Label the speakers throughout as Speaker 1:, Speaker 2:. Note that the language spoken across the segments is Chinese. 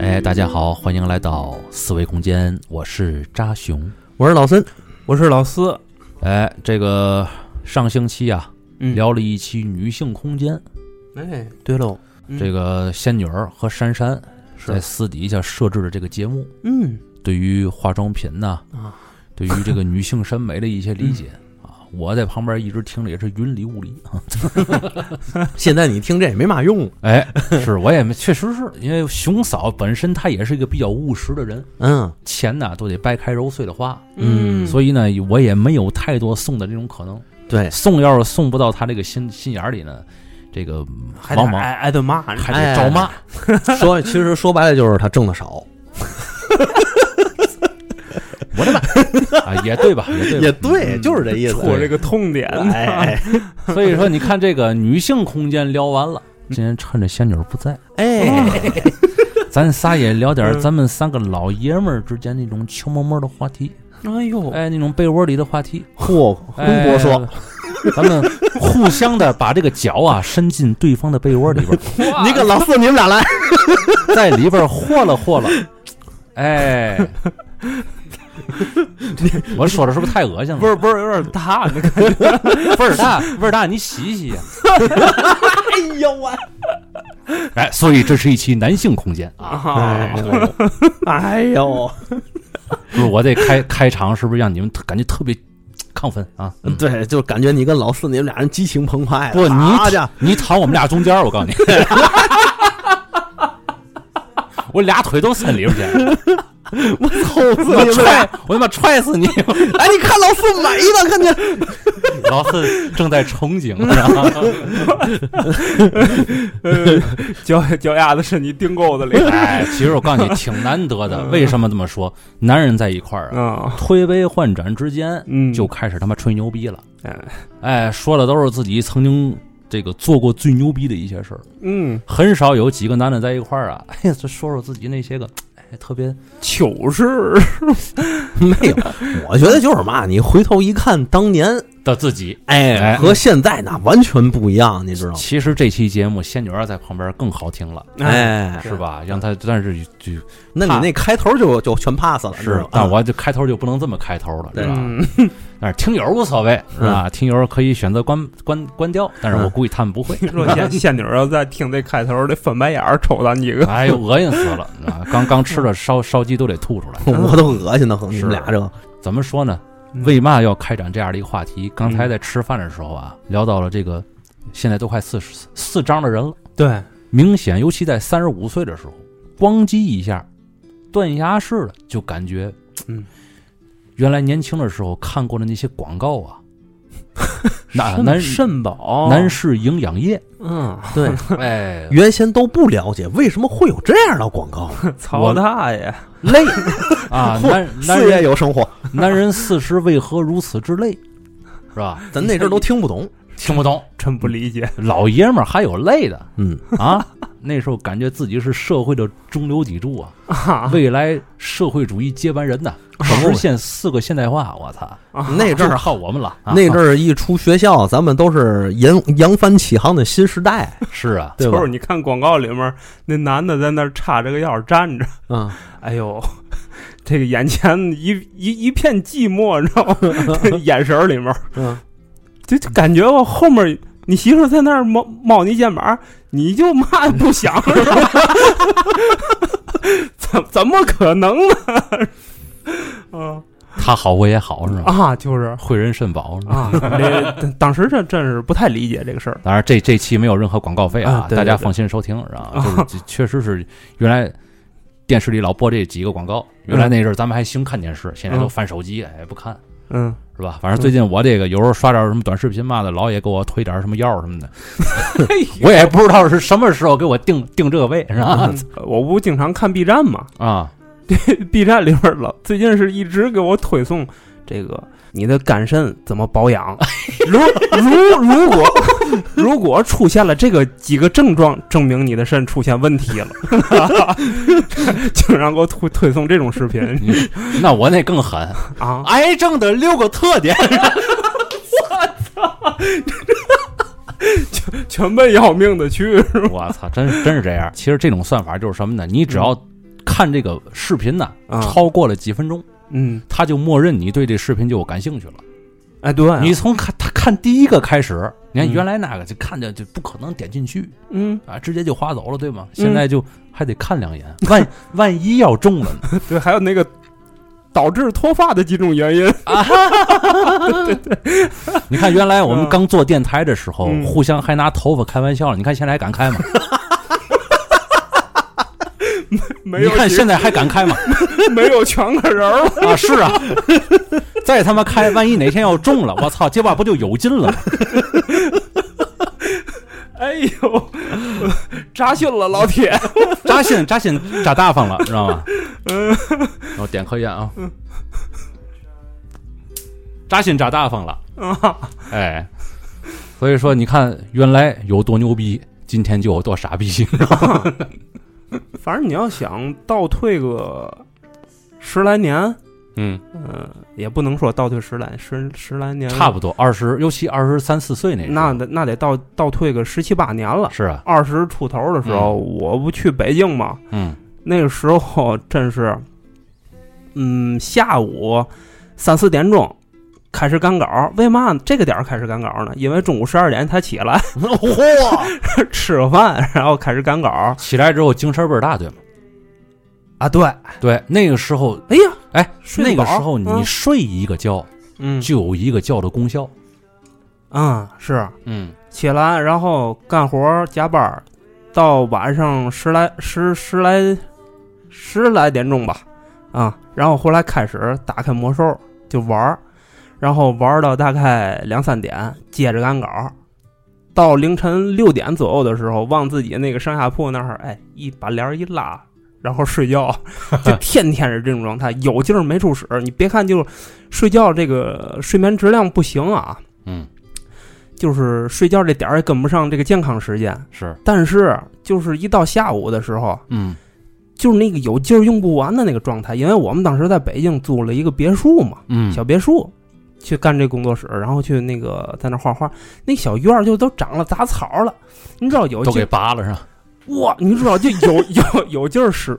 Speaker 1: 哎，大家好，欢迎来到思维空间，我是扎熊。
Speaker 2: 我是老森，
Speaker 3: 我是老四，
Speaker 1: 哎，这个上星期啊，
Speaker 2: 嗯
Speaker 1: 聊了一期女性空间，
Speaker 3: 哎，
Speaker 2: 对喽，
Speaker 3: 嗯
Speaker 1: 这个仙女儿和珊珊
Speaker 2: 是
Speaker 1: 在私底下设置的这个节目，
Speaker 2: 嗯，
Speaker 1: 对于化妆品呐，
Speaker 2: 啊，
Speaker 1: 对于这个女性审美的一些理解。啊，我在旁边一直听着也是云里雾里，
Speaker 2: 现在你听这也没嘛用，
Speaker 1: 哎，是我也没确实是因为熊嫂本身她也是一个比较务实的人，
Speaker 2: 嗯
Speaker 1: 钱呐都得掰开揉碎了花，
Speaker 2: 嗯
Speaker 1: 所以呢，我也没有太多送的这种可能。
Speaker 2: 对，
Speaker 1: 送要是送不到他这个心心眼儿里呢，这个嗯
Speaker 3: 还得
Speaker 1: 往往
Speaker 3: 挨挨顿骂，
Speaker 1: 还得找骂。
Speaker 2: 哎说 其实说白了就是他挣的少，
Speaker 1: 我的妈 啊，也对吧？也对吧。
Speaker 2: 哎对，就是嗯这意思
Speaker 3: 戳这个痛点，
Speaker 2: 哎哎
Speaker 1: 所以说，你看这个女性空间聊完了，今天趁着仙女儿不在，
Speaker 2: 哎，
Speaker 1: 咱仨也聊点儿咱们三个老爷们儿之间那种悄摸摸的话题，
Speaker 3: 哎呦，
Speaker 1: 哎，那种被窝里的话题。
Speaker 2: 嚯，
Speaker 1: 哎
Speaker 2: 真不说，，
Speaker 1: 咱们互相的把这个脚啊伸进对方的被窝里边儿，
Speaker 2: 你跟老四你们俩 来，
Speaker 1: 在里边儿和了和了，哎。 我说的是不是太恶心了？
Speaker 3: 不是不是，有点大，那个
Speaker 1: 味儿大，味儿大，你洗洗呀！
Speaker 2: 哎呦我，
Speaker 1: 哎，所以这是一期男性空间啊，
Speaker 3: 啊，
Speaker 2: 哎呦，
Speaker 1: 不是我这开开场是不是让你们特感觉特别亢奋啊？嗯
Speaker 2: 对，就感觉你跟老四你们俩人激情澎湃，啊
Speaker 1: 不，
Speaker 2: 好
Speaker 1: 你
Speaker 2: 家伙
Speaker 1: 你躺我们俩中间儿，我告诉你， 我俩腿都伸里边去，
Speaker 2: 臭死
Speaker 1: 我
Speaker 2: 你们
Speaker 1: 踹
Speaker 2: 俩！
Speaker 1: 我他妈踹死你！
Speaker 2: 哎，你看老四美呢，看见
Speaker 1: 老四正在憧憬，然后
Speaker 3: 脚脚丫子伸你腚沟子里，
Speaker 1: 哎，其实我告诉你，挺难得的。为什么这么说？男人在一块儿啊，
Speaker 3: 嗯
Speaker 1: 推杯换盏之间，
Speaker 3: 嗯，
Speaker 1: 就开始他妈吹牛逼了。
Speaker 3: 哎
Speaker 1: 哎，说的都是自己曾经这个做过最牛逼的一些事儿，
Speaker 3: 嗯，
Speaker 1: 很少有几个男的在一块儿啊， 哎呀，这说说自己那些个，哎，特别
Speaker 3: 糗事，
Speaker 2: 没有？我觉得就是嘛，你回头一看当年，
Speaker 1: 的自己。哎
Speaker 2: 哎，和现在那完全不一样，你知道吗？
Speaker 1: 其实这期节目仙女儿在旁边更好听了，
Speaker 2: 哎，
Speaker 1: 是吧？让她，但是就
Speaker 2: 那你那开头就就全 pass 了，知道
Speaker 1: 是
Speaker 2: 吧，
Speaker 1: 但我就开头就不能这么开头了，是
Speaker 2: 对
Speaker 1: 吧？
Speaker 3: 嗯，
Speaker 1: 但是听友无所谓，是吧？听友可以选择关关关掉，但是我
Speaker 2: 嗯
Speaker 1: 估计他们 不会。
Speaker 3: 你说仙仙女儿要再听这开头，得翻白眼儿瞅咱几个，
Speaker 1: 哎呦，恶心死了！啊，刚刚吃的烧烧鸡都得吐出来。
Speaker 2: 啊我都恶心的很，你
Speaker 1: 是
Speaker 2: 们俩这
Speaker 1: 怎么说呢？
Speaker 3: 嗯
Speaker 1: 为嘛要开展这样的一个话题？刚才在吃饭的时候啊，
Speaker 2: 嗯
Speaker 1: 聊到了这个，现在都快四十四张的人了，
Speaker 3: 对，
Speaker 1: 明显，尤其在三十五岁的时候，咣叽一下，断崖式的就感觉，
Speaker 3: 嗯，
Speaker 1: 原来年轻的时候看过的那些广告 啊，那
Speaker 3: 肾
Speaker 1: 男
Speaker 3: 肾宝，
Speaker 1: 男士营养液，
Speaker 3: 嗯，
Speaker 2: 对，
Speaker 1: 哎，
Speaker 2: 原先都不了解为什么会有这样的广告，
Speaker 3: 曹大爷，
Speaker 2: 累
Speaker 1: 啊，
Speaker 2: 嚯
Speaker 1: 男男
Speaker 2: 事业
Speaker 1: 人
Speaker 2: 有生活，
Speaker 1: 男人四十为何如此之累，是吧？
Speaker 2: 咱那阵儿都听不懂，
Speaker 1: 听不懂，
Speaker 3: 真不理解，
Speaker 1: 老爷们儿还有累的，
Speaker 2: 嗯，
Speaker 1: 啊，那时候感觉自己是社会的中流砥柱啊，
Speaker 3: 啊哦
Speaker 1: 未来社会主义接班人呐、实现四个现代化，我操，
Speaker 3: 啊
Speaker 2: 那阵
Speaker 1: 这是
Speaker 2: 儿
Speaker 1: 靠我们了。啊
Speaker 2: 那阵儿一出学校，咱们都是扬扬帆起航的新时代，
Speaker 1: 是啊，
Speaker 2: 对吧
Speaker 3: 就是？你看广告里面那男的在那儿叉着个腰站着，
Speaker 2: 嗯，
Speaker 3: 哎呦， 这个眼前一一一片寂寞，你知道吗？ 这眼神儿里面，
Speaker 2: 嗯，
Speaker 3: 就就感觉我后面你媳妇在那儿摸摸你肩膀，你就嘛也不想，是吧？ 怎怎么可能呢？ 嗯
Speaker 1: 他好我也好是吧？
Speaker 3: 啊，就是
Speaker 1: 惠人肾宝是吧？
Speaker 3: 啊，这当时这真是不太理解这个事儿。
Speaker 1: 当然这这期没有任何广告费
Speaker 3: 啊对对
Speaker 1: 大家
Speaker 3: 对
Speaker 1: 放心收听啊。就是这确实是原来电视里老播这几个广告，原来那阵儿咱们还兴看电视，现在都
Speaker 3: 嗯
Speaker 1: 翻手机，哎不看。
Speaker 3: 嗯，
Speaker 1: 是吧？反正最近我这个有时候刷点什么短视频嘛的，老也给我推点什么药什么的， 我也不知道是什么时候给我定 定这个位，是吧？
Speaker 3: 我不经常看 B 站嘛，
Speaker 1: 嗯啊，
Speaker 3: B 站里边老最近是一直给我推送这个你的肝肾怎么保 养。如如如果如果出现了这个几个症状，证明你的肾出现问题了。 经常给我推推送这种视频
Speaker 1: 那我那更狠，
Speaker 3: 啊，
Speaker 1: 癌症的六个特 点，
Speaker 3: 全奔要命的去。
Speaker 1: 我操，真真是这样。其实这种算法就是什么呢？你只要看这个视频呢、
Speaker 3: 啊，
Speaker 1: 超过了几分钟，
Speaker 3: 嗯，
Speaker 1: 他就默认你对这视频就有感兴趣了。
Speaker 3: 哎，对啊，
Speaker 1: 你从看他看第一个开始，你看
Speaker 3: 嗯
Speaker 1: 原来那个就看着就不可能点进去
Speaker 3: 嗯，
Speaker 1: 啊，直接就划走了，对吗？现在就还得看两 眼，万万一要中了呢？
Speaker 3: 对，还有那个导致脱发的几种原因，
Speaker 1: 你看原来我们
Speaker 3: 嗯
Speaker 1: 刚做电台的时候，
Speaker 3: 嗯
Speaker 1: 互相还拿头发开玩笑，你看现在还敢开吗？
Speaker 3: 没
Speaker 1: 你
Speaker 3: 有
Speaker 1: 看
Speaker 3: 几
Speaker 1: 现在还敢开 吗？
Speaker 3: 没有全个人儿了，
Speaker 1: 啊，是啊，再他妈开，万一哪天要中了，我操，这把不就有劲了吗？
Speaker 3: 哎 呦，扎心了，老铁，
Speaker 1: 扎心，扎心，扎大方了，知道吗？嗯，我点颗烟啊，扎心扎大方了，
Speaker 3: 啊，
Speaker 1: 哎，所以说你看原来有多牛逼，今天就有多傻逼，是吧
Speaker 3: 反正你要想倒退个十来年，
Speaker 1: 嗯，
Speaker 3: 嗯、也不能说倒退十来十十来年，
Speaker 1: 差不多二十，尤其二十三四岁那时候
Speaker 3: 那得那得倒倒退个十七八年了。
Speaker 1: 是啊，
Speaker 3: 二十出头的时候，我不去北京嘛，
Speaker 1: 嗯
Speaker 3: 那个时候真是，嗯，下午三四点钟开始赶稿。为嘛这个点儿开始赶稿呢？因为中午十二点才起来
Speaker 2: 嚯，
Speaker 3: 吃个饭，然后开始赶稿
Speaker 1: 起来之后精神倍儿大，对吗？
Speaker 3: 啊。对，
Speaker 1: 对，那个时候，
Speaker 3: 哎呀，
Speaker 1: 哎，
Speaker 3: 睡嗯
Speaker 1: 那
Speaker 3: 得
Speaker 1: 个
Speaker 3: 饱
Speaker 1: 时候你睡一个觉
Speaker 3: 嗯
Speaker 1: 就有一个觉的功效，
Speaker 3: 啊、是
Speaker 1: 嗯，
Speaker 3: 起来，然后干活儿加班儿，到晚上十来十十来十来点钟吧，啊，然后后来开始打开魔兽就玩儿，然后玩儿到大概两三点，接着赶稿儿，到凌晨六点左右的时候，往自己那个上下铺那儿，哎，一把帘儿一拉。然后睡觉，就天天是这种状态，有劲儿没处使。你别看就睡觉这个睡眠质量不行啊，
Speaker 1: 嗯，
Speaker 3: 就是睡觉这点儿也跟不上这个健康时间，
Speaker 1: 是，
Speaker 3: 但是就是一到下午的时候，
Speaker 1: 嗯
Speaker 3: 就是那个有劲儿用不完的那个状态。因为我们当时在北京租了一个别墅嘛，
Speaker 1: 嗯，
Speaker 3: 小别墅，去干这工作室，然后去那个在那画画，那小院儿就都长了杂草了。你知道有
Speaker 1: 都
Speaker 3: 劲
Speaker 1: 给
Speaker 3: 儿
Speaker 1: 拔了是吧？
Speaker 3: 哇，你知道就有有 有劲儿使，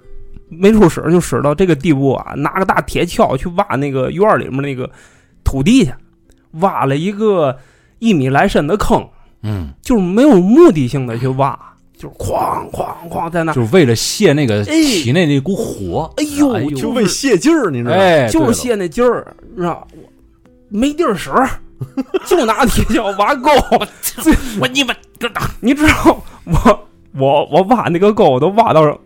Speaker 3: 没处使就使到这个地步啊！拿个大铁锹去挖那个院儿里面那个土地去，挖了一个一米来深的坑。
Speaker 1: 嗯，
Speaker 3: 就是没有目的性的去挖，就是哐哐哐在那，
Speaker 1: 就是为了泄那个
Speaker 3: 哎
Speaker 1: 体内那股火，
Speaker 3: 哎呦
Speaker 1: 哎
Speaker 2: 就
Speaker 1: 呦，
Speaker 2: 为泄劲儿，你知道吗？
Speaker 1: 哎，
Speaker 3: 就是
Speaker 1: 对了
Speaker 3: 泄那劲儿，你知道我没地儿使，就拿铁锹挖 沟。
Speaker 1: 我你们这打，
Speaker 3: 你知道我我我挖那个沟，我都挖到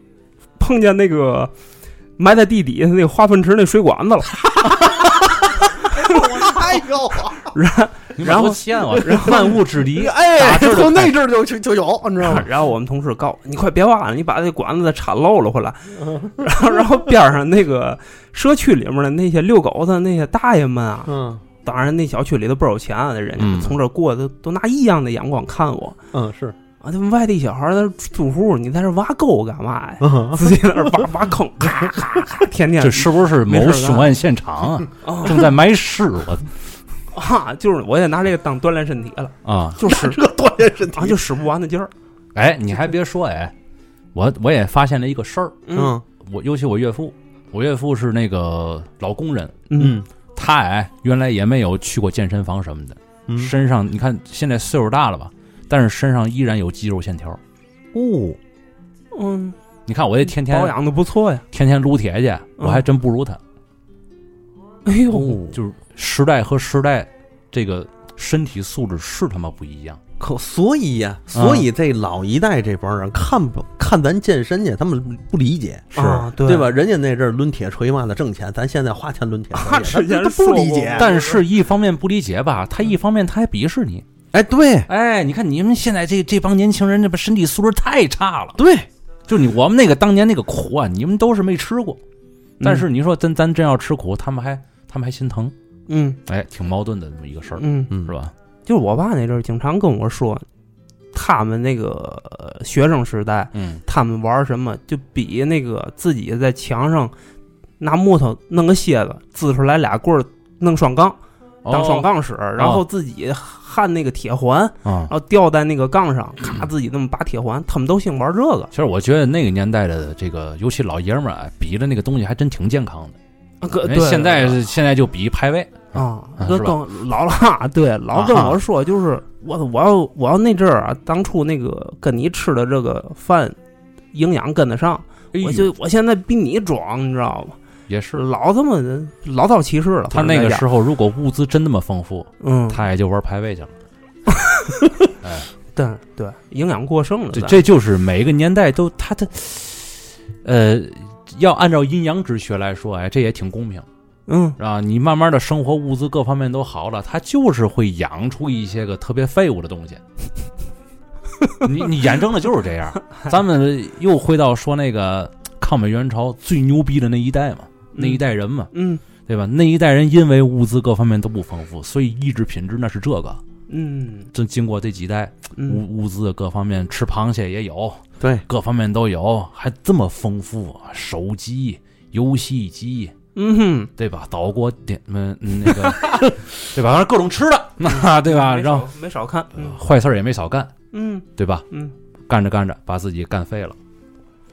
Speaker 3: 碰见那个埋在地底下那个化粪池那水管子了。
Speaker 2: 哎呦，
Speaker 1: 然 后欠我，万物之敌，
Speaker 2: 哎
Speaker 1: 打字儿，都
Speaker 2: 从那阵儿就就就有，你知道吗？
Speaker 3: 然后我们同事告诉我：“你快别挖了，你把那管子再铲漏了回来。” 然后，然后边上那个社区里面的那些遛狗的那些大爷们啊，
Speaker 2: 嗯
Speaker 3: 当然，那小区里都倍儿有钱啊，那人
Speaker 1: 嗯
Speaker 3: 家从这儿过都都拿异样的眼光看我
Speaker 2: 嗯是，
Speaker 3: 啊！他们外地小孩儿在这住户，你在这挖沟干嘛呀？
Speaker 2: 嗯
Speaker 3: 自己在那儿挖 挖坑，咔咔咔，天天
Speaker 1: 这是不是
Speaker 3: 没
Speaker 1: 某
Speaker 3: 事儿干
Speaker 1: 凶案现场 啊？
Speaker 3: 啊
Speaker 1: 正在埋尸， 我
Speaker 3: 啊！就是我也拿这个当锻炼身体了，
Speaker 1: 啊，
Speaker 3: 就使
Speaker 2: 这锻炼身体
Speaker 3: 啊就使不完的劲儿。
Speaker 1: 哎，你还别说，哎，我我也发现了一个事儿，
Speaker 2: 嗯
Speaker 1: 我尤其我岳父，我岳父是那个老工人，
Speaker 3: 嗯
Speaker 1: 他哎原来也没有去过健身房什么的，
Speaker 2: 嗯
Speaker 1: 身上你看现在岁数大了吧，但是身上依然有肌肉线条。
Speaker 2: 哦，
Speaker 3: 嗯，
Speaker 1: 你看我这天天
Speaker 3: 保养的不错呀。
Speaker 1: 天天撸铁去，
Speaker 3: 嗯
Speaker 1: 我还真不如他。
Speaker 3: 哎呦，
Speaker 2: 哦
Speaker 1: 就是时代和时代，这个身体素质是他妈不一样。
Speaker 2: 可所以呀、所以这老一代这帮人看不看咱健身去，他们不理解，
Speaker 3: 啊，对
Speaker 2: 对吧？？人家那阵儿抡铁锤嘛的挣钱，咱现在花钱抡铁
Speaker 3: 啊
Speaker 2: 锤
Speaker 3: 之
Speaker 2: 去，他
Speaker 3: 前
Speaker 2: 他
Speaker 3: 说
Speaker 2: 不
Speaker 3: 过
Speaker 2: 理解。
Speaker 1: 但是，一方面不理解吧，他一方面他还鄙视你。
Speaker 2: 哎，对
Speaker 1: 哎，你看你们现在这这帮年轻人，这不身体素质太差了。
Speaker 2: 对，
Speaker 1: 就你我们那个当年那个苦啊，你们都是没吃过。
Speaker 3: 嗯
Speaker 1: 但是你说真咱真要吃苦，他们还他们还心疼，
Speaker 3: 嗯
Speaker 1: 哎，挺矛盾的这么一个事儿，
Speaker 3: 嗯，
Speaker 2: 嗯
Speaker 1: 是吧？
Speaker 3: 就是我爸那阵儿经常跟我说，他们那个呃学生时代。
Speaker 1: 嗯
Speaker 3: 他们玩什么，就比那个自己在墙上拿木头弄个楔子，支出来俩棍儿，弄双杠，
Speaker 1: 哦
Speaker 3: 当双杠使，然后自己焊那个铁环，
Speaker 1: 啊
Speaker 3: 然。后吊在那个杠上，咔自己那么拔铁环，他们都兴玩这个。
Speaker 1: 其实我觉得那个年代的这个，尤其老爷们儿啊，比的那个东西还真挺健康的。
Speaker 3: 啊哥，
Speaker 1: 人
Speaker 3: 对
Speaker 1: 哎现在是现在就比排位，
Speaker 3: 啊，
Speaker 1: 啊
Speaker 3: 哥
Speaker 1: 是吧啊
Speaker 3: 跟老了， 对老跟我说，就是我我要我要那阵儿啊，当初那个跟你吃的这个饭营养跟得上，
Speaker 1: 哎
Speaker 3: 我
Speaker 1: 呦
Speaker 3: 就我现在比你壮，你知道吗？
Speaker 1: 也是。
Speaker 3: 老这么老遭歧视了。
Speaker 1: 他那
Speaker 3: 反正
Speaker 1: 个
Speaker 3: 在家
Speaker 1: 时候如果物资真那么丰富，
Speaker 3: 嗯，
Speaker 1: 他也就玩排位去了。
Speaker 3: 对对，营养过剩了。
Speaker 1: 这
Speaker 3: 咱
Speaker 1: 这就是每一个年代都他的，呃，要按照阴阳之学来说，哎，这也挺公平
Speaker 3: 嗯
Speaker 1: 啊。你慢慢的生活物资各方面都好了，他就是会养出一些个特别废物的东西。你你眼睁的就是这样。咱们又回到说那个抗美援朝最牛逼的那一代嘛，那一代人嘛，
Speaker 3: 嗯
Speaker 1: 对吧？那一代人因为物资各方面都不丰富，所以意志品质那是这个。
Speaker 3: 嗯
Speaker 1: 这经过这几代
Speaker 3: 嗯
Speaker 1: 物物资各方面，吃螃蟹也有，
Speaker 2: 对，
Speaker 1: 各方面都有，还这么丰富啊！手机、游戏机，
Speaker 3: 嗯哼，
Speaker 1: 对吧？岛国点嗯嗯那个， 对吧？反正各种吃的，那 对吧？
Speaker 3: 嗯没
Speaker 1: 然后
Speaker 3: 少没少看，嗯
Speaker 1: 坏事儿也没少干，
Speaker 3: 嗯
Speaker 1: 对吧？
Speaker 3: 嗯，
Speaker 1: 干着干着把自己干废了，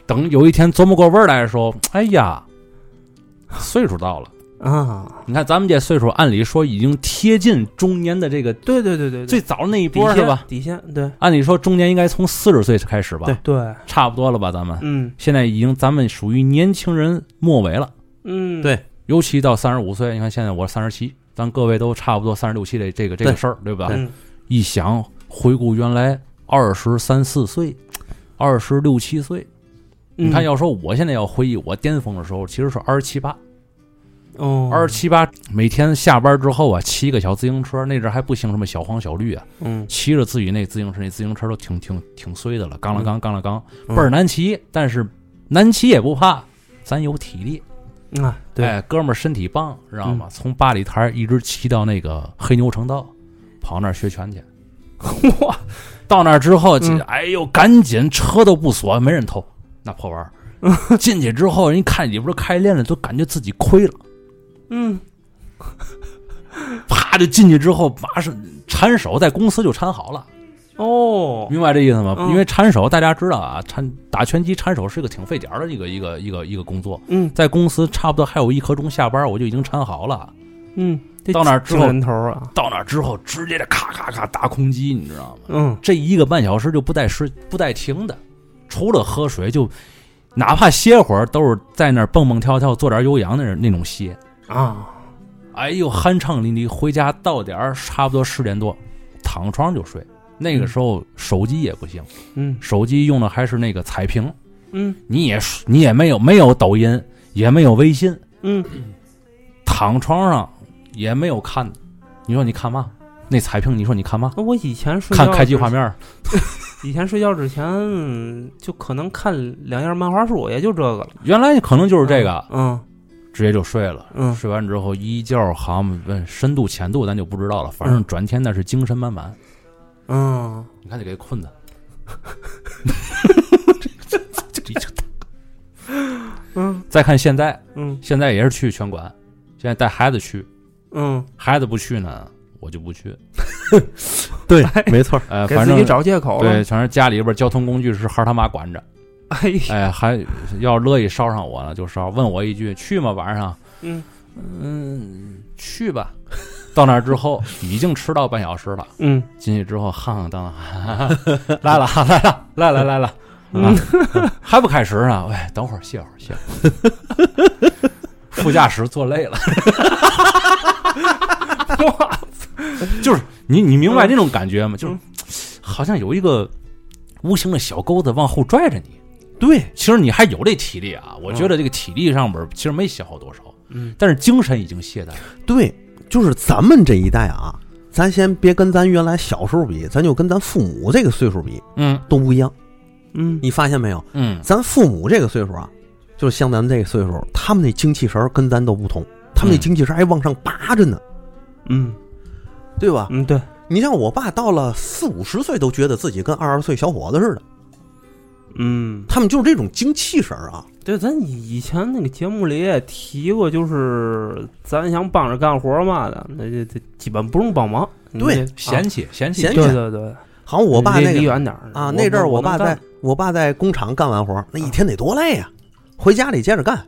Speaker 1: 等有一天琢磨过味儿来的时候，哎呀，岁数到了。
Speaker 3: 啊，
Speaker 1: 你看咱们这岁数，按理说已经贴近中年的这个
Speaker 3: 对对对对，对
Speaker 1: 最早那一
Speaker 3: 底
Speaker 1: 波是
Speaker 3: 线
Speaker 1: 吧？？
Speaker 3: 底线对
Speaker 1: 按理说中年应该从四十岁开始吧？
Speaker 2: 对，
Speaker 3: 对，
Speaker 1: 差不多了吧？咱们
Speaker 3: 嗯
Speaker 1: 现在已经咱们属于年轻人末尾了。
Speaker 3: 嗯
Speaker 2: 对
Speaker 1: 尤其到三十五岁，你看现在我三十七，咱各位都差不多三十六七这这个这个
Speaker 2: 对
Speaker 1: 事儿，对吧？
Speaker 3: 嗯
Speaker 1: 一想回顾原来二十三四岁，二十六七岁，
Speaker 3: 嗯
Speaker 1: 你看，要说我现在要回忆我巅峰的时候，其实是二十七八，
Speaker 3: 哦，
Speaker 1: 二十七八每天下班之后啊，骑个小自行车，那阵儿还不兴什么小黄小绿啊，
Speaker 3: 嗯
Speaker 1: 骑着自己那自行车，那自行车都挺挺挺衰的了，刚了刚刚了刚，
Speaker 2: 嗯
Speaker 1: 倍儿难骑，但是难骑也不怕，咱有体力。
Speaker 3: 啊，对，嗯
Speaker 1: 哎，哥们儿身体棒，知道吗？从八里台一直骑到那个黑牛城道，跑那儿学拳去。
Speaker 3: 哇，
Speaker 1: 到那儿之后，
Speaker 3: 嗯
Speaker 1: 哎呦，赶紧车都不锁，没人偷那破玩 意儿。进去之后，人一看里边都开练了，都感觉自己亏了。
Speaker 3: 嗯
Speaker 1: 啪就进去之后，马上缠手，在公司就缠好了，
Speaker 3: 哦，
Speaker 1: 明白这意思吗？
Speaker 3: 嗯
Speaker 1: 因为缠手大家知道啊，缠打拳击缠手是一个挺费点儿的一个一个一个一个工作，
Speaker 3: 嗯
Speaker 1: 在公司差不多还有一刻钟下班，我就已经缠好了。
Speaker 3: 嗯，这
Speaker 1: 到那儿之
Speaker 3: 精
Speaker 1: 后
Speaker 3: 神头儿啊，
Speaker 1: 到那儿之后，直接的咔咔咔打空击，你知道吗？
Speaker 3: 嗯
Speaker 1: 这一个半小时就不带吃不带停的，除了喝水就，哪怕歇会儿，都是在那儿蹦蹦跳跳，做点有氧的人那种歇。
Speaker 3: 啊，
Speaker 1: 哎呦，酣畅淋漓，回家到点儿差不多十点多，躺床就睡。那个时候手机也不行，
Speaker 3: 嗯
Speaker 1: 手机用的还是那个彩屏，
Speaker 3: 嗯
Speaker 1: 你也你也没有没有抖音，也没有微信，
Speaker 3: 嗯，
Speaker 1: 躺床上也没有看的。你说你看嘛？那彩屏，你说你看嘛？
Speaker 3: 那我以前睡
Speaker 1: 看
Speaker 3: 觉
Speaker 1: 开机
Speaker 3: 之
Speaker 1: 画面儿。
Speaker 3: 以前睡觉之前就可能看两页漫画书，也就这个了。
Speaker 1: 原来可能就是这个，
Speaker 3: 嗯
Speaker 1: 直接就睡了。
Speaker 3: 嗯
Speaker 1: 睡完之后一觉好像问深度浅度咱就不知道了，反正转天那是精神满满。
Speaker 3: 嗯，
Speaker 1: 你看这给困的，
Speaker 3: 嗯
Speaker 1: 再看现在，
Speaker 3: 嗯
Speaker 1: 现在也是去拳馆，现在带孩子去，
Speaker 3: 嗯，
Speaker 1: 孩子不去呢，我就不去。
Speaker 2: 对，没错儿，
Speaker 1: 呃，
Speaker 3: 给
Speaker 1: 反
Speaker 3: 自
Speaker 1: 正
Speaker 3: 己找借口
Speaker 1: 对，
Speaker 3: 了。
Speaker 1: 反正家里边交通工具是孩儿他妈管着，
Speaker 3: 哎呀，
Speaker 1: 哎，还要乐意捎上我呢就捎，问我一句去吗晚上？
Speaker 3: 嗯
Speaker 1: 嗯，去吧。到那儿之后已经迟到半小时了。
Speaker 3: 嗯
Speaker 1: 进去之后，夯夯 当当，来了来了来了来了， 啊，还不开始呢？喂，等会儿歇会儿歇会儿。副驾驶坐累了，
Speaker 3: 哇，
Speaker 1: 就是你你明白这种感觉吗？就是好像有一个无形的小钩子往后拽着你。
Speaker 2: 对，
Speaker 1: 其实你还有这体力啊，我觉得这个体力上边儿其实没消耗多少，
Speaker 3: 嗯
Speaker 1: 但是精神已经懈怠了。
Speaker 2: 对，就是咱们这一代啊，咱先别跟咱原来小时候比，咱就跟咱父母这个岁数比
Speaker 1: 嗯
Speaker 2: 都不一样。
Speaker 3: 嗯
Speaker 2: 你发现没有？
Speaker 1: 嗯，
Speaker 2: 咱父母这个岁数啊，就是像咱们这个岁数，他们那精气神儿跟咱都不同，他们那
Speaker 1: 嗯
Speaker 2: 精气神儿还往上拔着呢，
Speaker 3: 嗯
Speaker 2: 对吧？
Speaker 3: 嗯，对，
Speaker 2: 你像我爸到了四五十岁都觉得自己跟二十岁小伙子似的，
Speaker 3: 嗯，
Speaker 2: 他们就是这种精气神儿啊。
Speaker 3: 对，咱以以前那个节目里也提过，就是咱想帮着干活嘛的，那这这基本不用帮忙。你
Speaker 2: 对
Speaker 3: 这
Speaker 1: 嫌
Speaker 3: 啊
Speaker 1: 弃嫌弃
Speaker 2: 嫌
Speaker 3: 对
Speaker 2: 弃
Speaker 3: 对对，
Speaker 2: 好像我爸
Speaker 3: 离
Speaker 2: 那
Speaker 3: 离
Speaker 2: 个
Speaker 3: 远点儿
Speaker 2: 啊，那阵儿
Speaker 3: 我
Speaker 2: 爸
Speaker 3: 能干
Speaker 2: 在，我爸在工厂干完活儿，那一天得多累呀、回家里接着干，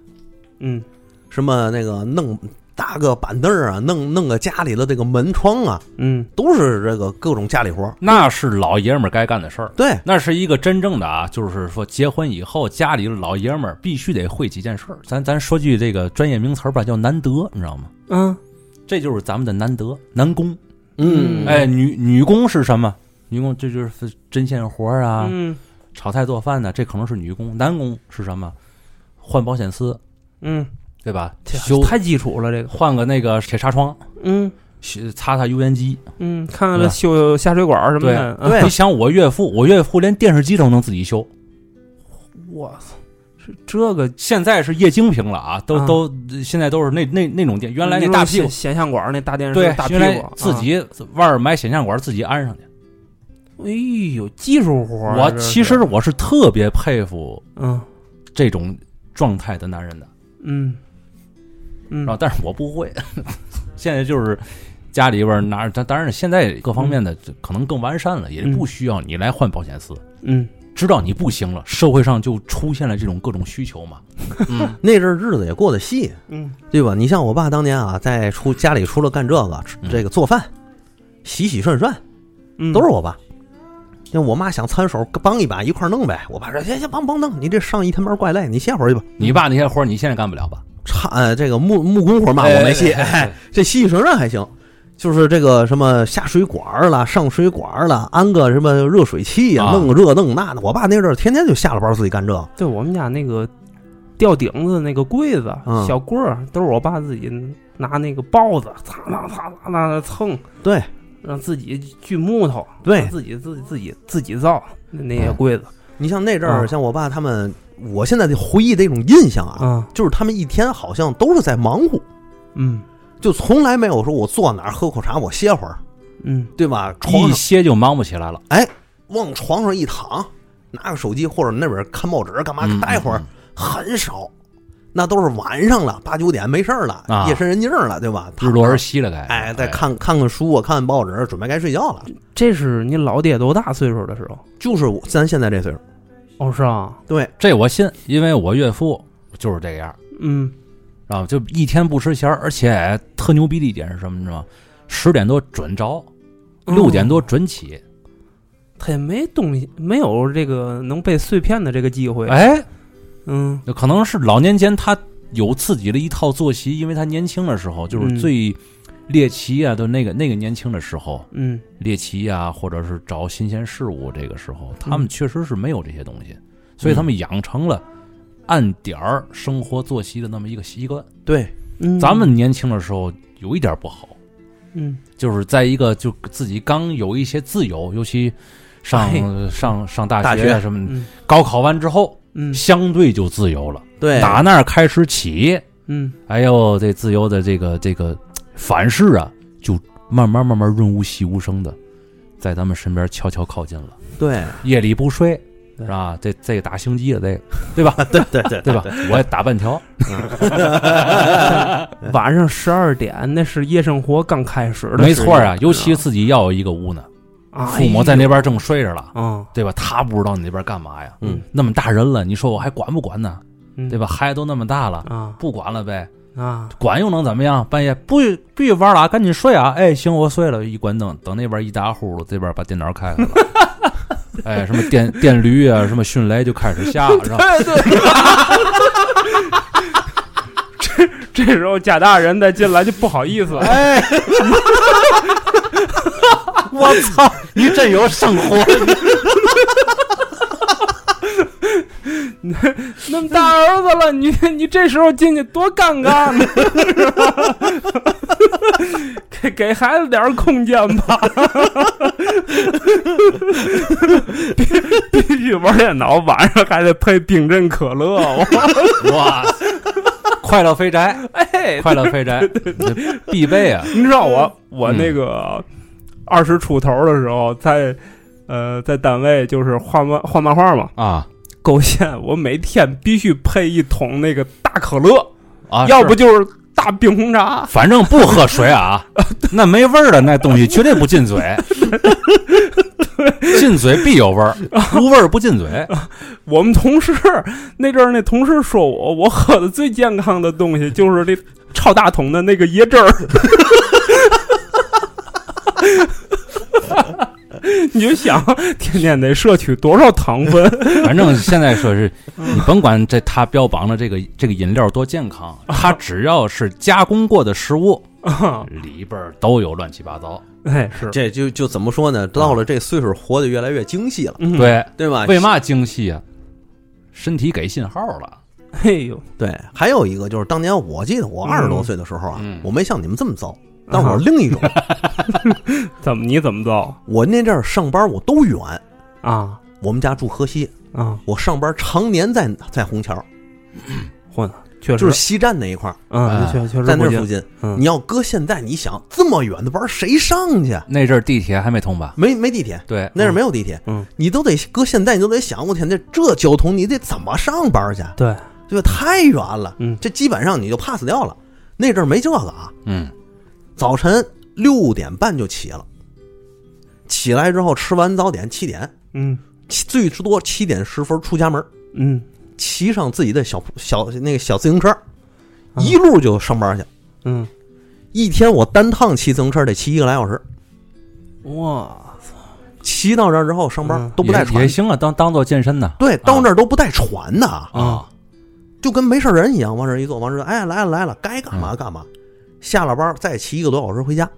Speaker 3: 嗯
Speaker 2: 什么那个弄搭个板凳儿啊，弄弄个家里的这个门窗啊，
Speaker 3: 嗯
Speaker 2: 都是这个各种家里活儿。
Speaker 1: 那是老爷们儿该干的事儿。
Speaker 2: 对，
Speaker 1: 那是一个真正的啊，就是说结婚以后家里老爷们儿必须得会几件事儿。咱咱说句这个专业名词儿吧，叫难得，你知道吗？
Speaker 3: 嗯
Speaker 1: 这就是咱们的难得男工。
Speaker 3: 嗯
Speaker 1: 哎，女女工是什么？女工这就是针线活儿啊，
Speaker 3: 嗯
Speaker 1: 炒菜做饭的，这可能是女工。男工是什么？换保险丝，
Speaker 3: 嗯，
Speaker 1: 对吧？
Speaker 3: 这
Speaker 1: 修
Speaker 3: 太基础了这个，
Speaker 1: 换个那个铁纱窗，
Speaker 3: 嗯
Speaker 1: 洗擦擦油烟机。
Speaker 3: 嗯，看看
Speaker 1: 对
Speaker 3: 这
Speaker 1: 吧
Speaker 3: 修下水管儿什么的，嗯
Speaker 2: 对
Speaker 1: 你想我岳父，我岳父连电视机都能自己修。
Speaker 3: 我操，是这个
Speaker 1: 现在是液晶屏了啊，都、
Speaker 3: 啊
Speaker 1: 都现在都是那那那种电，原来那
Speaker 3: 你
Speaker 1: 大
Speaker 3: 说
Speaker 1: 屁股
Speaker 3: 显显像管儿那大电视
Speaker 1: 对
Speaker 3: 大，屁
Speaker 1: 原来
Speaker 3: 股
Speaker 1: 自
Speaker 3: 啊
Speaker 1: 己外边买显像管自己安上去。
Speaker 3: 哎呦，技术活儿啊！
Speaker 1: 我
Speaker 3: 这是
Speaker 1: 其实，我是特别佩服
Speaker 3: 嗯
Speaker 1: 这种状态的男人的，
Speaker 3: 嗯嗯
Speaker 1: 然后但是我不会。 现在就是家里边拿着，但当然现在各方面的可能更完善了，也不需要你来换保险丝。
Speaker 3: 嗯
Speaker 1: 知道你不行了，社会上就出现了这种各种需求嘛。嗯，
Speaker 2: 那阵儿日子也过得细，
Speaker 3: 嗯
Speaker 2: 对吧？你像我爸当年啊，在出家里除了干这个，吃
Speaker 1: 嗯
Speaker 2: 这个做饭、洗洗涮涮，
Speaker 3: 嗯，
Speaker 2: 都是我爸。
Speaker 1: 嗯
Speaker 2: 那我妈想参手帮一把，一块儿弄呗。我爸说：“行行，帮帮弄，你这上一天班怪累，你歇会儿去吧。
Speaker 1: 你爸那些活儿你现在干不了吧？”
Speaker 2: 差呃这个木木工活嘛，我没戏。
Speaker 1: 哎哎哎哎
Speaker 2: 这洗洗涮涮还行，就是这个什么下水管儿了、上水管儿了，安个什么热水器呀、
Speaker 1: 啊
Speaker 2: 弄个这弄那的。我爸那阵儿天天就下了班儿自己干这个。
Speaker 3: 对我们家那个吊顶子那个柜子、
Speaker 2: 嗯
Speaker 3: 小棍儿，都是我爸自己拿那个刨子，擦擦擦擦那蹭，
Speaker 2: 对
Speaker 3: 让自己锯木头，
Speaker 2: 对，
Speaker 3: 自己自己自己自己造那那
Speaker 1: 嗯
Speaker 3: 些柜
Speaker 1: 啊
Speaker 3: 子
Speaker 2: 你像那阵儿，
Speaker 3: 嗯
Speaker 2: 像我爸他们，我现在的回忆的一种印象啊，
Speaker 3: 啊，
Speaker 2: 就是他们一天好像都是在忙活，
Speaker 3: 嗯
Speaker 2: 就从来没有说我坐哪儿喝口茶，我歇会儿，
Speaker 3: 嗯
Speaker 2: 对吧？床上
Speaker 1: 一歇就忙不起来了，
Speaker 2: 往床上一躺，拿个手机或者那边看报纸干嘛
Speaker 1: 嗯，
Speaker 2: 待会儿
Speaker 1: 嗯
Speaker 2: 很少，那都是晚上了，八九点没事儿了，
Speaker 1: 啊
Speaker 2: 夜深人静了，对吧？
Speaker 1: 日落而息了该。
Speaker 2: 哎，再看看看书啊，看看报纸，准备该睡觉了。
Speaker 3: 这是你老爹多大岁数的时候？
Speaker 2: 就是我咱现在这岁数，
Speaker 3: 哦，是啊，
Speaker 2: 对，
Speaker 1: 这我信，因为我岳父就是这样，
Speaker 3: 嗯
Speaker 1: 然后就一天不吃闲儿，而且特牛逼的一点是什么？你知道吗？十点多准着，
Speaker 3: 嗯
Speaker 1: 六点多准起。
Speaker 3: 他也没东西，没有这个能被碎片的这个机会。
Speaker 1: 哎，
Speaker 3: 嗯
Speaker 1: 那可能是老年间他有自己的一套作息，因为他年轻的时候就是
Speaker 3: 嗯
Speaker 1: 最猎奇啊，就那个那个年轻的时候
Speaker 3: 嗯
Speaker 1: 猎奇啊，或者是找新鲜事物，这个时候
Speaker 3: 嗯
Speaker 1: 他们确实是没有这些东西，所以他们养成了按点儿生活作息的那么一个习惯。
Speaker 2: 对，
Speaker 3: 嗯，
Speaker 1: 咱们年轻的时候有一点不好。
Speaker 3: 嗯
Speaker 1: 就是在一个就自己刚有一些自由，尤其上
Speaker 3: 嘿
Speaker 1: 上上大
Speaker 2: 大
Speaker 1: 学啊
Speaker 2: 学
Speaker 1: 什么的，
Speaker 3: 嗯
Speaker 1: 高考完之后
Speaker 3: 嗯
Speaker 1: 相对就自由了。
Speaker 2: 对，
Speaker 1: 打那儿开始起，
Speaker 3: 嗯
Speaker 1: 哎呦，这自由的这个这个反噬啊，就慢慢慢慢润物细无声的，在咱们身边悄悄靠近了。
Speaker 2: 对，
Speaker 1: 夜里不睡。
Speaker 3: 对
Speaker 1: 是吧？这这个打星际的这个，
Speaker 2: 对对对
Speaker 1: 对吧？我也打半条，哎
Speaker 3: 晚上十二点，那是夜生活刚开始的时候，
Speaker 1: 没错啊。尤其自己要有一个屋呢，
Speaker 3: 啊
Speaker 1: 父母在那边正睡着了，
Speaker 3: 啊，
Speaker 1: 对吧？他不知道你那边干嘛呀？
Speaker 2: 嗯，
Speaker 1: 那么大人了，你说我还管不管呢？
Speaker 3: 嗯
Speaker 1: 对吧？孩子都那么大了，
Speaker 3: 啊
Speaker 1: 不管了呗，
Speaker 3: 啊，
Speaker 1: 管又能怎么样？半夜不必须玩了啊，赶紧睡啊！哎，行，我睡了，一关灯，等那边一打呼噜，这边把电脑开开 了。哎，什么电电驴啊，什么迅雷就开始下，然 后
Speaker 3: 这时候贾大人再进来就不好意思了，哎，
Speaker 1: 我操， 你真有生活！
Speaker 3: 那么大儿子了，你 你这时候进去多尴尬呢， 是吧？给给孩子点儿空间吧， 必必须玩电脑，晚上还得配冰镇可乐，我
Speaker 1: 哇，快乐肥 宅，
Speaker 3: 哎，
Speaker 1: 快乐肥宅，必备啊！
Speaker 3: 你知道我我
Speaker 1: 嗯
Speaker 3: 那个二十出头的时候在，呃在单位就是画漫画漫画嘛，
Speaker 1: 啊，
Speaker 3: 构陷，我每天必须配一桶那个大可乐，
Speaker 1: 啊，
Speaker 3: 要
Speaker 1: 是
Speaker 3: 不就是大冰红茶。
Speaker 1: 反正不喝水 啊，那没味儿的那东西绝对不进 嘴，进嘴必有味 儿，无味儿不进嘴。
Speaker 3: 我们同事那阵儿，那同事说我，我喝的最健康的东西就是那超大桶的那个椰汁儿。 你就想，天天得摄取多少糖分？
Speaker 1: 反正现在说是，你甭管这它标榜的这个这个饮料多健 康，它只要是加工过的食物，里边儿都有乱七八糟。
Speaker 3: 啊哎，是，
Speaker 2: 这就就怎么说呢？到了这岁数，活得越来越精细了，
Speaker 3: 嗯，
Speaker 1: 对，
Speaker 2: 对吧？
Speaker 1: 为嘛精细啊？身体给信号了。
Speaker 3: 哎呦，
Speaker 2: 对，还有一个就是当年我记得我
Speaker 3: 嗯
Speaker 2: 二十多岁的时候啊，
Speaker 1: 嗯
Speaker 2: 我没像你们这么糟，但是我另一种，
Speaker 3: 怎么你怎么造
Speaker 2: 我那阵儿上班我都远，
Speaker 3: 啊
Speaker 2: 我们家住河西，
Speaker 3: 啊？
Speaker 2: 我上班常年在在虹桥，
Speaker 3: 混，确实
Speaker 2: 就是，西站那一块儿，
Speaker 3: 嗯，
Speaker 1: 哎
Speaker 3: 确确实
Speaker 2: 在那
Speaker 3: 不
Speaker 2: 附
Speaker 3: 近，
Speaker 2: 近。
Speaker 3: 嗯
Speaker 2: 你要搁现在，你想这么远的班儿谁上去？啊
Speaker 1: 那阵儿地铁还没通吧？
Speaker 2: 没没地铁，
Speaker 1: 对，
Speaker 2: 那是没有地铁，
Speaker 3: 嗯，
Speaker 2: 你都得搁现在，你都得想，我天，这这交通你得怎么上班去？啊
Speaker 3: 对，
Speaker 2: 对吧？太远了，
Speaker 3: 嗯
Speaker 2: 这基本上你就 pass 掉了。那阵儿没这个啊，
Speaker 1: 嗯，
Speaker 2: 早晨六点半就起了，起来之后吃完早点，七点，
Speaker 3: 嗯
Speaker 2: 七最多七点十分出家门，
Speaker 3: 嗯，
Speaker 2: 骑上自己的小小那个小自行车，一路就上班去。
Speaker 3: 嗯，
Speaker 2: 一天我单趟骑自行车得骑一个来小时，
Speaker 3: 哇，
Speaker 2: 骑到这儿之后上班
Speaker 3: 嗯
Speaker 2: 都不带
Speaker 1: 也
Speaker 2: 喘
Speaker 1: 也，行啊，当当做健身呢。
Speaker 2: 对，到那儿都不带喘的，
Speaker 1: 啊，
Speaker 2: 就跟没事人一样，往这儿一坐，往这儿哎来了来了，该干嘛干嘛。下了班再骑一个多小时回家，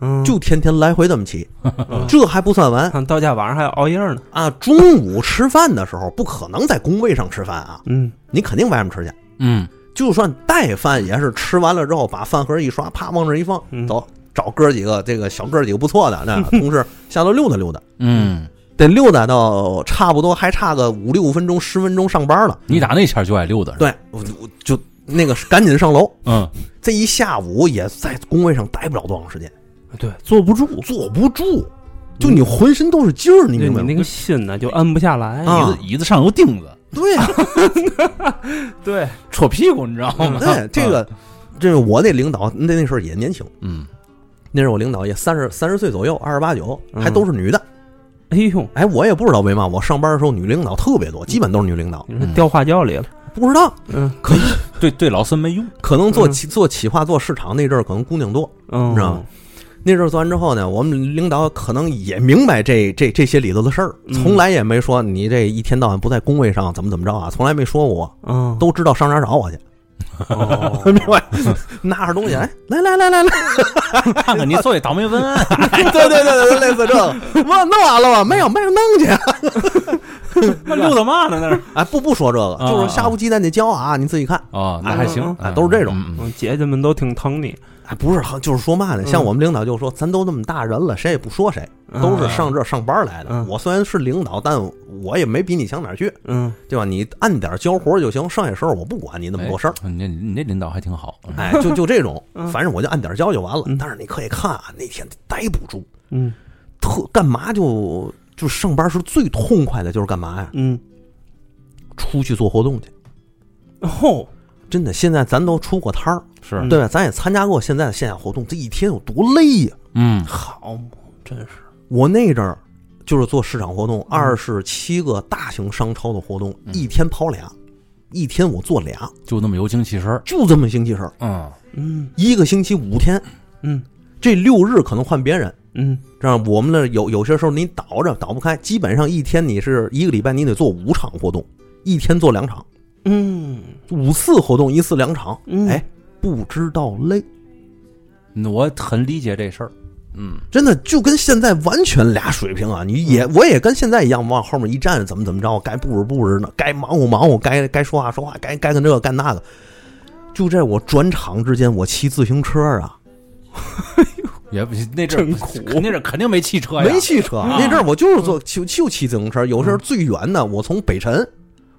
Speaker 3: 嗯，
Speaker 2: 就天天来回这么骑，
Speaker 3: 嗯
Speaker 2: 这还不算完
Speaker 3: 看到家晚上还要熬夜呢，
Speaker 2: 啊！中午吃饭的时候不可能在工位上吃饭啊，
Speaker 3: 嗯
Speaker 2: 你肯定外面吃去。
Speaker 1: 嗯，
Speaker 2: 就算带饭也是吃完了之后，把饭盒一刷，啪往这一放，
Speaker 3: 嗯
Speaker 2: 走，找哥几个这个小哥几个不错的那同事下楼溜达溜达，
Speaker 1: 嗯，
Speaker 2: 得溜达到差不多还差个五六分钟、十分钟上班了。
Speaker 1: 你打那前儿就爱溜达是吧？
Speaker 2: 对，我我就那个赶紧上楼，
Speaker 1: 嗯，
Speaker 2: 这一下午也在工位上待不了多长时间，
Speaker 3: 对，坐不住，
Speaker 2: 坐不住，就你浑身都是劲儿，你
Speaker 3: 对
Speaker 2: 明
Speaker 3: 你
Speaker 2: 白
Speaker 3: 那
Speaker 2: 吗？
Speaker 3: 个心呢就摁不下来，
Speaker 2: 啊
Speaker 1: 嗯椅子椅子上有钉子，
Speaker 2: 对呀、
Speaker 3: 对，
Speaker 1: 戳屁股，你知道吗？ 啊
Speaker 2: 对这个，这是我那领导，那那时候也年轻，
Speaker 1: 嗯，
Speaker 2: 那是我领导也三十三十岁左右，二十八九，还都是女的。
Speaker 3: 哎呦，
Speaker 2: 哎，我也不知道为嘛，我上班的时候女领导特别多，基本都是女领导。
Speaker 3: 你说掉花轿里了，
Speaker 2: 不知道，
Speaker 3: 嗯
Speaker 1: 对对，老孙没用。
Speaker 2: 可能做
Speaker 3: 嗯
Speaker 2: 企做企划、做市场那阵儿，可能姑娘多。
Speaker 3: 嗯，
Speaker 2: 知道吗那阵儿做完之后呢，我们领导可能也明白这这这些里头的事儿，
Speaker 3: 嗯
Speaker 2: 从来也没说你这一天到晚不在工位上怎么怎么着啊，从来没说过，
Speaker 3: 嗯，
Speaker 2: 都知道上哪儿找我去，
Speaker 3: 哦
Speaker 2: 明白？ 拿着东西，哎，来来来来来，
Speaker 1: 看看你作为倒霉文案，
Speaker 2: 对对对对，类似这个，我弄完了吧？没有没有，弄去。啊
Speaker 1: 那溜达嘛呢？那是
Speaker 2: 哎，不不说这个，
Speaker 1: 啊
Speaker 2: 就是下不鸡蛋的胶啊，你自己看。
Speaker 1: 哦，那还行
Speaker 3: 嗯，
Speaker 2: 嗯都是这种
Speaker 1: 嗯嗯
Speaker 3: 嗯姐姐们都挺疼你，
Speaker 2: 哎，不是，就是说嘛呢？
Speaker 3: 嗯
Speaker 2: 像我们领导就说，咱都那么大人了，谁也不说谁，都是上这上班来的。
Speaker 3: 嗯
Speaker 2: 我虽然是领导，但我也没比你强哪儿去，
Speaker 3: 嗯，
Speaker 2: 对吧？你按点儿交活就行，剩下事儿我不管你那么多事儿。
Speaker 1: 哎你这你这领导还挺好，嗯
Speaker 2: 哎，就就这种，
Speaker 3: 嗯
Speaker 2: 反正我就按点儿交就完了
Speaker 3: 嗯。
Speaker 2: 但是你可以看啊，那天待不住，
Speaker 3: 嗯
Speaker 2: 特干嘛就就上班时最痛快的就是干嘛呀？
Speaker 3: 嗯，
Speaker 2: 出去做活动去。
Speaker 3: 哦，
Speaker 2: 真的，现在咱都出过摊儿，
Speaker 1: 是
Speaker 3: 嗯
Speaker 2: 对吧？咱也参加过现在的线下活动，这一天有多累呀、
Speaker 1: 嗯
Speaker 3: 好嘛，真是，
Speaker 2: 我那阵儿就是做市场活动，二十七个大型商超的活动，一天跑俩，一天我做俩，
Speaker 1: 就那么有精气神儿，
Speaker 2: 就这么星期事儿，
Speaker 1: 嗯
Speaker 3: 嗯
Speaker 2: 一个星期五天，
Speaker 3: 嗯
Speaker 2: 这六日可能换别人。
Speaker 3: 嗯，
Speaker 2: 这样，我们那有有些时候你倒着倒不开，基本上一天你是一个礼拜你得做五场活动，一天做两场，
Speaker 3: 嗯
Speaker 2: 五次活动一次两场，
Speaker 3: 嗯，
Speaker 2: 哎，不知道累，
Speaker 1: 我很理解这事儿，嗯
Speaker 2: 真的就跟现在完全俩水平啊！你也我也跟现在一样，往后面一站，怎么怎么着，该布置布置呢，该忙活忙活，该该说话说话，该该干这个干那个。就在我转场之间，我骑自行车啊，
Speaker 1: 也不那阵儿
Speaker 3: 真苦
Speaker 1: 那阵儿肯定没汽车呀，嗯
Speaker 2: 没骑车。那阵儿我就是坐就就骑自行车，有时候最远的我从北辰，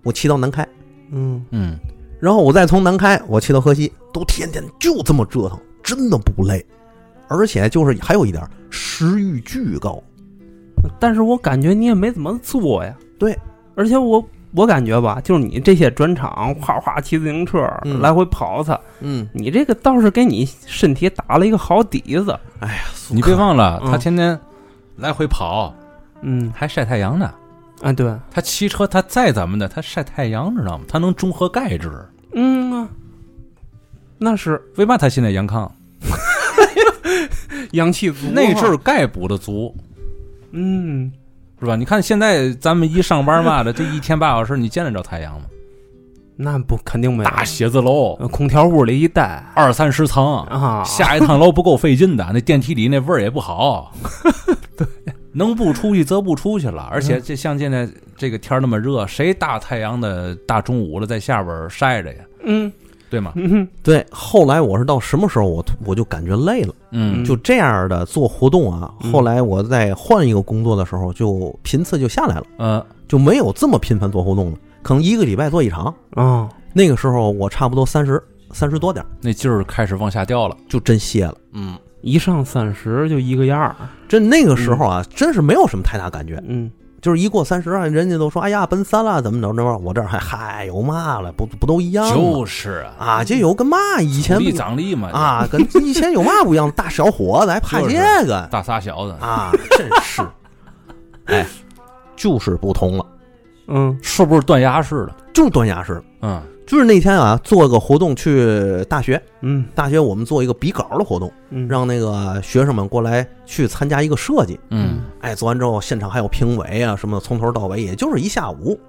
Speaker 2: 我骑到南开，
Speaker 3: 嗯
Speaker 1: 嗯
Speaker 2: 然后我再从南开我骑到河西，都天天就这么折腾，真的不累。而且就是还有一点儿，食欲巨高。
Speaker 3: 但是我感觉你也没怎么做呀。
Speaker 2: 对，
Speaker 3: 而且我我感觉吧，就是你这些转场，哗哗骑自行车、
Speaker 2: 嗯
Speaker 3: 来回跑它，
Speaker 2: 嗯，
Speaker 3: 你这个倒是给你身体打了一个好底子。
Speaker 2: 哎呀，苏
Speaker 1: 你
Speaker 2: 克
Speaker 1: 别忘了，
Speaker 3: 嗯
Speaker 1: 他天天来回跑，
Speaker 3: 嗯
Speaker 1: 还晒太阳呢。
Speaker 3: 啊，对，
Speaker 1: 他骑车，他再怎么的，他晒太阳，知道吗？他能中和钙质。
Speaker 3: 嗯啊，那是
Speaker 1: 为嘛他现在阳康？
Speaker 3: 阳气足啊，
Speaker 1: 那阵儿钙补的足，
Speaker 3: 嗯，
Speaker 1: 是吧？你看现在咱们一上班嘛的，这一天八小时，你见得着太阳吗？
Speaker 3: 那不肯定没 有
Speaker 1: 大写字楼，
Speaker 3: 呃空调屋里一待
Speaker 1: 二三十层，
Speaker 3: 啊，
Speaker 1: 下一趟楼不够费劲的，那电梯里那味儿也不 好。对，能不出去则不出去了。而且这像现在这个天儿那么热，谁大太阳的大中午的在下边儿晒着呀？
Speaker 3: 嗯
Speaker 1: 对吗？
Speaker 3: 嗯哼
Speaker 2: 对，后来我是到什么时候我我就感觉累了，
Speaker 1: 嗯
Speaker 3: 嗯
Speaker 2: 就这样的做活动啊。
Speaker 3: 嗯
Speaker 2: 后来我在换一个工作的时候，就频次就下来了，
Speaker 1: 呃
Speaker 2: 就没有这么频繁做活动了，可能一个礼拜做一场。
Speaker 3: 啊，
Speaker 2: 那个时候我差不多三十三十多点儿，
Speaker 1: 那劲儿开始往下掉了。
Speaker 2: 就真歇了。
Speaker 1: 嗯，
Speaker 3: 一上三十就一个样儿，
Speaker 2: 真那个时候啊，真是没有什么太大感觉，
Speaker 3: 嗯
Speaker 2: 就是一过三十啊，人家都说哎呀奔三了，怎么着怎么着，我这儿还嗨有嘛了，不不都一样吗？
Speaker 1: 是啊，
Speaker 2: 啊，这有跟嘛以前
Speaker 1: 鼓
Speaker 2: 不
Speaker 1: 励
Speaker 2: 一样
Speaker 1: 奖励嘛，
Speaker 2: 啊，跟以前有嘛不一样？大小伙子还怕这个
Speaker 1: 大仨小子，
Speaker 2: 啊？真是，哎，就是不同了，
Speaker 3: 嗯
Speaker 1: 是不是断崖式的？
Speaker 2: 就是断崖式了。
Speaker 1: 嗯
Speaker 2: 就是那天啊，做个活动去大学，
Speaker 3: 嗯
Speaker 2: 大学我们做一个比稿的活动，
Speaker 3: 嗯，
Speaker 2: 让那个学生们过来去参加一个设计。
Speaker 1: 嗯
Speaker 2: 哎，做完之后现场还有评委啊什么的，从头到尾也就是一下午，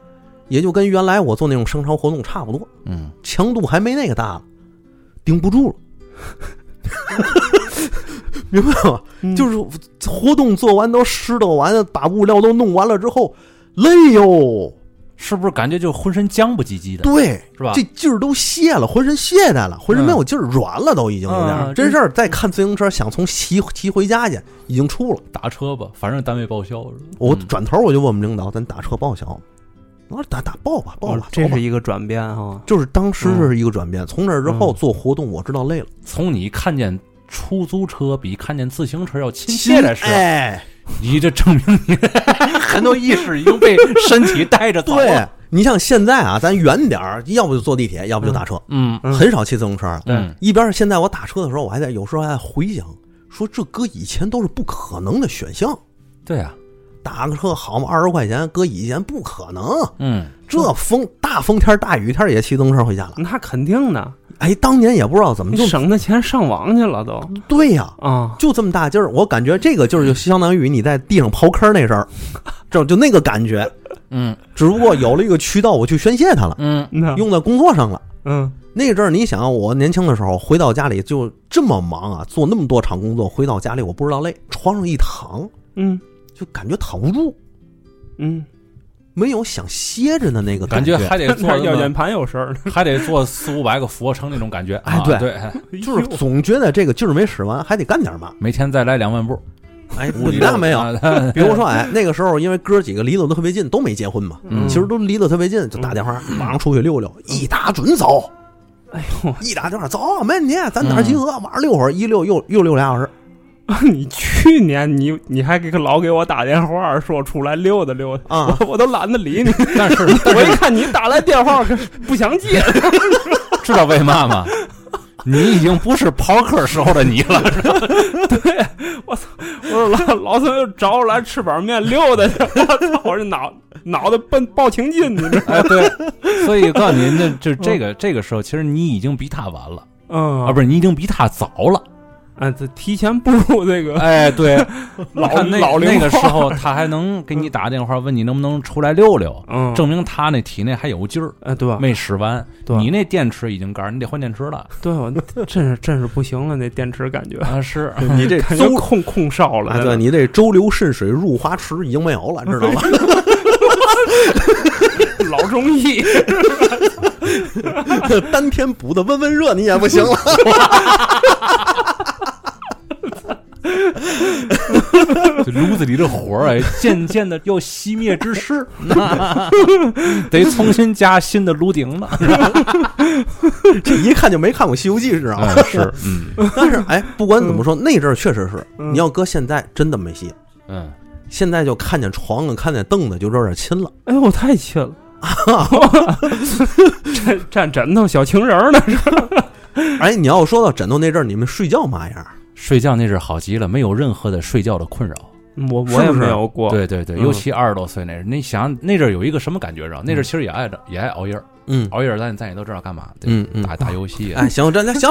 Speaker 2: 也就跟原来我做那种生产活动差不多，
Speaker 1: 嗯，
Speaker 2: 强度还没那个大了，顶不住了。 明白吗？
Speaker 3: 嗯
Speaker 2: 就是活动做完都拾掇完，把物料都弄完了之后，累哟，
Speaker 1: 是不是感觉就浑身僵不唧唧的，
Speaker 2: 对，
Speaker 1: 是吧
Speaker 2: 这？劲儿都泄了，浑身懈怠了，浑身没有劲儿，软了，都已经有点
Speaker 3: 啊
Speaker 2: 儿。
Speaker 1: 嗯
Speaker 2: 真事儿，再看自行车，想从骑骑回家去，已经出了。
Speaker 1: 打车吧，反正单位报销。是吧
Speaker 2: 我
Speaker 1: 嗯
Speaker 2: 转头我就问我们领导，咱打车报销吗？我说打打报吧，报吧
Speaker 3: 哦，这
Speaker 2: 走吧
Speaker 3: 是一嗯个转变哈，
Speaker 2: 就是当时这是一个转变，从这之
Speaker 3: 嗯
Speaker 2: 后做活动，我知道累了，
Speaker 1: 从你看见出租车比看见自行车要亲切的时候，
Speaker 2: 哎，
Speaker 1: 你这证明你很多意识已经被身体带着走
Speaker 2: 对
Speaker 1: 了。
Speaker 2: 你像现在啊，咱远点儿，要不就坐地铁，要不就打车，
Speaker 1: 嗯
Speaker 3: 嗯
Speaker 2: 很少骑自行车了。
Speaker 1: 嗯
Speaker 2: 一边儿现在我打车的时候，我还在有时候还回想，说这搁以前都是不可能的选项，
Speaker 1: 对啊，
Speaker 2: 打个车好嘛，二十块钱，搁以前不可能。
Speaker 1: 嗯，
Speaker 2: 这风大风天儿大雨天儿也骑自行车回家了。
Speaker 3: 那肯定的，
Speaker 2: 哎，当年也不知道怎么
Speaker 3: 你
Speaker 2: 就
Speaker 3: 省的钱上网去了都
Speaker 2: 对呀、
Speaker 3: 啊，
Speaker 2: 就这么大劲儿，我感觉这个劲儿就相当于你在地上刨坑那阵儿，就就那个感觉。
Speaker 1: 嗯
Speaker 2: 只不过有了一个渠道，我去宣泄它了，
Speaker 1: 嗯
Speaker 3: 那
Speaker 2: 用在工作上了。
Speaker 3: 嗯
Speaker 2: 那阵儿，你想，我年轻的时候回到家里就这么忙啊，做那么多场工作，回到家里我不知道累，床上一躺
Speaker 3: 嗯
Speaker 2: 就感觉躺不住，
Speaker 3: 嗯，
Speaker 2: 没有想歇着的那个
Speaker 1: 嗯感
Speaker 2: 觉
Speaker 1: 觉， 还得做
Speaker 3: 那要
Speaker 1: 那
Speaker 3: 键
Speaker 1: 么
Speaker 3: 盘有事儿 呢，
Speaker 1: 还得做四五百个俯卧撑那种感觉。
Speaker 2: 哎
Speaker 1: 啊
Speaker 2: 对
Speaker 1: 对，
Speaker 3: 哎
Speaker 2: 就是总觉得这个劲儿没使完，还得干点嘛。
Speaker 1: 每天再来两万步，
Speaker 2: 哎，
Speaker 1: 物理
Speaker 2: 那没有。
Speaker 1: 啊 嗯
Speaker 2: 比如说，哎，那个时候因为哥几个离得都特别近，都没结婚嘛，
Speaker 1: 嗯
Speaker 2: 其实都离得特别近，就打电话，马上出去溜溜，一打准走，
Speaker 3: 哎呦，
Speaker 2: 一打电话走，没问题，咱哪儿集合？晚上溜会儿，一溜又又溜俩小时。
Speaker 3: 你去年你你还给老给我打电话说出来溜达溜达
Speaker 2: 啊
Speaker 3: 我我都懒得理你。
Speaker 1: 但是
Speaker 3: 我一看你打来电话，不想接。
Speaker 1: 知道为嘛吗？你已经不是刨坑时候的你了，
Speaker 3: 我说老老孙又找我来吃碗面溜达去， 我操！我这脑脑袋奔抱情劲，你这
Speaker 1: 哎，对， 所以告诉您，那就这个这个时候，其实你已经比他晚了
Speaker 3: 嗯
Speaker 1: 啊，不是，你已经比他早了。
Speaker 3: 啊，这提前步入这个
Speaker 1: 哎， 对，
Speaker 3: 老
Speaker 1: 你看那
Speaker 3: 老龄化
Speaker 1: 那个时 候，他还能给你打电话问你能不能出来溜溜，
Speaker 3: 嗯
Speaker 1: 证明他那体内还有劲儿
Speaker 3: 啊对吧？
Speaker 1: 没使完。
Speaker 3: 对
Speaker 1: 你那电池已经干儿，你得换电池了
Speaker 3: 对我真是真是不行了，那电池感觉
Speaker 1: 啊！哎是，
Speaker 2: 你这
Speaker 3: 感觉
Speaker 2: 周
Speaker 3: 控控烧了
Speaker 2: 啊，。对你这周流渗水入花池已经 没有了，知道吗？
Speaker 3: 老中 医，
Speaker 2: 当天补的温温热，你也 不行了。
Speaker 1: 这炉子里的火儿哎，渐渐的要熄灭之势，得重新加新的炉顶了。
Speaker 2: 这一看就没看过《西游记》是啊。
Speaker 1: 哎 是，嗯
Speaker 2: 但是哎，不管怎么说，那阵儿确实是，
Speaker 3: 嗯
Speaker 2: 你要搁现在真的没戏。
Speaker 1: 嗯，
Speaker 2: 现在就看见床啊，看见凳子就有点亲了。
Speaker 3: 哎呦，太气了！站站枕头小情人儿呢，
Speaker 2: 哎，你要说到枕头那阵儿，你们睡觉嘛样？
Speaker 1: 睡觉那是好极了，没有任何的睡觉的困扰。
Speaker 3: 我
Speaker 2: 是
Speaker 3: 我也
Speaker 2: 不是
Speaker 3: 没有过，
Speaker 1: 对对对，
Speaker 3: 嗯
Speaker 1: 尤其二十多岁那阵儿，你想那阵儿有一个什么感觉着？那阵儿其实也爱着也爱熬夜儿，
Speaker 2: 嗯
Speaker 1: 熬夜儿咱咱也都知道干嘛，哦对
Speaker 2: 嗯嗯，
Speaker 1: 打打游戏啊，
Speaker 2: 哎，行，这这行，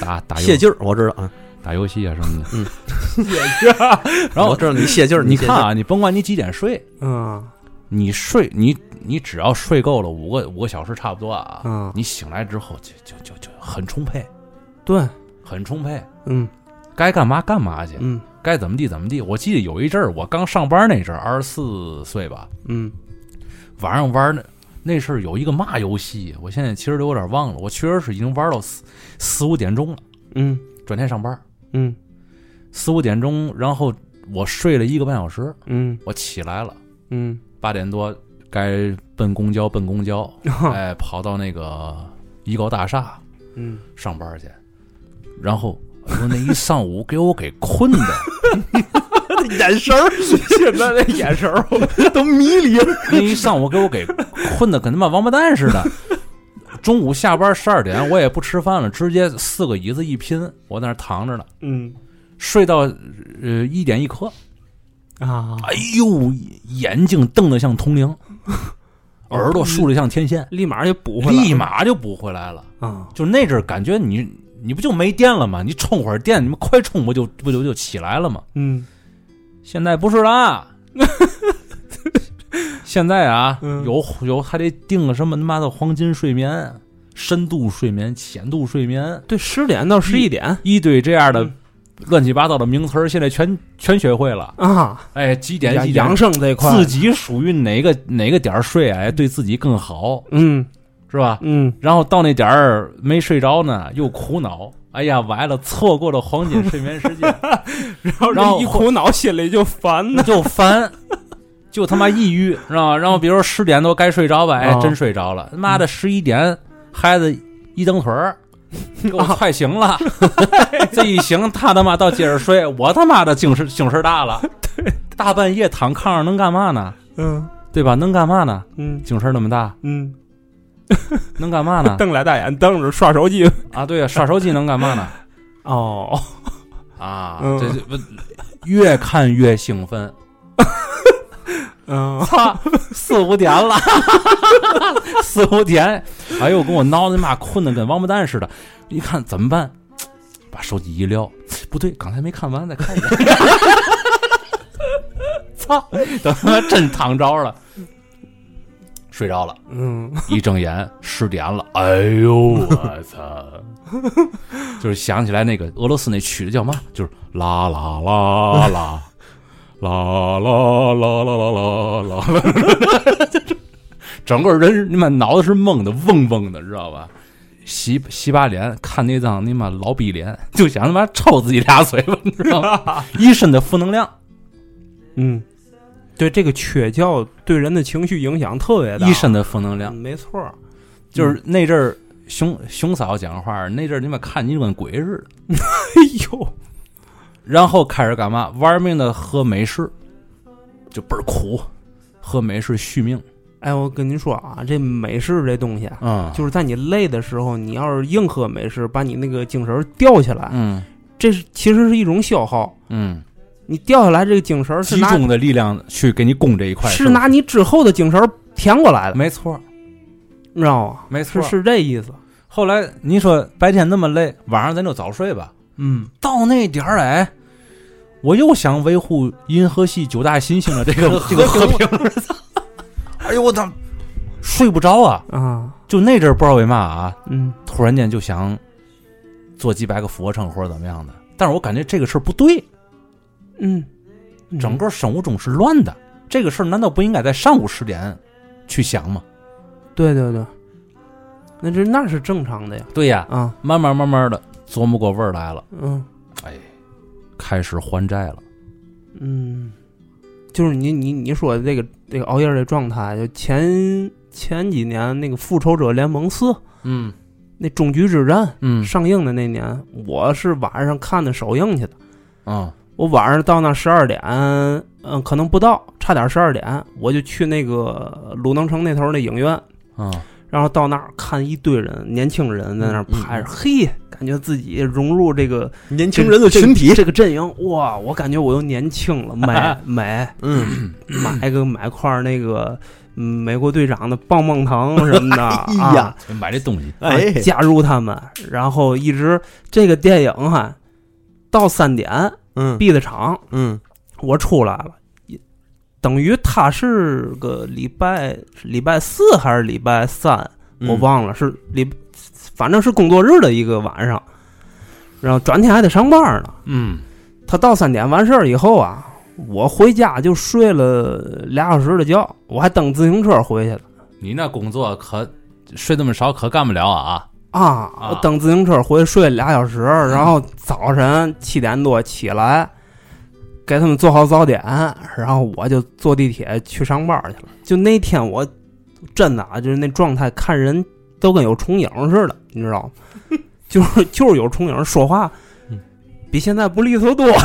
Speaker 1: 打打游
Speaker 2: 泄劲儿，我知道啊，
Speaker 1: 打游戏啊什么的。 啊
Speaker 2: 嗯，
Speaker 1: 然
Speaker 2: 我
Speaker 1: 后
Speaker 2: 知道你泄劲儿，
Speaker 1: 你
Speaker 2: 泄劲
Speaker 1: 看
Speaker 2: 儿，
Speaker 1: 啊，你甭管你几点睡，
Speaker 3: 嗯
Speaker 1: 你睡你你只要睡够了五个五个小时差不多啊，
Speaker 3: 嗯，
Speaker 1: 你醒来之后就就就就很充沛，
Speaker 3: 对，
Speaker 1: 很充沛，
Speaker 3: 嗯
Speaker 1: 该干嘛干嘛去，
Speaker 3: 嗯
Speaker 1: 该怎么地怎么地。我记得有一阵儿，我刚上班那阵儿，二十四岁吧，
Speaker 3: 嗯
Speaker 1: 晚上玩那那事儿有一个嘛游戏，我现在其实都有点忘了，我确实是已经玩到四四五点钟了，
Speaker 3: 嗯
Speaker 1: 转天上班
Speaker 3: 嗯
Speaker 1: 四五点钟，然后我睡了一个半小时，
Speaker 3: 嗯
Speaker 1: 我起来了。
Speaker 3: 嗯，
Speaker 1: 八点多该奔公交，奔公交，
Speaker 3: 哈
Speaker 1: 哎，跑到那个怡高大厦
Speaker 3: 嗯
Speaker 1: 上班去，然后哎呦，那一上午给我给困的，
Speaker 2: 眼神儿
Speaker 3: 现在的眼神儿，
Speaker 2: 都迷离 了。
Speaker 1: 那一上午给我给困的跟他妈王八蛋似的。中午下班十二点，我也不吃饭了，直接四个椅子一拼，我在那儿躺着呢，
Speaker 3: 嗯
Speaker 1: 睡到呃一点一刻，
Speaker 3: 啊，
Speaker 1: 哎呦，眼睛瞪得像铜铃，
Speaker 3: 哦
Speaker 1: 耳朵竖得像天线，
Speaker 3: 立马就补回来，
Speaker 1: 立马就补回来了。
Speaker 3: 啊，
Speaker 1: 就那阵儿感觉你你不就没电了吗？你充会儿电，你们快充不就不就就起来了吗？
Speaker 3: 嗯
Speaker 1: 现在不是 啦，现在啊，
Speaker 3: 嗯
Speaker 1: 有有还得定个什么他妈的黄金睡眠、深度睡眠、浅度睡眠，
Speaker 3: 对，十点到十一点
Speaker 1: 一堆这样的
Speaker 3: 嗯
Speaker 1: 乱七八糟的名词儿，现在全全学会了。
Speaker 3: 啊，
Speaker 1: 哎，几点
Speaker 3: 养
Speaker 1: 几
Speaker 3: 养
Speaker 1: 点？
Speaker 3: 生这一块，
Speaker 1: 自己属于哪个哪个点儿睡，哎，对自己更好，
Speaker 3: 嗯
Speaker 1: 是吧？
Speaker 3: 嗯，
Speaker 1: 然后到那点儿没睡着呢，又苦恼，哎呀，完了，错过了黄金睡眠时间，
Speaker 3: 然后
Speaker 1: 然后
Speaker 3: 人一苦恼心里就烦
Speaker 1: 那
Speaker 3: 呢，
Speaker 1: 就烦，就他妈抑郁，是吧？然后比如说十点多该睡着吧，哎
Speaker 3: 啊，
Speaker 1: 真睡着了，他妈的十一点，孩子一蹬腿儿。给我踹醒了， 这一醒他他妈倒接着睡，我他妈的精神精神大了，大半夜躺炕上能干嘛呢？
Speaker 3: 嗯
Speaker 1: 对吧？能干嘛呢？
Speaker 3: 嗯
Speaker 1: 精神那么大，
Speaker 3: 嗯，
Speaker 1: 能干嘛呢？
Speaker 3: 瞪俩大眼瞪着刷手机，
Speaker 1: 啊，对呀、刷手机能干嘛呢？
Speaker 3: 哦，
Speaker 1: 啊，
Speaker 3: 嗯
Speaker 1: 这这不越看越兴 奋，
Speaker 3: 嗯
Speaker 1: 操，四五点了， 四五点，哎呦，给我挠的妈困的跟王八蛋似的，一看怎么办？把手机一撂，不对，刚才没看完，再看一眼。 操，等他妈真躺着了， 睡着了，
Speaker 3: 嗯
Speaker 1: 一睁眼十点了， 哎呦我操！ 就是想起来那个俄罗斯那曲子叫嘛，就是啦啦啦啦。啦啦啦啦啦啦啦，就是整个人你妈脑子是懵的，嗡嗡的，知道吧？洗洗把脸，看那张你妈老逼脸，就想他妈抽自己俩嘴巴，你知道吗？一身的负能量，
Speaker 3: 嗯，对这个缺觉对人的情绪影响特别大，
Speaker 1: 一身的负能量
Speaker 3: 嗯。没错儿，
Speaker 1: 就是那阵儿，熊熊嫂讲话，那阵儿你们看你就跟鬼似的。
Speaker 3: 哎呦，
Speaker 1: 然后开始干嘛？玩命的喝美式，就倍儿苦，喝美式续命。
Speaker 3: 哎，我跟您说啊，这美式这东西啊，
Speaker 1: 嗯
Speaker 3: 就是在你累的时候，你要是硬喝美式，把你那个精神儿吊起来，
Speaker 1: 嗯
Speaker 3: 这是其实是一种消耗。
Speaker 1: 嗯，
Speaker 3: 你掉下来这个精神儿是
Speaker 1: 集
Speaker 3: 拿
Speaker 1: 中的力量去给你攻这一块，
Speaker 3: 是
Speaker 1: 不
Speaker 3: 拿你之后的精神儿填过来的，
Speaker 1: 没错儿，
Speaker 3: 你知道吗？
Speaker 1: 没
Speaker 3: 是
Speaker 1: 错儿。
Speaker 3: 是这意思。
Speaker 1: 后来你说白天那么累，晚上咱就早睡吧。
Speaker 3: 嗯，
Speaker 1: 到那点儿哎，我又想维护银河系九大行星的这 个这个和平了。 哎呦我操，睡不着啊！
Speaker 3: 啊，
Speaker 1: 就那阵儿不知道为嘛啊，
Speaker 3: 嗯
Speaker 1: 突然间就想做几百个俯卧撑或者怎么样的。但是我感觉这个事儿不对，
Speaker 3: 嗯，嗯
Speaker 1: 整个生物钟是乱的。这个事儿难道不应该在上午十点去想吗？
Speaker 3: 对对对，那这那是正常的呀。
Speaker 1: 对呀，
Speaker 3: 啊，
Speaker 1: 慢慢慢慢的琢磨过味儿来了，
Speaker 3: 嗯
Speaker 1: 开始还债了。
Speaker 3: 嗯，就是你你你说的这个这个熬夜这状态，就前前几年那个《复仇者联盟四》
Speaker 1: 嗯
Speaker 3: 那终局之战
Speaker 1: 嗯
Speaker 3: 上映的那年，我是晚上看的首映去的。
Speaker 1: 啊
Speaker 3: 我晚上到那十二点，嗯，可能不到，差点十二点，我就去那个鲁能城那头那影院，
Speaker 1: 嗯，
Speaker 3: 然后到那儿看一堆人，年轻人在那儿拍
Speaker 2: 嗯
Speaker 3: 着，嘿，感觉自己融入这个
Speaker 2: 年轻人的
Speaker 3: 这个
Speaker 2: 群体，
Speaker 3: 这个阵营，哇，我感觉我又年 轻了，买买
Speaker 2: 嗯，
Speaker 3: 买个买块儿那个嗯美国队长的棒棒糖什么 的
Speaker 2: 哎呀
Speaker 3: 啊，
Speaker 1: 买这东西，
Speaker 3: 啊
Speaker 2: 哎，
Speaker 3: 加入他们，然后一直这个电影哈、到三点
Speaker 2: 嗯
Speaker 3: 闭的场，
Speaker 2: 嗯，
Speaker 3: 我出来了，等于他是个礼拜礼拜四还是礼拜三，
Speaker 2: 嗯
Speaker 3: 我，忘了是礼，反正是工作日的一个晚上，然后转天还得上班呢。
Speaker 1: 嗯，
Speaker 3: 他到三点完事儿以后啊，我回家就睡了俩小时的觉，我还蹬自行车回去了
Speaker 1: 你那工作可睡这么少可干不了啊，
Speaker 3: 啊！
Speaker 1: 啊
Speaker 3: 我蹬自行车回去睡了俩小时，然后早晨七点多起来，给他们做好早点，然后我就坐地铁去上班去了。就那天我真的啊，就是那状态，看人都跟有重影似的，你知道吗？就是就是有重影，说话
Speaker 2: 嗯
Speaker 3: 比现在不利索多了。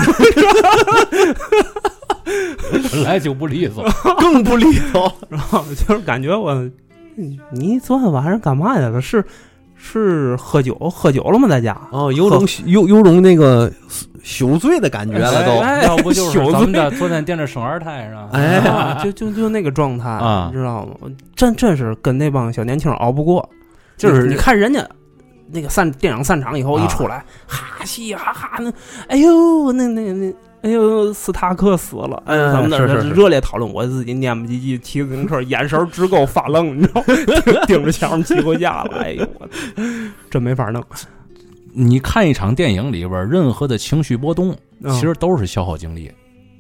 Speaker 1: 本来就不利索，
Speaker 2: 更不利索，
Speaker 3: 然后就是感觉我，嗯你昨天晚上干嘛去了？是是喝酒喝酒了吗？在家？
Speaker 2: 哦，有种有有种那个宿醉的感觉了都，
Speaker 3: 哎
Speaker 1: 要不就是
Speaker 3: 小
Speaker 1: 咱们
Speaker 3: 子
Speaker 1: 这昨天惦着生二胎是吧？
Speaker 2: 哎
Speaker 3: 啊就就就那个状态，
Speaker 1: 啊
Speaker 3: 你知道吗？我真真是跟那帮小年轻熬不过，
Speaker 1: 就是
Speaker 3: 你你看人家。那个散电影散场以后
Speaker 1: 啊
Speaker 3: 一出来，哈嘻哈哈，那哎呦，那那那，哎呦，斯塔克死了，哎呦，
Speaker 2: 嗯
Speaker 3: 咱们的
Speaker 2: 是是是
Speaker 3: 热烈讨论，我自己念不唧唧，骑自行车，眼神直够发愣，你知道吗， 盯盯着前面骑回家了，哎呦，我真没法弄。
Speaker 1: 你看一场电影里边任何的情绪波动，
Speaker 3: 嗯
Speaker 1: 其实都是消耗精力，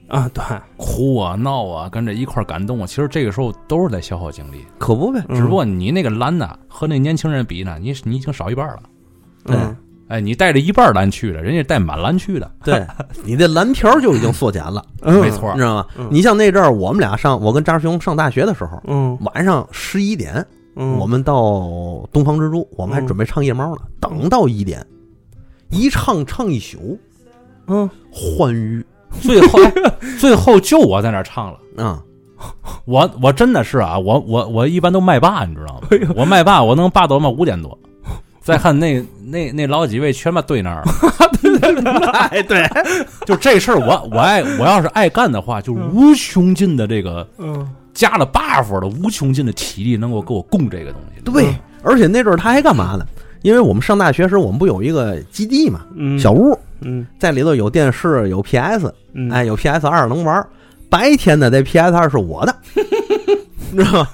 Speaker 3: 啊，对，
Speaker 1: 哭啊闹啊，跟着一块儿感动啊，其实这个时候都是在消耗精力。
Speaker 2: 可不
Speaker 3: 嗯
Speaker 2: 呗，
Speaker 1: 只不过你那个蓝呐、和那年轻人比呢，你你已经少一半了。
Speaker 3: 嗯
Speaker 1: 哎，你带着一半蓝去的，人家带满蓝去的。
Speaker 2: 对，你这蓝条就已经缩减了，
Speaker 3: 嗯，
Speaker 1: 没错
Speaker 2: 你知道吗
Speaker 3: 嗯？
Speaker 2: 你像那阵儿，我们俩上，我跟张师兄上大学的时候，
Speaker 3: 嗯，
Speaker 2: 晚上十一点，
Speaker 3: 嗯，
Speaker 2: 我们到东方之珠，我们还
Speaker 3: 嗯
Speaker 2: 准备唱夜猫呢，等到一点，一唱唱一宿，
Speaker 3: 嗯
Speaker 2: 欢愉
Speaker 1: 最后，最后就我在那儿唱了。
Speaker 2: 啊，
Speaker 1: 我我真的是啊，我我我一般都麦霸，你知道吗？我麦霸，我能霸到他妈五点多。再看那那那老几位全把堆那儿了，
Speaker 2: 哎，对，
Speaker 1: 就这事儿我我爱我要是爱干的话，就无穷尽的这个
Speaker 3: 嗯
Speaker 1: 加了 buff 的无穷尽的体力能够给我供这个东西。
Speaker 2: 对，
Speaker 3: 嗯
Speaker 2: 而且那阵儿他还干嘛呢？因为我们上大学时，我们不有一个基地嘛，
Speaker 3: 嗯，
Speaker 2: 小屋，
Speaker 3: 嗯
Speaker 2: 在里头有电视，有 PS，
Speaker 3: 嗯，
Speaker 2: 哎，有 PS 二能玩儿。白天的这 PS 二是我的， 你知道吗？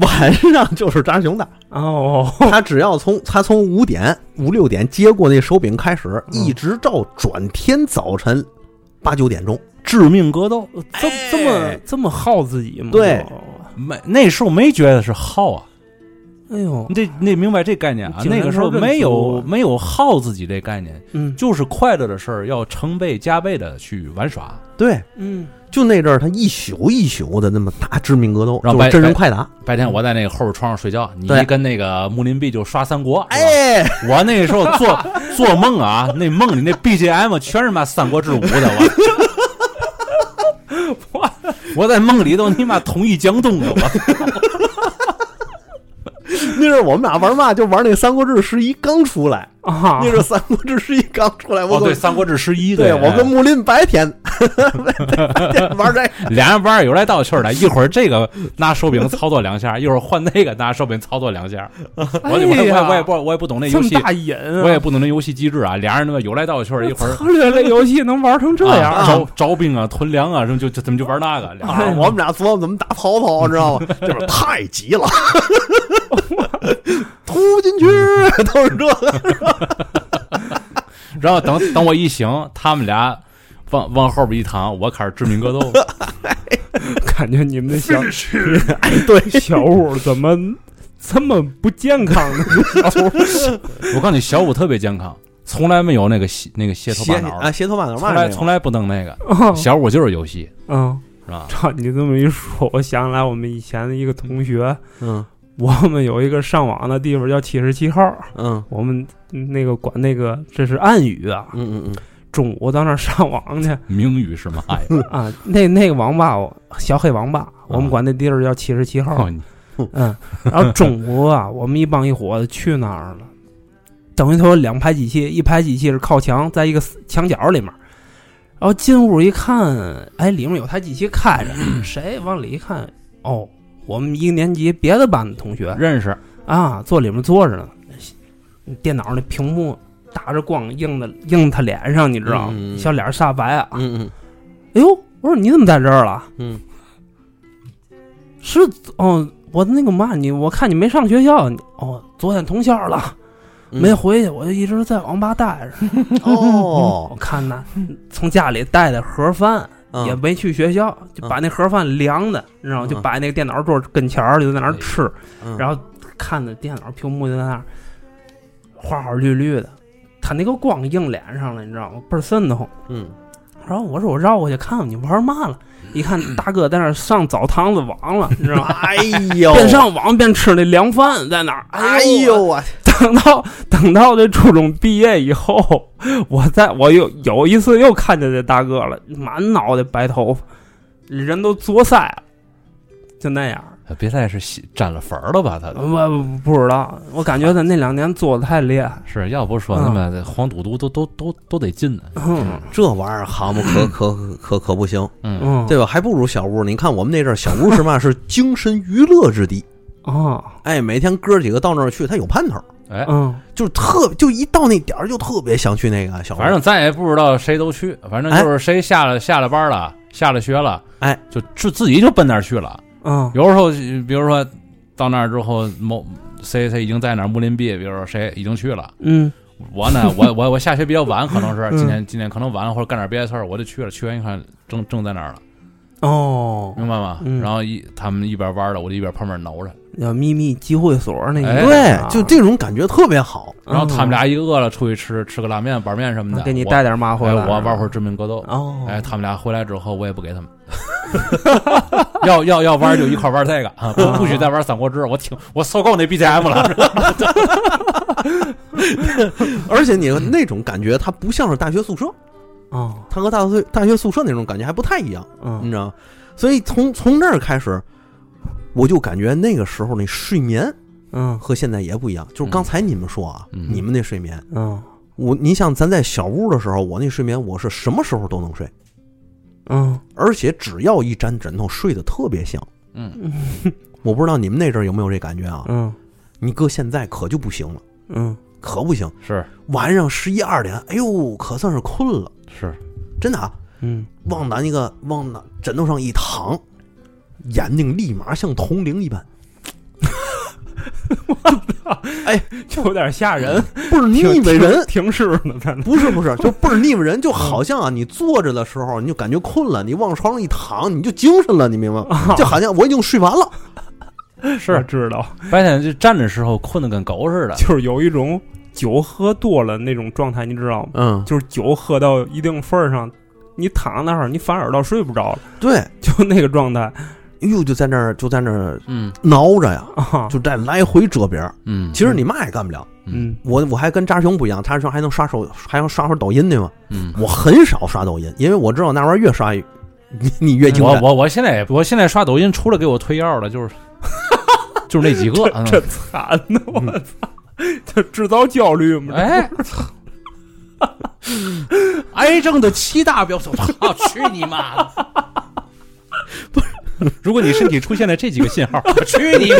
Speaker 2: 晚上就是张雄的。
Speaker 3: 哦，
Speaker 2: 他只要从他从五点五六点接过那手柄开始，
Speaker 1: 嗯
Speaker 2: 一直到转天早晨八九点钟，
Speaker 1: 致命格斗，
Speaker 3: 这
Speaker 1: 哎
Speaker 3: 这么这么耗自己吗？
Speaker 2: 对
Speaker 1: 没那时候没觉得是耗啊，
Speaker 3: 哎呦，
Speaker 1: 你得你得明白这概念啊。
Speaker 3: 井
Speaker 1: 那
Speaker 3: 然
Speaker 1: 个时候
Speaker 3: 而论
Speaker 1: 没
Speaker 3: 足
Speaker 1: 有
Speaker 3: 啊
Speaker 1: 没有耗自己这概念，
Speaker 3: 嗯
Speaker 1: 就是快乐的事儿要成倍加倍的去玩耍，
Speaker 2: 对，
Speaker 3: 嗯
Speaker 2: 就那阵儿他一宿一宿的那么打致命格斗，
Speaker 1: 然后
Speaker 2: 就是
Speaker 1: 白
Speaker 2: 真人快打，
Speaker 1: 白天我在那个后边床上睡觉，你
Speaker 2: 对
Speaker 1: 一跟那个穆林 B 就刷三国。是吧，
Speaker 2: 哎，
Speaker 1: 我那时候做 做梦啊，那梦里那 BGM 全是妈《三国志五》的，我 我我在梦里都你妈统一江东了，我
Speaker 2: 那阵儿我们俩玩嘛，就玩那《三国志十一》刚出来，
Speaker 3: 啊
Speaker 2: 那，阵儿《三国志十一》刚出来，我
Speaker 1: 哦
Speaker 2: 跟
Speaker 1: 对，《三国志十一》
Speaker 2: 对我跟
Speaker 1: 哎
Speaker 2: 木林白天 白天玩这
Speaker 1: 俩人玩儿有来道去儿的，一会儿这个拿手柄操作两下，一会儿换那个拿手柄操作两 下。我我
Speaker 3: 哎呀
Speaker 1: 我我也不我也不懂那
Speaker 3: 这
Speaker 1: 游
Speaker 3: 么
Speaker 1: 戏，
Speaker 3: 大瘾啊，
Speaker 1: 我也不懂那游戏机制啊。俩人他妈有来道去儿，一会儿
Speaker 3: 策略类游戏能玩 成这样
Speaker 1: 啊
Speaker 3: 啊，哎
Speaker 1: 招招兵啊、屯粮啊，什么就就怎么就玩那个。俩
Speaker 2: 啊
Speaker 1: 人，
Speaker 2: 我们俩琢磨怎么打曹操，你知道吗？就是太急了，突进去都是这个。
Speaker 1: 然后等等我一醒，他们俩往往后边一躺，我开始致命 格斗。
Speaker 3: 感觉你们 那小
Speaker 2: 哎，对，
Speaker 3: 小屋怎么这么不健康 呢？
Speaker 1: 我告诉你，小五特别健康，从来没有那个斜那个斜头
Speaker 2: 斜
Speaker 1: 巴脑
Speaker 2: 啊，
Speaker 1: 的，
Speaker 2: 斜头巴脑
Speaker 1: 从
Speaker 2: 嘛
Speaker 1: 来
Speaker 2: 那个
Speaker 1: 从来不弄那个。
Speaker 3: 啊
Speaker 1: 小五就是游戏，
Speaker 3: 嗯，
Speaker 1: 是吧？
Speaker 3: 操，你这么一说，我想起来我们以前的一个同学，
Speaker 2: 嗯
Speaker 3: 我们有一个上网的地方叫七十七号，
Speaker 2: 嗯
Speaker 3: 我们那个管那个这是暗语啊，
Speaker 2: 嗯嗯嗯，
Speaker 3: 中午到那儿上网去
Speaker 1: 名誉是嘛哎呀？
Speaker 3: 啊，那那个网吧，我小黑网吧，我们管那地儿叫七十七号
Speaker 1: 哦，，你
Speaker 3: 嗯，然后中午啊，我们一帮一伙子去那儿了，等于他有两排机器，一排机器是靠墙，在一个墙角里面。然后进屋一看，哎，里面有台机器开着，谁往里一看，哦，我们一个年级别的班的同学
Speaker 1: 认识
Speaker 3: 啊，坐里面坐着呢，电脑那屏幕打着光映的映他脸上，你知道吗？
Speaker 2: 嗯
Speaker 3: 小脸煞白啊！
Speaker 2: 嗯嗯
Speaker 3: 哎呦，我说你怎么在这儿了？
Speaker 2: 嗯，
Speaker 3: 是哦，我那个嘛，你我看你没上学校，你哦，昨天通宵了，
Speaker 2: 嗯
Speaker 3: 没回去，我就一直在网吧待着。我
Speaker 2: 哦，
Speaker 3: 看呐，从家里带的盒饭，
Speaker 2: 嗯
Speaker 3: 也没去学校，就把那盒饭凉的，你知道吗？
Speaker 2: 嗯
Speaker 3: 就摆那个电脑桌跟前儿，就在那儿吃，
Speaker 2: 嗯
Speaker 3: 然后看着电脑屏幕就在那儿花花绿绿的，他那个光映脸上了，你知道吗？倍儿瘆得慌。
Speaker 2: 嗯
Speaker 3: 然后我说我绕过去看看你玩嘛了，一看大哥在那儿上澡堂子网了，你知道吗？
Speaker 2: 哎 呦，
Speaker 3: 边上网边吃那凉饭，在那儿。
Speaker 2: 哎
Speaker 3: 呦，
Speaker 2: 呦我，
Speaker 3: 等到等到这初中毕业以后，我在我又有一次又看见这大哥了，满脑袋白头发，人都作腮了，就那样。
Speaker 1: 别再是洗沾了粉儿了吧？他
Speaker 3: 我我不知道，我感觉他那两年做的太厉害。
Speaker 1: 是要不说他妈的黄赌毒都都都都得进呢。
Speaker 3: 嗯
Speaker 2: 这玩意儿行不可可可可可不行，
Speaker 1: 嗯，
Speaker 3: 嗯，
Speaker 2: 对吧？还不如小屋。你看我们那阵儿，小屋是嘛？是精神娱乐之地。
Speaker 3: 啊，
Speaker 2: 哎，每天哥几个到那儿去，他有盼头儿，
Speaker 1: 哎，
Speaker 3: 嗯
Speaker 2: 就是特就一到那点儿就特别想去那个小屋。
Speaker 1: 反正咱也不知道谁都去，反正
Speaker 3: 哎
Speaker 1: 就是谁下了下了班了，下了学了，
Speaker 2: 哎，
Speaker 1: 就自自己就奔那儿去了。
Speaker 3: 嗯
Speaker 1: 有时候，比如说到那儿之后，某谁谁已经在哪儿木林壁，比如说谁已经去了。
Speaker 3: 嗯
Speaker 1: 我呢， 我我我下学比较晚，可能是
Speaker 3: 嗯
Speaker 1: 今天今天可能晚了，或者干点别的事儿，我就去了。去完一看，正正在那儿了，
Speaker 3: 哦，
Speaker 1: 明白吗？
Speaker 3: 嗯
Speaker 1: 然后一他们一边玩儿了，我就一边旁边挠着。
Speaker 3: 叫秘密集会所那个
Speaker 1: 哎
Speaker 3: 地方
Speaker 2: 对
Speaker 3: 啊，
Speaker 2: 就这种感觉特别好。
Speaker 1: 然后他们俩一饿了，出去吃吃个拉面、板面什么
Speaker 3: 那
Speaker 1: 的。
Speaker 3: 嗯给你
Speaker 1: 我
Speaker 3: 带点嘛回来，
Speaker 1: 哎我玩会儿致命格斗。
Speaker 3: 哦，
Speaker 1: 哎，他们俩回来之后，我也不给他们。 要要要玩就一块玩这个啊，不不许再玩《三国志》，我挺我受够那 BGM 了。
Speaker 2: 而且你那种感觉，它不像是大学宿舍，
Speaker 3: 哦，
Speaker 2: 它和大学大学宿舍那种感觉还不太一样，你
Speaker 3: 嗯
Speaker 2: 知道吗？所以从从那儿开始，我就感觉那个时候那睡眠
Speaker 3: 嗯
Speaker 2: 和现在也不一样。就是刚才你们说啊，
Speaker 1: 嗯
Speaker 2: 你们那睡眠，
Speaker 3: 嗯
Speaker 2: 我你想咱在小屋的时候，我那睡眠我是什么时候都能睡，
Speaker 3: 嗯，
Speaker 2: 而且只要一沾枕头，睡得特别香。
Speaker 1: 嗯，
Speaker 2: 我不知道你们那阵儿有没有这感觉啊？
Speaker 3: 嗯
Speaker 2: 你哥现在可就不行了，
Speaker 3: 嗯
Speaker 2: 可不行，
Speaker 1: 是
Speaker 2: 晚上十一二点，哎呦，可算是困了，
Speaker 1: 是，
Speaker 2: 真的啊！
Speaker 3: 嗯
Speaker 2: 往那那个往那枕头上一躺，眼睛立马像铜铃一般，
Speaker 3: 有点吓人，
Speaker 2: 倍儿腻歪人。
Speaker 3: 嗯停尸呢，在那。
Speaker 2: 不是不是，就倍儿腻歪人，就好像啊，你坐着的时候你就感觉困了，你往床上一躺，你就精神了，你明白吗？就好像我已经睡完了，
Speaker 1: 是
Speaker 3: 我知道，
Speaker 1: 白天就站着时候困得跟狗似的，
Speaker 3: 就是有一种酒喝多了那种状态，你知道吗？
Speaker 2: 嗯，
Speaker 3: 就是酒喝到一定份儿上，你躺那儿，你反而倒睡不着了，
Speaker 2: 对，
Speaker 3: 就那个状态
Speaker 2: 哎呦，就在那儿就在那儿
Speaker 1: 嗯
Speaker 2: 挠着呀，
Speaker 3: 啊。
Speaker 2: 就在来回折别儿。
Speaker 1: 嗯
Speaker 2: 其实你嘛也干不了，
Speaker 3: 嗯
Speaker 2: 我我还跟扎熊不一样，扎熊还能刷手，还能刷会儿抖音对吗？
Speaker 1: 嗯，
Speaker 2: 我很少刷抖音，因为我知道那玩意儿越刷越你你越精
Speaker 1: 嗯我
Speaker 2: 神。
Speaker 1: 我我现在也我现在刷抖音，除了给我推药的，就是 就是那几个。 嗯
Speaker 3: 这惨呐！我操，这制造焦虑嘛？
Speaker 1: 哎，操！癌症的七大标准，我去你妈的！ 不是，如果你身体出现了这几个信号，我 去你妈！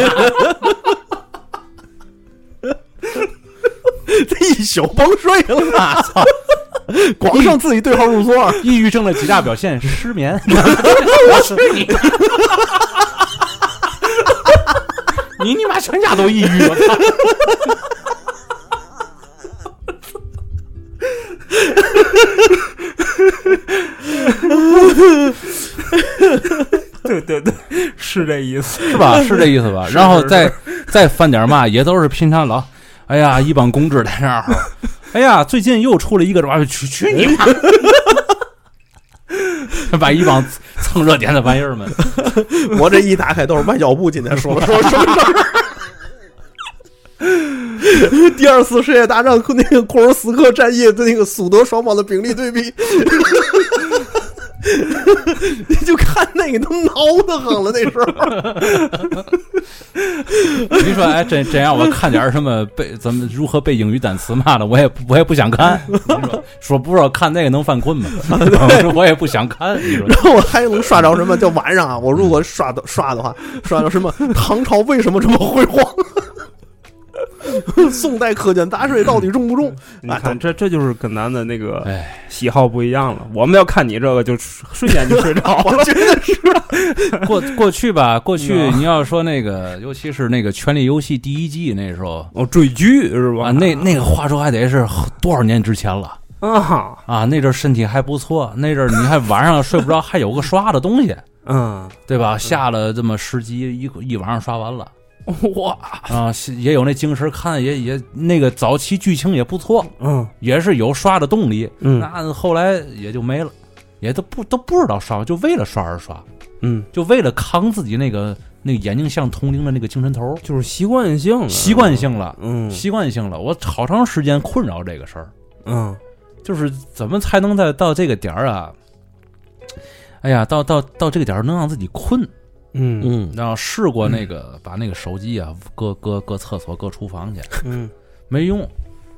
Speaker 2: 这一宿甭睡了，操！光剩自己对号入座。
Speaker 1: 抑郁症的几大表现：失眠。我去你！ 你你妈全家都抑郁！我操！
Speaker 3: 对对对，是这意思。
Speaker 1: 是吧？是这意思吧？然后
Speaker 3: 是
Speaker 1: 再再翻点嘛，也都是平常老，哎呀，一帮公知在那儿， 哎呀，最近又出了一个玩意儿，去去你妈！ 把一帮蹭热点的玩意儿们，
Speaker 2: 我这一打开都是外交部今天说了说什么事儿。第二次世界大战和那个库尔斯克战役的那个苏德双方的兵力对比，你就看那个都挠得慌了，那时候
Speaker 1: 你说，哎，真真让我看点儿什么背怎么如何背英语单词嘛的，我也不我也不想看。 你说说不知道看那个能犯困 吗？我说我也不想看。你说
Speaker 2: 我还能刷着什么？就晚上啊，我如果刷的刷的话，刷到什么唐朝为什么这么辉煌？宋代苛捐杂税到底重不重？
Speaker 3: 你
Speaker 2: 哎
Speaker 3: 看，啊这这就是跟咱的那个
Speaker 1: 哎
Speaker 3: 喜好不一样了。我们要看你这个，就瞬间就睡着了。
Speaker 2: 我觉得是
Speaker 1: 过过去吧，过去
Speaker 3: 嗯
Speaker 1: 你要说那个，尤其是那个《权力游戏》第一季那时候
Speaker 3: 哦，追剧是吧？
Speaker 1: 啊，那那个话说还得是多少年之前了。
Speaker 3: 啊，
Speaker 1: 啊，那阵儿身体还不错，那阵儿你还晚上睡不着，还有个刷的东西，
Speaker 3: 嗯，
Speaker 1: 对吧？下了这么十集，一一晚上刷完了
Speaker 3: 哇，
Speaker 1: 啊，是也有那精神看，也也那个早期剧情也不错，
Speaker 3: 嗯
Speaker 1: 也是有刷的动力。
Speaker 3: 嗯
Speaker 1: 那后来也就没了，也都不都不知道刷，就为了刷而刷，
Speaker 3: 嗯，
Speaker 1: 就为了扛自己那个那个眼睛像铜铃的那个精神头儿，
Speaker 3: 就是习惯性了，
Speaker 1: 习惯，性了，
Speaker 3: 嗯
Speaker 1: 习惯性了。我好长时间困扰这个事儿。
Speaker 3: 嗯
Speaker 1: 就是怎么才能在到这个点儿啊？哎呀，到到到这个点儿能让自己困。
Speaker 3: 嗯
Speaker 2: 嗯，
Speaker 1: 然后试过那个、把那个手机啊搁搁搁厕所搁厨房去，
Speaker 3: 嗯
Speaker 1: 没用，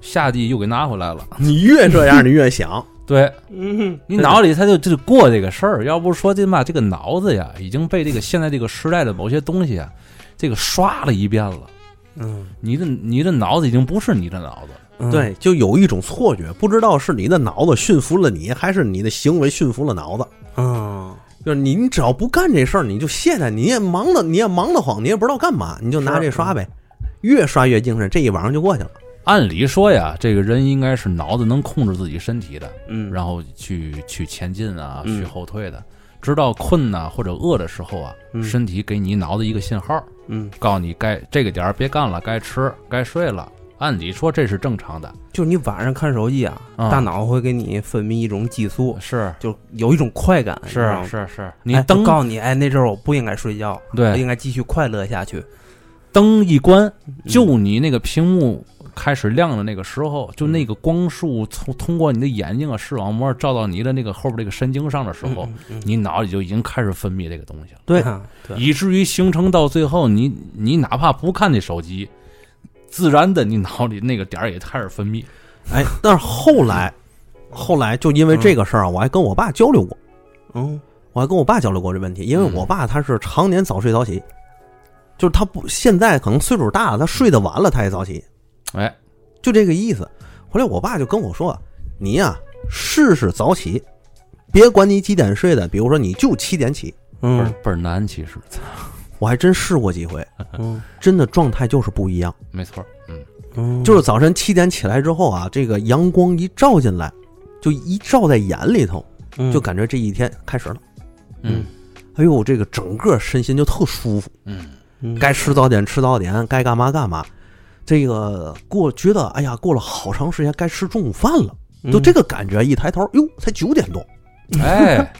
Speaker 1: 下地又给拿回来了。
Speaker 2: 你越这样，你越想，
Speaker 1: 对
Speaker 3: 嗯
Speaker 1: 你脑里他就就过这个事儿，要不说这嘛这个脑子呀已经被这个现在这个时代的某些东西啊，这个刷了一遍了。
Speaker 3: 嗯，
Speaker 1: 你的你的脑子已经不是你的脑子了，
Speaker 3: 嗯，
Speaker 2: 对，就有一种错觉，不知道是你的脑子驯服了你，还是你的行为驯服了脑子。
Speaker 3: 嗯，
Speaker 2: 就是你，你只要不干这事儿，你就懈怠，你也忙的，你也忙得慌，你也不知道干嘛，你就拿
Speaker 3: 是
Speaker 2: 这刷呗，越刷越精神，这一晚上就过去了。
Speaker 1: 按理说呀，这个人应该是脑子能控制自己身体的，
Speaker 3: 嗯，
Speaker 1: 然后去去前进啊，
Speaker 3: 嗯
Speaker 1: 去后退的，直到困呐、或者饿的时候啊，
Speaker 3: 嗯
Speaker 1: 身体给你脑子一个信号，
Speaker 3: 嗯
Speaker 1: 告诉你该这个点儿别干了，该吃该睡了。按理说这是正常的，
Speaker 3: 就是你晚上看手机啊，
Speaker 1: 嗯
Speaker 3: 大脑会给你分泌一种激素，
Speaker 1: 是
Speaker 3: 就有一种快感，你知道吗
Speaker 1: 是是，
Speaker 3: 哎
Speaker 1: 你
Speaker 3: 就
Speaker 1: 灯哎
Speaker 3: 告诉你，哎，那阵儿我不应该睡觉，我
Speaker 1: 对
Speaker 3: 应该继续快乐下去。嗯
Speaker 1: 灯一关，就你那个屏幕开始亮的那个时候，就那个光束从通过你的眼睛啊视网膜照到你的那个后边这个神经上的时候，
Speaker 3: 嗯，嗯嗯
Speaker 1: 你脑里就已经开始分泌这个东西了。
Speaker 2: 对
Speaker 3: 啊对，
Speaker 1: 以至于形成到最后，你你哪怕不看那手机，自然的你脑里那个点儿也开始分泌。
Speaker 2: 哎，但是后来，后来就因为这个事儿啊，我还跟我爸交流过，
Speaker 3: 嗯
Speaker 2: 我还跟我爸交流过这问题，因为
Speaker 1: 嗯
Speaker 2: 我爸他是常年早睡早起，就是他不现在可能岁数大了，他睡得晚了，他也早起，
Speaker 1: 哎，
Speaker 2: 就这个意思。后来我爸就跟我说：“你呀、试试早起，别管你几点睡的，比如说你就七点起。
Speaker 1: 倍儿
Speaker 3: 嗯
Speaker 1: 倍儿难，其实，”
Speaker 2: 我还真试过几回，
Speaker 3: 嗯
Speaker 2: 真的状态就是不一样。
Speaker 1: 没错，嗯，
Speaker 3: 嗯，
Speaker 2: 就是早晨七点起来之后啊，这个阳光一照进来，就一照在眼里头，
Speaker 3: 嗯
Speaker 2: 就感觉这一天开始了。
Speaker 1: 嗯
Speaker 2: 哎呦，这个整个身心就特舒服，
Speaker 1: 嗯，
Speaker 3: 嗯
Speaker 2: 该吃早点吃早点，该干嘛干嘛。这个过觉得，哎呀，过了好长时间，该吃中午饭了，
Speaker 3: 嗯
Speaker 2: 就这个感觉。一抬头，哟，才九点多，
Speaker 1: 哎，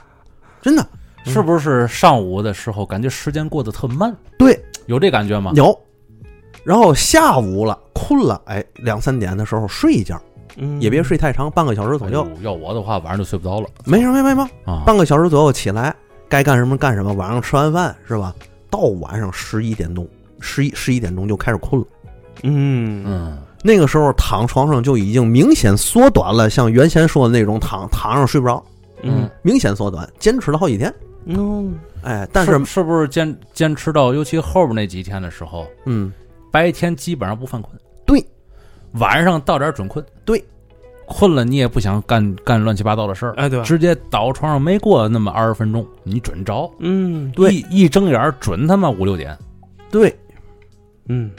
Speaker 2: 真的
Speaker 3: 嗯
Speaker 1: 是不是上午的时候感觉时间过得特慢？
Speaker 2: 对
Speaker 1: 有这感觉吗？
Speaker 2: 有。然后下午了，困了，哎，两三点的时候睡一觉，
Speaker 3: 嗯
Speaker 2: 也别睡太长，半个小时左
Speaker 1: 哎
Speaker 2: 右，
Speaker 1: 呦要我的话，晚上就睡不着了
Speaker 2: 没什么没什么，
Speaker 1: 啊。
Speaker 2: 半个小时左右起来，该干什么干什么。晚上吃完饭是吧？到晚上十一点钟，十一十一点钟就开始困了。
Speaker 3: 嗯
Speaker 1: 嗯，
Speaker 2: 那个时候躺床上就已经明显缩短了，像原先说的那种躺躺上睡不着，
Speaker 1: 嗯
Speaker 2: 明显缩短，坚持了好几天。
Speaker 3: 嗯
Speaker 2: 哎，但
Speaker 1: 是
Speaker 2: 是
Speaker 1: 是不是坚坚持到尤其后边那几天的时候，
Speaker 2: 嗯，
Speaker 1: 白天基本上不犯困，
Speaker 2: 对，
Speaker 1: 晚上到点儿准困，
Speaker 2: 对，
Speaker 1: 困了你也不想干干乱七八糟的事儿，
Speaker 3: 哎对吧
Speaker 1: 直接倒床上，没过那么二十分钟，你准着，
Speaker 3: 嗯
Speaker 1: 一一睁眼儿准他妈五六点。
Speaker 2: 对，
Speaker 3: 嗯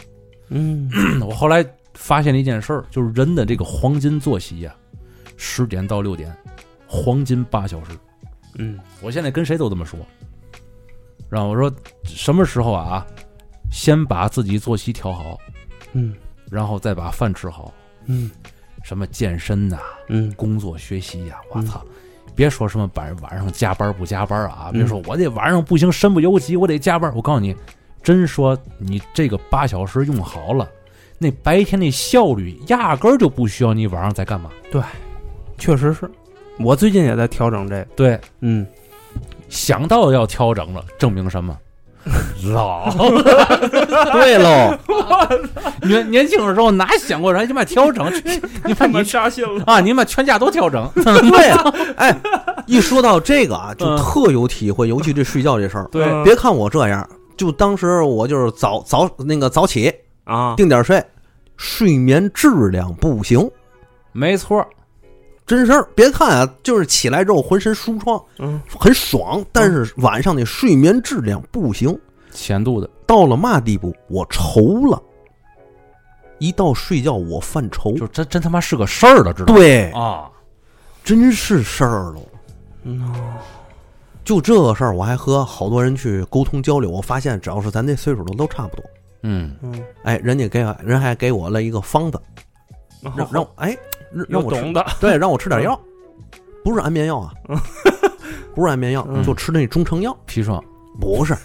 Speaker 3: 嗯
Speaker 1: 我后来发现了一件事儿，就是人的这个黄金作息呀、十点到六点，黄金八小时。
Speaker 3: 嗯
Speaker 1: 我现在跟谁都这么说，然后我说什么时候啊，先把自己作息调好，
Speaker 3: 嗯
Speaker 1: 然后再把饭吃好，
Speaker 3: 嗯
Speaker 1: 什么健身呐、
Speaker 3: 嗯
Speaker 1: 工作学习呀、我操！别说什么晚晚上加班不加班啊，
Speaker 3: 嗯
Speaker 1: 别说我得晚上不行，身不由己，我得加班。我告诉你，真说你这个八小时用好了，那白天那效率压根儿就不需要你晚上在干嘛。
Speaker 3: 确实是。我最近也在调整这个，
Speaker 1: 对，
Speaker 3: 嗯，
Speaker 1: 想到要调整了，证明什么？老了
Speaker 2: 对喽，
Speaker 1: 年年轻的时候哪想过还他妈调 整？去你妈你
Speaker 3: 扎心 了。
Speaker 1: 啊，你妈全家都调 整，
Speaker 2: 对啊，哎，一说到这个啊，就
Speaker 1: 嗯
Speaker 2: 特有体会，尤其这睡觉这事儿。
Speaker 1: 对
Speaker 3: 嗯
Speaker 2: 别看我这样，就当时我就是早早那个早起，
Speaker 3: 啊，
Speaker 2: 定点睡，睡眠质量不行，
Speaker 1: 没错儿，
Speaker 2: 真事儿。别看啊，就是起来之后浑身舒畅，
Speaker 3: 嗯，
Speaker 2: 很爽，但是晚上的睡眠质量不行，
Speaker 1: 显度的
Speaker 2: 到了嘛地步，我愁了。一到睡觉我犯愁，
Speaker 1: 就真真他妈是个事儿了，知道吗？
Speaker 2: 对，
Speaker 1: 啊，
Speaker 2: 真是事儿喽。
Speaker 3: 嗯
Speaker 2: 就这个事儿，我还和好多人去沟通交流，我发现只要是咱这岁数的都差不多。
Speaker 1: 嗯，
Speaker 3: 嗯，
Speaker 2: 哎，人家给我人还给我了一个方子，让让我哎让让
Speaker 3: 有
Speaker 2: 我吃
Speaker 3: 懂 的，
Speaker 2: 对，让我吃点药，不是安眠药啊，不是安眠药
Speaker 3: 嗯，
Speaker 2: 就吃那中成药，
Speaker 1: 砒霜
Speaker 2: 不是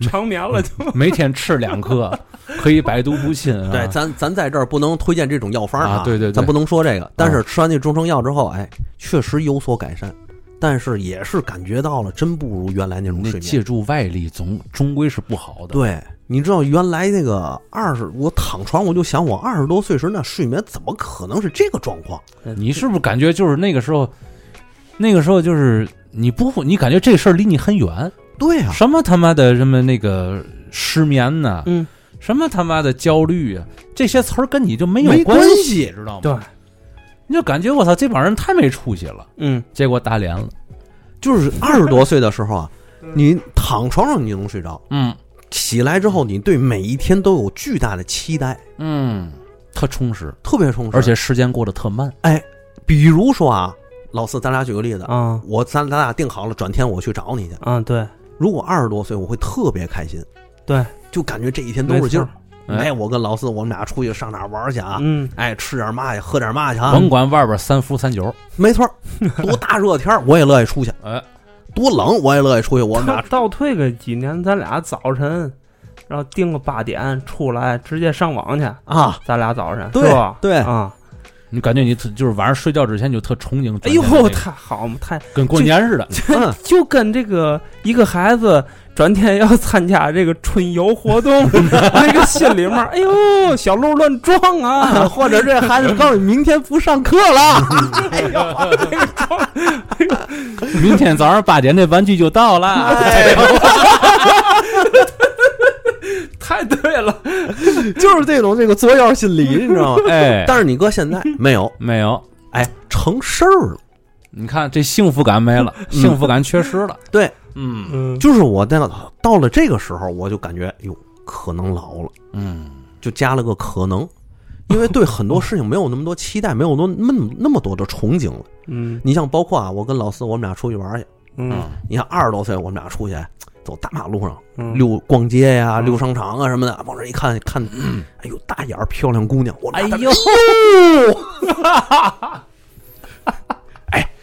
Speaker 3: 长眠了就
Speaker 1: 每天吃两 颗，可以百毒不侵啊。
Speaker 2: 对，咱咱在这儿不能推荐这种药方
Speaker 1: 啊对对对啊
Speaker 2: 咱不能说这个。但是吃完那中成药之后，哎，确实有所改善，但是也是感觉到了，真不如原来那种
Speaker 1: 那
Speaker 2: 睡眠。
Speaker 1: 借助外力总终归是不好的。
Speaker 2: 对，你知道原来那个二十，我躺床我就想，我二十多岁时那睡眠怎么可能是这个状况？
Speaker 1: 你是不是感觉就是那个时候，那个时候就是你不，你感觉这事儿离你很远，
Speaker 2: 对啊，
Speaker 1: 什么他妈的什么那个失眠呐、
Speaker 3: 嗯，
Speaker 1: 什么他妈的焦虑啊，这些词儿跟你就没有
Speaker 2: 没关
Speaker 1: 系，
Speaker 2: 系
Speaker 1: 知道吗？
Speaker 3: 对，
Speaker 1: 你就感觉我操，这帮人太没出息了，
Speaker 3: 嗯
Speaker 1: 结果打脸了。
Speaker 2: 就是二十多岁的时候啊，你躺床上你就能睡着，
Speaker 1: 嗯
Speaker 2: 起来之后你对每一天都有巨大的期待，
Speaker 1: 嗯，特充实，
Speaker 2: 特别充实。
Speaker 1: 而且时间过得特慢。
Speaker 2: 比如说啊，老四，咱俩举个例子，
Speaker 3: 啊
Speaker 2: 我咱咱俩定好了，转天我去找你去。
Speaker 3: 啊，对
Speaker 2: 如果二十多岁，我会特别开心，
Speaker 3: 对，
Speaker 2: 就感觉这一天都是劲儿。
Speaker 1: 没错
Speaker 2: 哎，我跟老四，我们俩出去上哪儿玩去啊？
Speaker 3: 嗯，
Speaker 2: 哎，吃点嘛去，喝点嘛去啊？
Speaker 1: 甭管外边三伏三九，
Speaker 2: 没错儿，多大热天儿我也乐意出去，
Speaker 1: 哎，
Speaker 2: 多冷我也乐意出去。我们
Speaker 3: 倒
Speaker 2: 俩
Speaker 3: 倒退个几年，咱俩早晨，然后定个八点出来，直接上网去，
Speaker 2: 啊，
Speaker 3: 咱俩早晨
Speaker 2: 对
Speaker 3: 是吧？
Speaker 2: 对
Speaker 3: 啊，
Speaker 1: 你感觉你特就是晚上睡觉之前你就特憧憬转
Speaker 3: 哎
Speaker 1: 天那
Speaker 3: 呦
Speaker 1: 个。，
Speaker 3: 太好嘛，太
Speaker 1: 跟过年似的，
Speaker 2: 嗯
Speaker 3: 就跟这个一个孩子转天要参加这个春游活动，那个心里面，哎呦，小鹿乱撞 啊，
Speaker 2: 或者这孩子告诉你明天不上课了，
Speaker 1: 明天早上八点那玩具就到了。
Speaker 2: 哎
Speaker 3: 太对了，
Speaker 2: 就是这种这个作妖心理，你知道吗？
Speaker 1: 哎，
Speaker 2: 但是你哥现在没 有，
Speaker 1: 没有，
Speaker 2: 哎，成事儿了。
Speaker 1: 你看这幸福感没了，幸福感缺失了。
Speaker 2: 对，
Speaker 1: 嗯
Speaker 3: 嗯，
Speaker 2: 就是我到了到了这个时候，我就感觉哟，可能老了，
Speaker 1: 嗯，
Speaker 2: 就加了个可能，因为对很多事情没有那么多期待，没有那么那么那么多的憧憬了。
Speaker 3: 嗯
Speaker 2: 你像包括啊，我跟老四我们俩出去玩去，
Speaker 3: 嗯
Speaker 2: 你看二十多岁我们俩出去走大马路上
Speaker 3: 嗯，
Speaker 2: 溜逛街呀、
Speaker 3: 嗯
Speaker 2: 溜商场啊什么的，往这一看看，哎呦，大眼儿漂亮姑娘，我
Speaker 1: 嗯哎
Speaker 2: 俩在那
Speaker 1: 呦，哦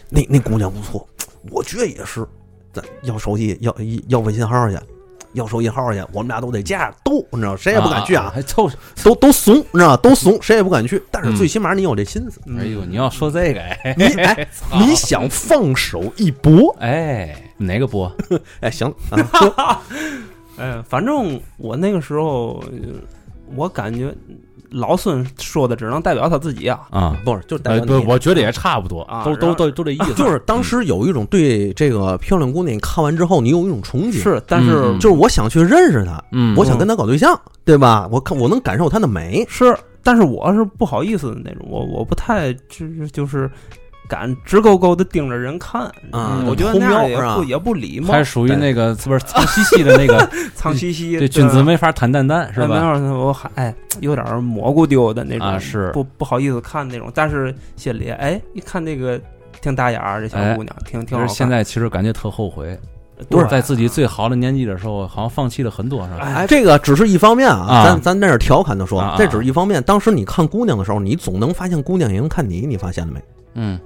Speaker 2: 那那姑娘不错，我觉得也是。咱要手机，要要微信号去，要手机号去，我们俩都得加都，你知道，谁也不敢去啊，
Speaker 1: 还凑。
Speaker 2: 都都怂，你知道，都怂，谁也不敢去。但是最起码你有这心思，
Speaker 1: 嗯哎呦，你要说这个，哎
Speaker 2: 你哎，你想放手一搏，
Speaker 1: 哎，哪个播？
Speaker 2: 哎，行啊，说
Speaker 3: 哎，反正我那个时候，呃我感觉老孙说的只能代表他自己啊，
Speaker 1: 啊？
Speaker 2: 不是，就是代
Speaker 1: 哎，
Speaker 2: 表
Speaker 1: 不，
Speaker 2: 你。
Speaker 1: 我觉得也差不多
Speaker 3: 啊，
Speaker 1: 都
Speaker 3: 然
Speaker 1: 都
Speaker 3: 后
Speaker 1: 都都这意思。
Speaker 2: 就是当时有一种对这个漂亮姑娘，你看完之后，你有一种憧憬，
Speaker 3: 是，但是
Speaker 1: 嗯
Speaker 2: 就是我想去认识她，
Speaker 1: 嗯，
Speaker 2: 我想跟她搞对象，对吧？我看我能感受她的美，
Speaker 3: 是，但是我是不好意思的那种，我我不太就是就是敢直勾勾的盯着人看
Speaker 2: 啊
Speaker 3: 我觉得
Speaker 2: 偷
Speaker 3: 那样
Speaker 2: 瞄
Speaker 3: 也
Speaker 2: 是吧
Speaker 3: 不也不礼貌
Speaker 1: 还，属于那个不是藏兮兮的那个，
Speaker 3: 藏兮兮的。
Speaker 1: 这君子没法坦荡荡，是
Speaker 3: 哎没
Speaker 1: 吧？
Speaker 3: 有，我还哎有点儿蘑菇丢的那种，
Speaker 1: 啊是
Speaker 3: 不不好意思看那种，但是心里哎一看那个挺大眼儿这小
Speaker 1: 哎
Speaker 3: 姑娘，挺挺
Speaker 1: 就
Speaker 3: 好
Speaker 1: 是
Speaker 3: 看。
Speaker 1: 现在其实感觉特后悔，
Speaker 3: 对
Speaker 1: 在自己最好的年纪的时候，好像放弃了很多，是吧？
Speaker 2: 哎，这个只是一方面啊，
Speaker 1: 啊
Speaker 2: 咱咱在这儿调侃的说，
Speaker 1: 啊啊
Speaker 2: 这只是一方面。当时你看姑娘的时候，你总能发现姑娘也能看你，你发现了没？
Speaker 1: 嗯，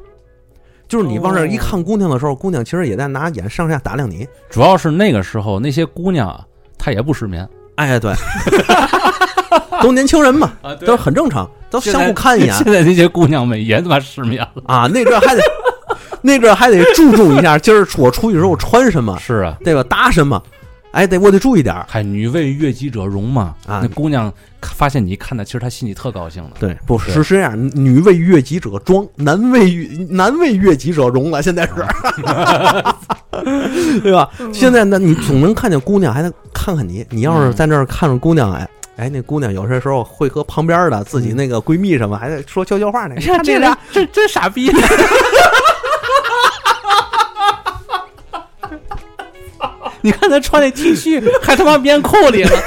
Speaker 2: 就是你往这儿一看姑娘的时候，姑娘其实也在拿眼上下打量你。
Speaker 1: 主要是那个时候那些姑娘啊，她也不失眠，
Speaker 2: 哎，对， 都年轻人嘛，
Speaker 1: 啊，对
Speaker 2: 都很正常，都
Speaker 1: 现
Speaker 2: 相
Speaker 1: 在
Speaker 2: 互看一眼
Speaker 1: 现在这些姑娘们也他妈失眠了。
Speaker 2: 啊。那阵儿还得，那阵儿还得注重一下，今儿我出去的时候我穿什么，
Speaker 1: 是啊，
Speaker 2: 对吧？搭什么，哎，得我得注意点儿。
Speaker 1: 嗨，女为悦己者容嘛。
Speaker 2: 啊
Speaker 1: 那姑娘看发现你看她，其实她心里特高兴的。
Speaker 2: 对，不
Speaker 1: 是
Speaker 2: 是是这样，女为悦己者装，男为悦男为悦己者容了。现 在是，对吧？现在呢，你总能看见姑娘还在看看你。你要是在那儿看着姑娘，哎哎，那姑娘有些时候会和旁边的自己那个闺蜜什么还在说悄悄话
Speaker 1: 哎
Speaker 2: 呢。你看这俩，
Speaker 3: 这真傻逼！
Speaker 1: 你看她穿那 T 恤，还他妈编裤里了。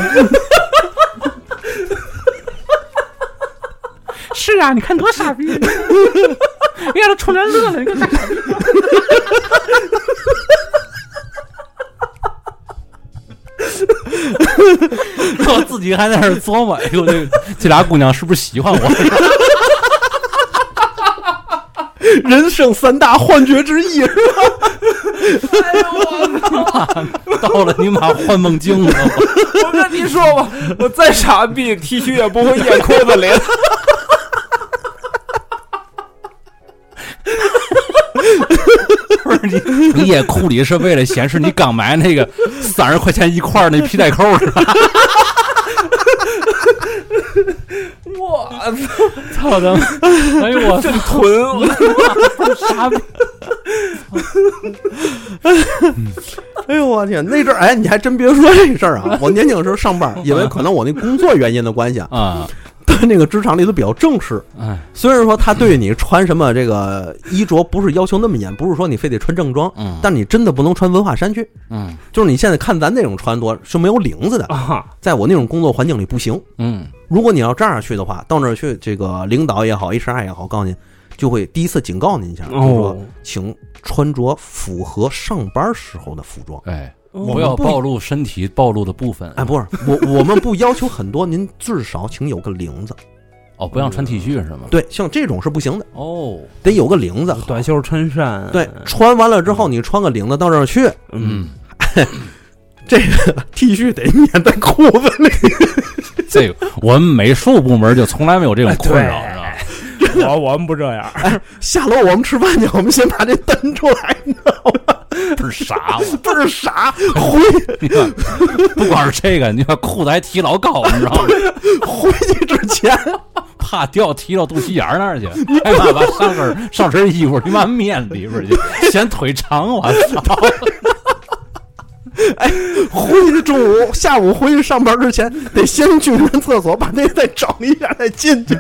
Speaker 3: 是啊，你看多傻 逼！你
Speaker 1: 哎
Speaker 3: 看他冲人乐了，你看傻逼！
Speaker 1: 我自己还在那儿琢磨，哎呦，这这俩姑娘是不是喜欢我？
Speaker 2: 人生三大幻觉之一。
Speaker 3: 哎呦我
Speaker 1: 到了你妈幻梦 境了，
Speaker 3: 我跟你说吧，我再傻逼，T 恤也不会掖裤子里了。
Speaker 1: 不是你你掖裤里是为了显示你刚买那个三十块钱一块儿那皮带扣是吧？
Speaker 3: 我
Speaker 1: 操他妈！哎呦我
Speaker 3: 真囤！
Speaker 1: 傻逼！
Speaker 2: 哎呦我天，那阵儿哎，你还真别说这事儿 啊！我年轻的时候上班，因为可能我那工作原因的关系啊，
Speaker 1: 啊，
Speaker 2: 他那个职场里头比较正式，
Speaker 1: 哎，
Speaker 2: 虽然说他对你穿什么这个衣着不是要求那么严，不是说你非得穿正装，
Speaker 1: 嗯
Speaker 2: 但你真的不能穿文化衫去。
Speaker 1: 嗯
Speaker 2: 就是你现在看咱那种穿着是没有领子的，
Speaker 1: 哦
Speaker 3: 啊，
Speaker 2: 在我那种工作环境里不行。
Speaker 1: 嗯，
Speaker 2: 如果你要这样去的话，到那儿去，这个领导也好，HR 也好，告诉你，就会第一次警告您一下，就说
Speaker 3: 哦，
Speaker 2: 请穿着符合上班时候的服装。
Speaker 1: 哎，
Speaker 2: 我
Speaker 3: 嗯
Speaker 1: 不
Speaker 2: 们
Speaker 1: 要
Speaker 2: 不
Speaker 1: 暴露身体暴露的部分。
Speaker 2: 哎，不是，我我们不要求很多，您至少请有个领子。
Speaker 1: 哦，不让穿 T 恤是吗？
Speaker 2: 对，像这种是不
Speaker 3: 嗯
Speaker 2: 行的，
Speaker 1: 哦，
Speaker 2: 得有个领子。
Speaker 3: 短袖衬衫，
Speaker 2: 对，穿完了之后，你穿个领子到这儿去，
Speaker 3: 嗯，，
Speaker 2: 这个 T 恤得粘在裤子里，
Speaker 1: 这个我们美术部门就从来没有这种困扰，
Speaker 3: 哎对
Speaker 1: 是吧？哎
Speaker 3: 我我们不这样，
Speaker 2: 下楼我们吃饭去，我们先把这蹬出来，你知道吗？
Speaker 1: 不是傻我。
Speaker 2: 倍儿傻，回
Speaker 1: 你看， 不光是这个，你看裤子还提老高，你知道吗？
Speaker 2: 回去之前，
Speaker 1: 怕掉提到肚脐眼儿那儿去，害怕把上身上身衣服他妈面里边儿去，嫌腿长，我操！
Speaker 2: 回去中午、下午回去上班之前，得先去男厕所把那个再整一下再进去。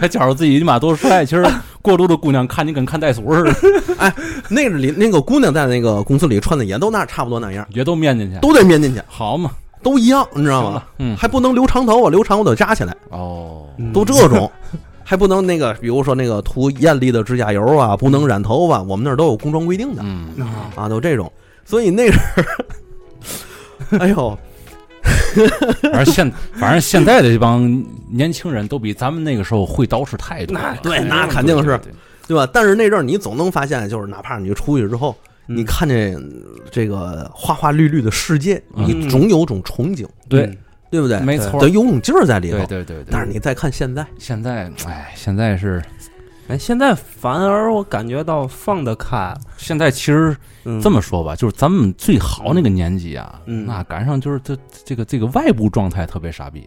Speaker 1: 还觉着自己他妈多帅，其实过路的姑娘看你跟看袋鼠似的，
Speaker 2: 那个里那个姑娘在那个公司里穿的也都那差不多那样，
Speaker 1: 也都面进去，
Speaker 2: 都得面进去，
Speaker 1: 好嘛？
Speaker 2: 都一样，你知道
Speaker 1: 行
Speaker 2: 吗
Speaker 1: 了？嗯
Speaker 2: 还不能留长头发，留长我得扎起来。
Speaker 1: 哦，
Speaker 2: 都这种，还不能那个，比如说那个涂艳丽的指甲油啊，不能染头发，我们那儿都有工装规定的
Speaker 1: 嗯，
Speaker 3: 啊，
Speaker 2: 啊，都这种。所以那时候， 哎呦，
Speaker 1: 反正现反正现在的这帮年轻人都比咱们那个时候会捯饬太多了，
Speaker 2: 对那肯定是
Speaker 1: 对，对对
Speaker 2: 对吧？但是那阵儿你总能发现，就是哪怕你出去之后，
Speaker 3: 嗯
Speaker 2: 你看见这个花花绿绿的世界，
Speaker 1: 嗯
Speaker 2: 你总有种憧憬，
Speaker 1: 对
Speaker 3: 嗯，
Speaker 2: 对不对？
Speaker 1: 没错
Speaker 2: 得有种劲儿在里头
Speaker 1: 对。嗯对对对。
Speaker 2: 但是你再看现在，
Speaker 1: 现在，哎，现在是
Speaker 3: 哎，现在反而我感觉到放得开了，
Speaker 1: 现在其实
Speaker 3: 嗯
Speaker 1: 这么说吧，就是咱们最好那个年纪啊，
Speaker 3: 嗯
Speaker 1: 那赶上就是这这个这个外部状态特别傻逼，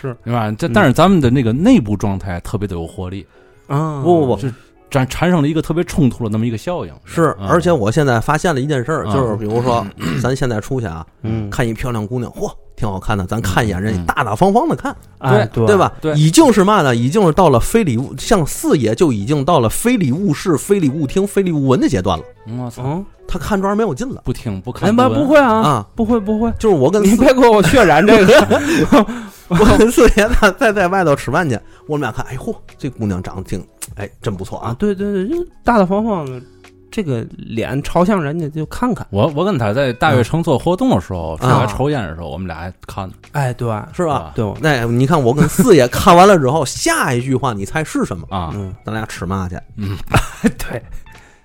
Speaker 3: 是
Speaker 1: 对吧？这
Speaker 3: 嗯
Speaker 1: 但是咱们的那个内部状态特别的有活力，
Speaker 3: 啊，
Speaker 2: 不不不
Speaker 1: 就是产产生了一个特别冲突的那么一个效应。
Speaker 2: 是，
Speaker 1: 嗯
Speaker 2: 而且我现在发现了一件事儿，
Speaker 1: 嗯
Speaker 2: 就是比如说，咱现在出去啊，
Speaker 3: 嗯，
Speaker 2: 看一漂亮姑娘，嚯，挺好看的，咱看一眼，人
Speaker 1: 嗯
Speaker 2: 家大大方方的看，
Speaker 3: 哎
Speaker 1: 对
Speaker 2: 对？吧？
Speaker 1: 对
Speaker 2: 已经是嘛呢？已经是到了非礼勿像四爷就已经到了非礼勿视、非礼勿听、非礼勿闻的阶段了。
Speaker 1: 嗯我操，
Speaker 3: 嗯，
Speaker 2: 他看这玩意儿没有劲了
Speaker 1: 不听不看
Speaker 3: 哎妈，
Speaker 1: 闻
Speaker 3: 不会啊，
Speaker 2: 啊！
Speaker 3: 不会不会，
Speaker 2: 就是我跟
Speaker 3: 你
Speaker 2: 四
Speaker 3: 别给我渲染这 个，
Speaker 2: 我跟四爷他在在外头吃饭去，我们俩看，哎嚯，这姑娘长得挺，哎，真不错
Speaker 3: 啊
Speaker 2: 啊！
Speaker 3: 对对对，就大大方方的，这个脸朝向人家就看看，
Speaker 1: 我我跟他在大悦城做活动的时候，出
Speaker 2: 啊
Speaker 1: 来抽烟的时候，我们俩还看呢，
Speaker 3: 哎，对
Speaker 2: 是吧？
Speaker 3: 对，我
Speaker 2: 那你看我跟四爷看完了之后，下一句话你猜是什么？
Speaker 1: 啊，
Speaker 3: 嗯
Speaker 2: 咱俩吃嘛去？
Speaker 1: 嗯，
Speaker 3: 对，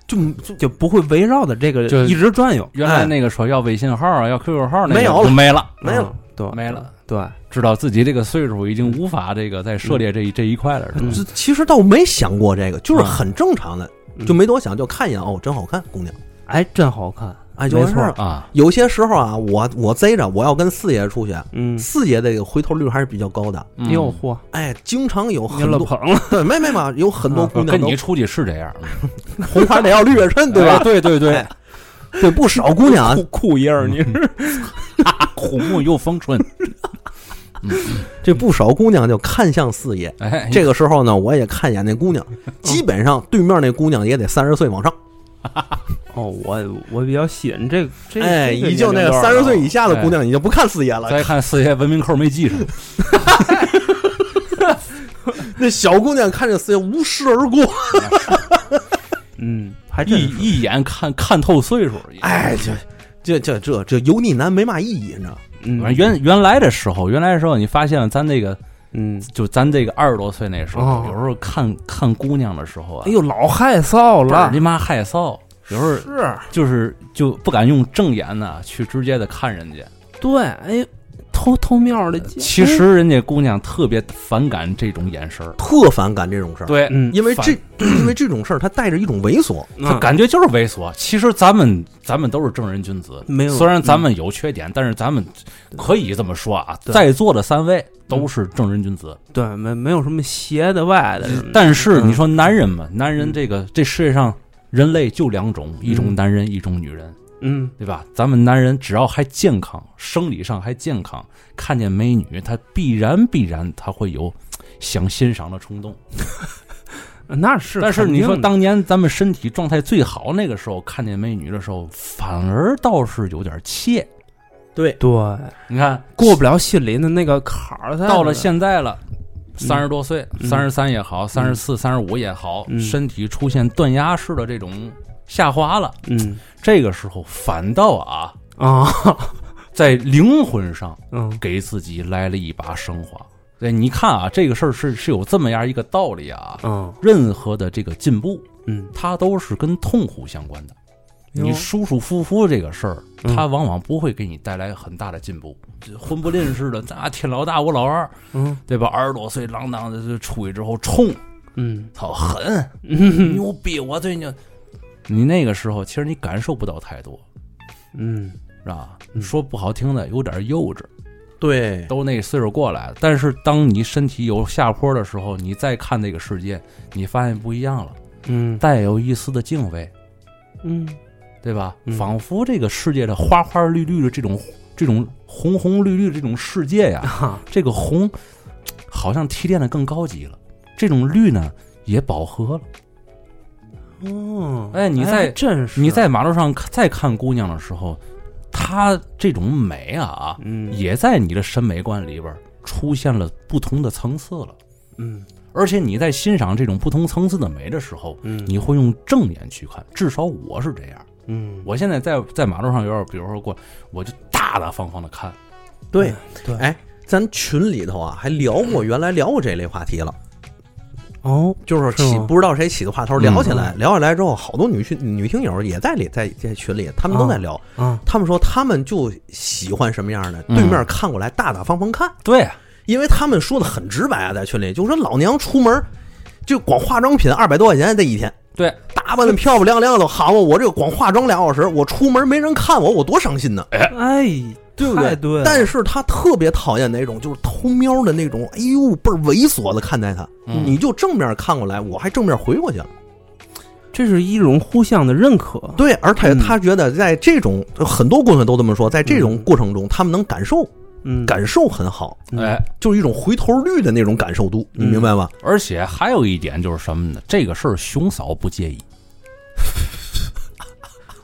Speaker 2: 就就
Speaker 3: 就不会围绕着这个
Speaker 1: 就
Speaker 3: 一直转悠，
Speaker 1: 原来那个说要微信号啊，要 QQ 号那个
Speaker 2: 没有了
Speaker 1: 就没了，
Speaker 2: 没了
Speaker 3: 嗯，对，
Speaker 1: 没了，
Speaker 3: 对，
Speaker 1: 知道自己这个岁数已经无法这个再涉猎这一这一块了，是吧？
Speaker 3: 嗯
Speaker 2: 这其实倒没想过这个，就是
Speaker 1: 嗯
Speaker 2: 很正常的，
Speaker 3: 啊嗯
Speaker 2: 就没多想，就看一眼哦，真好看，姑娘，
Speaker 3: 哎，真好看，
Speaker 2: 哎，就完
Speaker 3: 没
Speaker 2: 事
Speaker 3: 错
Speaker 2: 儿了。
Speaker 1: 啊，
Speaker 2: 有些时候啊，我我贼着，我要跟四爷出去，
Speaker 3: 嗯，
Speaker 2: 四爷这个回头率还是比较高的。
Speaker 1: 嗯
Speaker 3: 哟嚯，
Speaker 2: 哎，经常有
Speaker 3: 你
Speaker 2: 很
Speaker 3: 乐
Speaker 2: 多
Speaker 3: 捧了，
Speaker 2: 对，没没嘛，有很多
Speaker 3: 啊
Speaker 2: 姑娘
Speaker 1: 跟
Speaker 2: 都
Speaker 1: 你出去是这样，
Speaker 2: 红花得要绿叶衬，对吧？
Speaker 1: 哎对对对
Speaker 2: 哎，对，不少姑 娘啊
Speaker 3: 酷酷爷儿，你是
Speaker 1: 虎目又逢春，
Speaker 2: 这不少姑娘就看向四爷。
Speaker 1: 哎，
Speaker 2: 这个时候呢，我也看一眼那姑娘，
Speaker 3: 嗯
Speaker 2: 基本上对面那姑娘也得三十岁往上，
Speaker 3: 哦，我我比较喜欢这这，
Speaker 2: 哎，
Speaker 3: 这
Speaker 2: 已经那
Speaker 3: 年龄段
Speaker 2: 三
Speaker 3: 了
Speaker 2: 十
Speaker 3: 啊
Speaker 2: 岁以下的姑娘，你就不看四爷了。
Speaker 1: 再看四爷文明扣没系上，
Speaker 2: 那小姑娘看着四爷无视而过，
Speaker 3: 嗯，还真
Speaker 1: 一
Speaker 3: 是
Speaker 1: 一眼看看透岁数，
Speaker 2: 哎，这这这这这油腻男没嘛意义，你知道？
Speaker 3: 嗯
Speaker 1: 反正原原来的时候，原来的时候，你发现了咱这个，
Speaker 3: 嗯，
Speaker 1: 就咱这个二十多岁那时候
Speaker 3: 哦，
Speaker 1: 有时候看看姑娘的时候啊，
Speaker 3: 哎呦，老害臊
Speaker 1: 倍儿
Speaker 3: 了
Speaker 1: 你，妈害臊，有时候
Speaker 3: 是
Speaker 1: 就是就不敢用正眼呢、去直接的看人家。
Speaker 3: 对，哎，偷偷瞄的，
Speaker 1: 其实人家姑娘特别反感这种眼神儿，
Speaker 2: 特反感这种事儿，
Speaker 1: 对
Speaker 3: 嗯
Speaker 2: 因为这
Speaker 1: 反
Speaker 2: 因为这种事儿，它带着一种猥琐。
Speaker 1: 她感觉就是猥琐。其实咱们咱们都是正人君子，
Speaker 3: 没有嗯
Speaker 1: 虽然咱们有缺点，但是咱们可以这么说啊，
Speaker 3: 对
Speaker 1: 在座的三位都是正人君子。
Speaker 3: 对没没有什么邪的外的什么的，
Speaker 1: 但是
Speaker 3: 嗯
Speaker 1: 你说男人嘛，男人
Speaker 3: 嗯
Speaker 1: 这个这世界上人类就两种，一种
Speaker 3: 嗯
Speaker 1: 男人，一种女人，
Speaker 3: 嗯
Speaker 1: 对吧？咱们男人只要还健康，生理上还健康，看见美女，他必然必然他会有想欣赏的冲动。
Speaker 3: 那是，
Speaker 1: 但是你说
Speaker 3: 肯定的
Speaker 1: 当年咱们身体状态最好那个时候，看见美女的时候，反而倒是有点怯。
Speaker 2: 对，
Speaker 3: 对
Speaker 1: 你看，
Speaker 3: 过不了心里的那个坎儿，
Speaker 1: 到了现在了。三十多岁，
Speaker 3: 嗯
Speaker 1: 三十三也好，三十四、三十五也好，
Speaker 3: 嗯
Speaker 1: 身体出现断崖式的这种下滑了，
Speaker 3: 嗯
Speaker 1: 这个时候反倒啊，
Speaker 3: 啊，
Speaker 1: 在灵魂上
Speaker 3: 嗯
Speaker 1: 给自己来了一把升华。对，你看啊，这个事儿是是有这么样一个道理啊。
Speaker 3: 嗯
Speaker 1: 任何的这个进步，
Speaker 3: 嗯，
Speaker 1: 它都是跟痛苦相关的。
Speaker 3: 哟
Speaker 1: 你舒舒服服这个事儿，
Speaker 3: 嗯
Speaker 1: 它往往不会给你带来很大的进步。这混不吝似的，啊，天老大我老二，
Speaker 3: 嗯
Speaker 1: 对吧？二十多岁浪荡的就出去之后冲，
Speaker 3: 嗯
Speaker 1: 操狠，
Speaker 3: 嗯
Speaker 1: 牛逼，我最牛。你那个时候其实你感受不到太多，
Speaker 3: 嗯
Speaker 1: 是吧？
Speaker 3: 嗯
Speaker 1: 说不好听的，有点幼稚，
Speaker 2: 对，
Speaker 1: 都那岁数过来了。但是当你身体有下坡的时候，你再看这个世界，你发现不一样了，
Speaker 3: 嗯
Speaker 1: 带有一丝的敬畏，
Speaker 3: 嗯
Speaker 1: 对吧？
Speaker 3: 嗯
Speaker 1: 仿佛这个世界的花花绿绿的这种这种红红绿绿的这种世界呀，
Speaker 3: 啊，
Speaker 1: 这个红好像提炼的更高级了，这种绿呢也饱和了。
Speaker 3: 哦，
Speaker 1: 哎你在
Speaker 3: 真是
Speaker 1: 你在马路上看再看姑娘的时候，她这种美啊，
Speaker 3: 嗯
Speaker 1: 也在你的审美观里边儿出现了不同的层次了。
Speaker 3: 嗯
Speaker 1: 而且你在欣赏这种不同层次的美的时候，
Speaker 3: 嗯
Speaker 1: 你会用正眼去看，至少我是这样。
Speaker 3: 嗯
Speaker 1: 我现在在在马路上有点，比如说过，我就大大方方的看，
Speaker 2: 对，
Speaker 3: 对
Speaker 2: 哎，咱群里头啊还聊过，原来聊过这类话题了，
Speaker 3: 哦
Speaker 2: 就是
Speaker 3: 是
Speaker 2: 起
Speaker 3: 吗
Speaker 2: 不知道谁起的话头聊起来，聊起来之后，好多女群女听友也在里在在群里，他们都在聊，
Speaker 3: 啊
Speaker 2: 他们说他们就喜欢什么样的，
Speaker 1: 嗯
Speaker 2: 对面看过来大大方方看，
Speaker 1: 对啊，
Speaker 2: 因为他们说的很直白啊，在群里就说老娘出门就光化妆品二百多块钱这一天。
Speaker 1: 对，
Speaker 2: 打扮的漂漂亮亮的，好嘛！我这光化妆俩小时，我出门没人看我，我多伤心呢，
Speaker 3: 哎
Speaker 2: 对不
Speaker 3: 太
Speaker 2: 对？
Speaker 3: 对了
Speaker 2: 但是他特别讨厌那种就是偷瞄的那种，哎呦倍儿猥琐的看待他。
Speaker 1: 嗯
Speaker 2: 你就正面看过来，我还正面回过去了。
Speaker 3: 这是一种互相的认可，
Speaker 2: 对，而且
Speaker 3: 嗯
Speaker 2: 他觉得在这种很多姑娘都这么说，在这种
Speaker 3: 嗯
Speaker 2: 过程中，他们能感受
Speaker 3: 嗯
Speaker 2: 感受很好，
Speaker 3: 嗯
Speaker 1: 哎，
Speaker 2: 就是一种回头率的那种感受度，你
Speaker 3: 嗯
Speaker 2: 明白吗？
Speaker 1: 而且还有一点就是什么呢？这个事儿熊嫂不介意，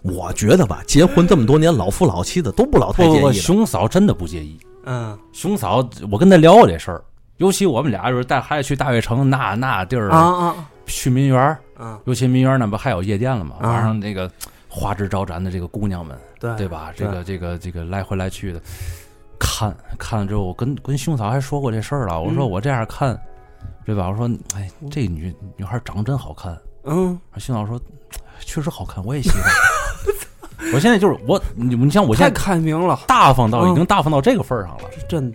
Speaker 2: 我觉得吧，结婚这么多年，老夫老妻的都不老
Speaker 1: 不
Speaker 2: 太介
Speaker 1: 不
Speaker 2: 意
Speaker 1: 不，
Speaker 2: 了。
Speaker 1: 熊嫂真的不介意。
Speaker 3: 嗯
Speaker 1: 熊嫂，我跟她聊过这事儿，尤其我们俩就是带孩子去大悦城，那那地儿、
Speaker 3: 啊
Speaker 1: 去民园儿，
Speaker 3: 啊啊，
Speaker 1: 尤其民园儿那不还有夜店了吗？
Speaker 3: 啊
Speaker 1: 晚上那个花枝招展的这个姑娘们，
Speaker 3: 嗯哎对
Speaker 1: 对吧？这个这个这个来回来去的，看看了之后，我跟跟熊嫂还说过这事儿了。我说
Speaker 3: 嗯
Speaker 1: 我这样看，对吧？我说哎，这女女孩长得真好看。
Speaker 3: 嗯
Speaker 1: 熊嫂说，确实好看，我也喜欢。 我现在就是我，你你像我现
Speaker 3: 太
Speaker 1: 在
Speaker 3: 开明了，
Speaker 1: 大方到
Speaker 3: 嗯
Speaker 1: 已经大方到这个份儿上了，
Speaker 3: 真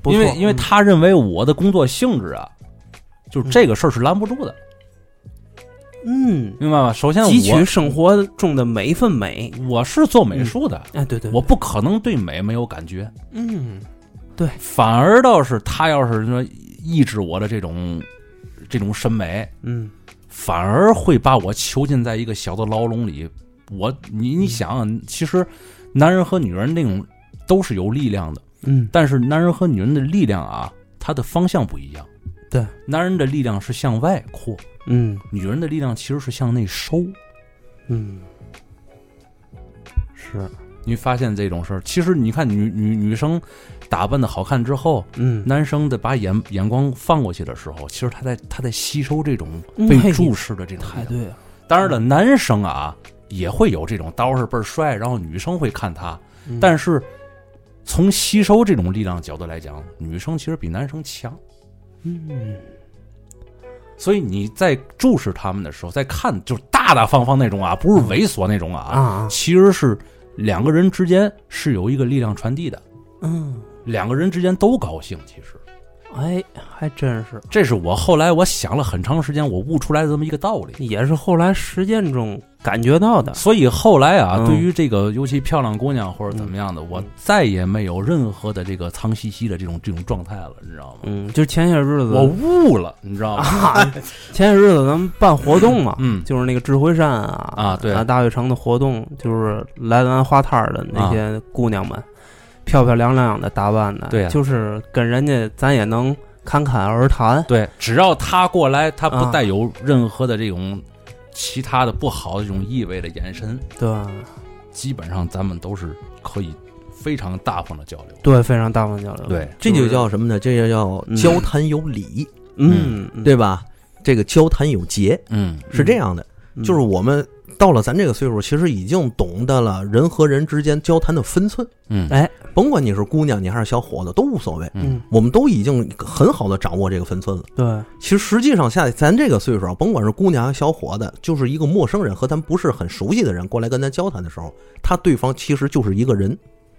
Speaker 3: 不错。
Speaker 1: 因为因为
Speaker 3: 嗯
Speaker 1: 他认为我的工作性质啊，就是这个事儿是拦不住的，
Speaker 3: 嗯，
Speaker 1: 明白吗？首先
Speaker 3: 汲取
Speaker 1: 我
Speaker 3: 生活中的每一份美。
Speaker 1: 我是做美术的，
Speaker 3: 哎，对对，
Speaker 1: 我不可能对美没有感觉，
Speaker 3: 嗯，
Speaker 1: 反而倒是他要是说抑制我的这种这种审美，
Speaker 3: 嗯，
Speaker 1: 反而会把我囚禁在一个小的牢笼里。我你你想啊，其实男人和女人那种都是有力量的，
Speaker 3: 嗯，
Speaker 1: 但是男人和女人的力量啊，它的方向不一样。
Speaker 3: 对，
Speaker 1: 男人的力量是向外扩，
Speaker 3: 嗯，
Speaker 1: 女人的力量其实是向内收。
Speaker 3: 嗯，是，
Speaker 1: 你发现这种事儿，其实你看女女女生打扮的好看之后，
Speaker 3: 嗯，
Speaker 1: 男生的把眼眼光放过去的时候，其实他在他在吸收这种
Speaker 3: 嗯
Speaker 1: 被
Speaker 3: 嘿
Speaker 1: 注视的这种力
Speaker 3: 太
Speaker 1: 量。
Speaker 3: 对了，
Speaker 1: 当然了，男生啊也会有这种刀是倍儿帅，然后女生会看他，
Speaker 3: 嗯
Speaker 1: 但是从吸收这种力量角度来讲，女生其实比男生强。
Speaker 3: 嗯，
Speaker 1: 所以你在注视他们的时候，在看就是大大方方那种啊，不是猥琐那种
Speaker 3: 嗯啊
Speaker 1: 啊，
Speaker 3: 啊，
Speaker 1: 其实是两个人之间是有一个力量传递的，
Speaker 3: 嗯，
Speaker 1: 两个人之间都高兴。其实
Speaker 3: 哎，还真是，
Speaker 1: 这是我后来我想了很长时间，我悟出来的这么一个道理。
Speaker 3: 也是后来实践中感觉到的，
Speaker 1: 所以后来啊，
Speaker 3: 嗯
Speaker 1: 对于这个尤其漂亮姑娘或者怎么样的，我再也没有任何的这个脏兮兮的这种这种状态了，你知道吗？
Speaker 3: 嗯，就前些日子
Speaker 1: 我悟了，你知道吗？
Speaker 3: 啊，前些日子咱们办活 动嘛，
Speaker 1: 嗯
Speaker 3: 就是那个智慧山啊
Speaker 1: 啊对
Speaker 3: 大悦城的活动，就是来咱花摊儿的那些姑娘们，漂漂亮亮的打扮的，
Speaker 1: 对呀
Speaker 3: 就是跟人家咱也能侃侃而谈，
Speaker 1: 对，只要她过来，她不
Speaker 3: 啊
Speaker 1: 带有任何的这种其他的不好的这种意味的眼神，
Speaker 3: 对吧
Speaker 1: 基本上咱们都是可以非常大方的交流。
Speaker 3: 对，非常大方交流，，
Speaker 1: 对，
Speaker 2: 这就叫什么呢？这就叫
Speaker 3: 嗯
Speaker 2: 交谈有理，
Speaker 3: 嗯，嗯，
Speaker 2: 对吧？这个交谈有节
Speaker 1: 嗯
Speaker 2: 是这样的，
Speaker 3: 嗯
Speaker 2: 就是我们到了咱这个岁数，其实已经懂得了人和人之间交谈的分寸，
Speaker 1: 嗯
Speaker 3: 哎，
Speaker 2: 甭管你是姑娘，你还是小伙子，都无所谓。
Speaker 1: 嗯
Speaker 3: 嗯，
Speaker 2: 我们都已经很好的掌握这个分寸了。
Speaker 3: 对，
Speaker 2: 其实实际上，现在咱这个岁数啊，甭管是姑娘还是小伙子，就是一个陌生人和咱不是很熟悉的人过来跟咱交谈的时候，他对方其实就是一个人。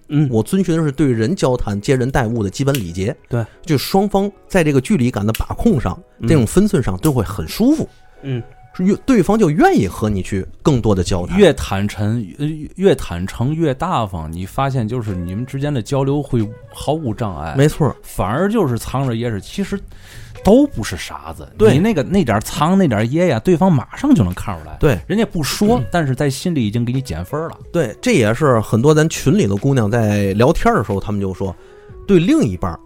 Speaker 3: 嗯，
Speaker 2: 我遵循的是对人交谈、接人待物的基本礼节。
Speaker 3: 对，
Speaker 2: 就双方在这个距离感的把控上，
Speaker 3: 嗯
Speaker 2: 这种分寸上都会很舒服，
Speaker 3: 嗯
Speaker 2: 是越对方就愿意和你去更多的交谈。
Speaker 1: 越坦诚，呃越坦诚，越大方，你发现就是你们之间的交流会毫无障
Speaker 3: 哎
Speaker 1: 碍。
Speaker 2: 没错，
Speaker 1: 反而就是藏着掖着，其实都不是傻子。
Speaker 2: 对
Speaker 1: 你那个那点儿藏那点儿掖呀，对方马上就能看
Speaker 3: 哎
Speaker 1: 出来。嗯
Speaker 2: 对
Speaker 1: 人家不说，但是在心里已经给你减分了。
Speaker 2: 对，这也是很多咱群里的姑娘在聊天的时候，她们就说，对另一半儿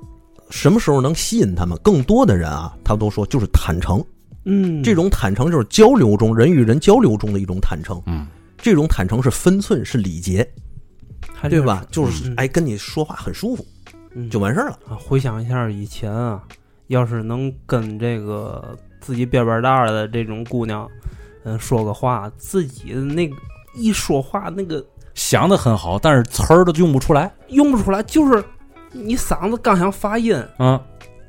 Speaker 2: 什么时候能吸引他们更多的人啊，她都说就是坦诚。
Speaker 3: 嗯，
Speaker 2: 这种坦诚就是交流中人与人交流中的一种坦诚，
Speaker 1: 嗯，
Speaker 2: 这种坦诚是分寸是礼节，
Speaker 3: 还
Speaker 2: 对
Speaker 3: 真
Speaker 2: 吧？就是
Speaker 3: 嗯
Speaker 2: 哎，跟你说话很舒服
Speaker 3: 是？嗯
Speaker 2: 就完事儿了。
Speaker 3: 啊，回想一下以前啊，要是能跟这个自己边边大儿的这种姑娘，嗯，说个话，自己的那个一说话那个
Speaker 1: 想的很好，但是词儿都用不出来。
Speaker 3: 用不出来，就是你嗓子刚想发音，
Speaker 1: 嗯，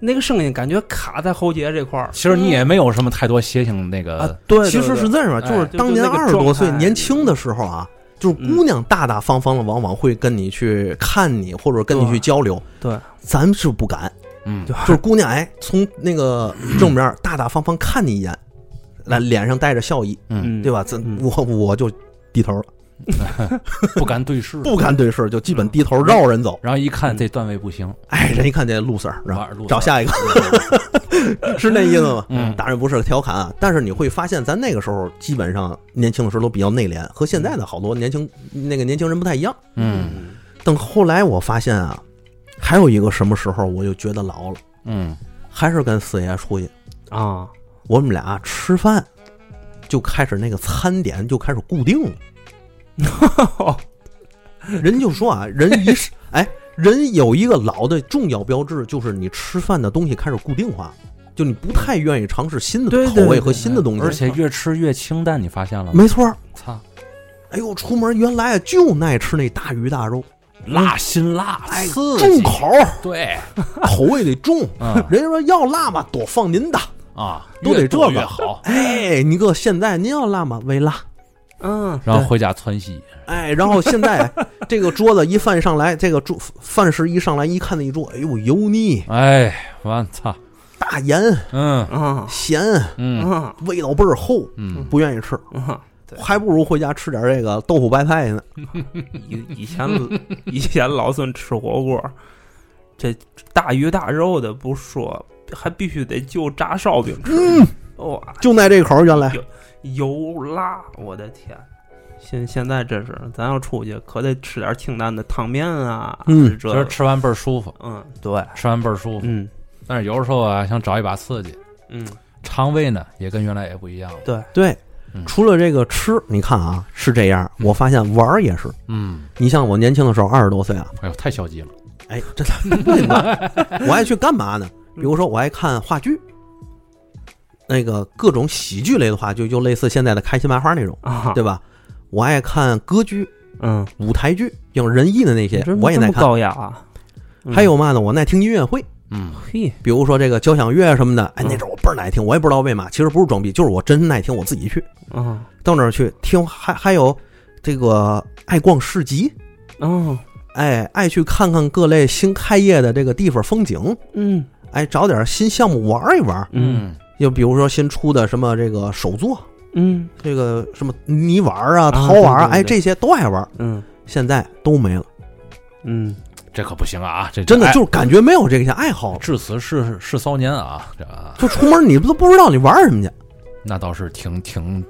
Speaker 3: 那个声音感觉卡在喉结这块儿。
Speaker 1: 其实你也
Speaker 3: 嗯
Speaker 1: 没有什么太多邪性那
Speaker 3: 啊
Speaker 1: 个，，
Speaker 3: 对，对
Speaker 2: 其实是
Speaker 3: 对
Speaker 2: 这样，就
Speaker 1: 哎
Speaker 2: 是当年
Speaker 3: 就是那个
Speaker 2: 二十多岁
Speaker 3: 状态嗯
Speaker 2: 年轻的时候啊，就是姑娘大大方方的，往往会跟你去看你，或者跟你去
Speaker 3: 对
Speaker 2: 交流。
Speaker 3: 对，
Speaker 2: 咱是不敢，
Speaker 1: 嗯，
Speaker 3: 对
Speaker 2: 就是姑娘哎，从那个正面大大方方看你一眼，来脸上带着笑意，
Speaker 1: 嗯，
Speaker 3: 嗯，
Speaker 2: 对吧？咱
Speaker 3: 嗯
Speaker 2: 我我就低头了，
Speaker 1: 不嗯敢对视，
Speaker 2: 不。敢对视，就基本低头绕人走。
Speaker 1: 然后一看这段位不行，
Speaker 2: 哎，人一看这 loser，然后
Speaker 1: 玩儿 loser
Speaker 2: 找下一个，是那意思吗？
Speaker 1: 嗯
Speaker 2: 当然不是调侃啊，但是你会发现，咱那个时候基本上年轻的时候都比较内敛，和现在的好多年轻那个年轻人不太一样。
Speaker 1: 嗯
Speaker 2: 等后来我发现啊，还有一个什么时候我就觉得老了，
Speaker 1: 嗯
Speaker 2: 还是跟四爷出去，
Speaker 3: 啊，
Speaker 2: 我们俩吃饭就开始那个餐点就开始固定了。人就说啊，人一哎，人有一个老的重要标志，就是你吃饭的东西开始固定化，就你不太愿意尝试新的
Speaker 3: 对
Speaker 2: 口
Speaker 3: 对
Speaker 2: 味
Speaker 3: 对
Speaker 2: 和新的东西。啊
Speaker 1: 而且越吃越清淡，你发现了吗？
Speaker 2: 没错儿，
Speaker 1: 操，
Speaker 2: 哎呦，出门原来就爱吃那大鱼大肉，
Speaker 1: 辣辛辣，刺
Speaker 2: 重
Speaker 1: 激，
Speaker 2: 口，
Speaker 1: 对，
Speaker 2: 口味得重。
Speaker 1: 嗯
Speaker 2: 人家说要辣吗？多放您的。
Speaker 1: 啊，
Speaker 2: 都得
Speaker 1: 越
Speaker 2: 这
Speaker 1: 多
Speaker 2: 个
Speaker 1: 越好。
Speaker 2: 哎，你哥，现在您要辣吗？微辣。
Speaker 3: 嗯，
Speaker 1: 然后回家窜稀。
Speaker 2: 哎，然后现在这个桌子一翻上来，这个桌饭食一上来，一看那一桌，哎呦，油腻、
Speaker 1: 哎，我操，
Speaker 2: 大盐、
Speaker 1: 嗯
Speaker 3: 对啊
Speaker 2: 咸，
Speaker 1: 嗯
Speaker 3: 啊
Speaker 2: 味道倍儿厚，
Speaker 1: 嗯，
Speaker 2: 不愿意吃，
Speaker 3: 啊！
Speaker 2: 还不如回家吃点这个豆腐白菜呢。
Speaker 3: 以以前以前老孙吃火锅，这大鱼大肉的不说，还必须得就炸烧饼吃。哇，
Speaker 2: 就耐这口儿，原来
Speaker 3: 油辣，我的天！现现在真是，咱要出去可得吃点清淡的汤面啊，
Speaker 2: 嗯
Speaker 3: 这
Speaker 1: 觉得吃完倍儿舒服，
Speaker 3: 嗯，对，
Speaker 1: 吃完倍儿舒服。
Speaker 3: 嗯
Speaker 1: 但是有时候啊，想找一把刺激，
Speaker 3: 嗯，
Speaker 1: 肠胃呢也跟原来也不一样了。
Speaker 3: 对，
Speaker 2: 对
Speaker 1: 嗯。
Speaker 2: 除了这个吃，你看啊是这样，我发现玩儿也是。
Speaker 1: 嗯，
Speaker 2: 你像我年轻的时候，二十多岁啊，
Speaker 1: 哎呦，太消极了。
Speaker 2: 哎，真的不 明白，我爱去干嘛呢？
Speaker 1: 嗯
Speaker 2: 比如说，我爱看话剧，那个各种喜剧类的话，就就类似现在的开心麻花那种，
Speaker 3: 啊，
Speaker 2: 对吧？我爱看歌剧、
Speaker 3: 嗯，
Speaker 2: 舞台剧，像仁义的那些
Speaker 3: 你这，
Speaker 2: 我也
Speaker 3: 这
Speaker 2: 爱
Speaker 3: 么
Speaker 2: 看。
Speaker 3: 高雅啊。嗯
Speaker 2: 还有嘛呢？我爱听音乐会，
Speaker 1: 嗯
Speaker 3: 嘿，
Speaker 2: 比如说这个交响乐什么的，哎，
Speaker 3: 嗯
Speaker 2: 那阵儿我倍儿爱听，我也不知道为嘛，其实不是装逼，就是我真是爱听，我自己去
Speaker 3: 啊
Speaker 2: 到那儿去听，还还有这个爱逛市集，
Speaker 3: 哦，
Speaker 2: 哎，爱去看看各类新开业的这个地方风景，
Speaker 3: 嗯
Speaker 2: 哎，找点新项目玩一玩，
Speaker 3: 嗯
Speaker 2: 就比如说新出的什么这个手作，
Speaker 3: 嗯
Speaker 2: 这个什么泥玩啊、
Speaker 3: 啊
Speaker 2: 陶玩啊，
Speaker 3: 对对对
Speaker 2: 哎，这些都爱玩，
Speaker 3: 嗯
Speaker 2: 现在都没了，
Speaker 3: 嗯，
Speaker 1: 这可不行啊！这
Speaker 2: 真的
Speaker 1: 哎
Speaker 2: 就是感觉没有这些爱好了，
Speaker 1: 至此是是骚年啊！这啊
Speaker 2: 就出门你不都不知道你玩什么去，
Speaker 1: 那倒是挺挺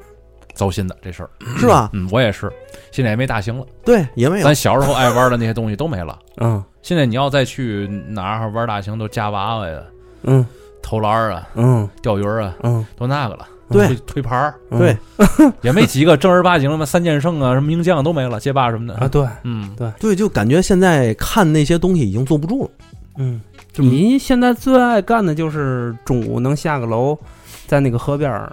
Speaker 1: 糟心的这事儿。
Speaker 2: 是吧？
Speaker 1: 嗯，哎我也是，现在也没大兴了。
Speaker 2: 对，也没有
Speaker 1: 咱，小时候爱玩的那些东西都没了。
Speaker 3: 嗯
Speaker 1: 现在你要再去哪儿玩大型，都夹娃娃呀、
Speaker 3: 嗯
Speaker 1: 投篮儿啊、
Speaker 3: 嗯
Speaker 1: 钓鱼儿啊，
Speaker 3: 嗯，
Speaker 1: 都那个了。
Speaker 2: 对
Speaker 1: 推推牌儿
Speaker 3: 嗯
Speaker 2: 对
Speaker 1: 也没几个正儿八经什么三剑圣啊、什么名将都没了，街霸什么
Speaker 3: 啊，
Speaker 1: 的。
Speaker 3: 对，
Speaker 1: 嗯，
Speaker 2: 对，就感觉现在看那些东西已经坐不住了。
Speaker 3: 嗯，
Speaker 2: 这么
Speaker 3: 你现在最爱干的就是中午能下个楼，在那个河边儿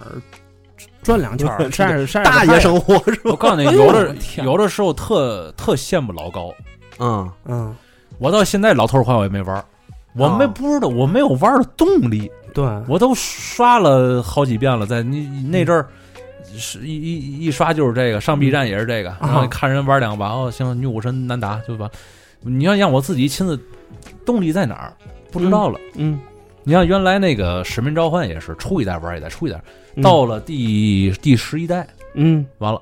Speaker 3: 转两圈儿， 晒晒晒
Speaker 2: 大
Speaker 3: 个太
Speaker 2: 爷
Speaker 3: 阳，
Speaker 2: 生活是吧？
Speaker 1: 我告诉你，
Speaker 3: 哎呦
Speaker 1: 有
Speaker 3: 我
Speaker 1: 的
Speaker 3: 天
Speaker 1: 有的时候特特羡慕老高，
Speaker 2: 嗯，
Speaker 3: 嗯，
Speaker 1: 我到现在老头儿环我也没玩儿，我没
Speaker 3: 啊
Speaker 2: 哦
Speaker 1: 不知道，我没有玩儿的动力。
Speaker 3: 对，
Speaker 1: 我都刷了好几遍了，在你你那阵儿。
Speaker 3: 嗯
Speaker 1: 是一一一刷就是这个，上 B 站也是这
Speaker 3: 啊
Speaker 1: 个，然后看人玩两把，哦，行，女武神难打，对吧？你要让我自己亲自，动力在哪儿？不知道了。
Speaker 3: 嗯，
Speaker 1: 你像原来那个《使命召唤》也是出一代玩一代，出一代，
Speaker 3: 嗯
Speaker 1: 到了第第十一代，
Speaker 3: 嗯，
Speaker 1: 完了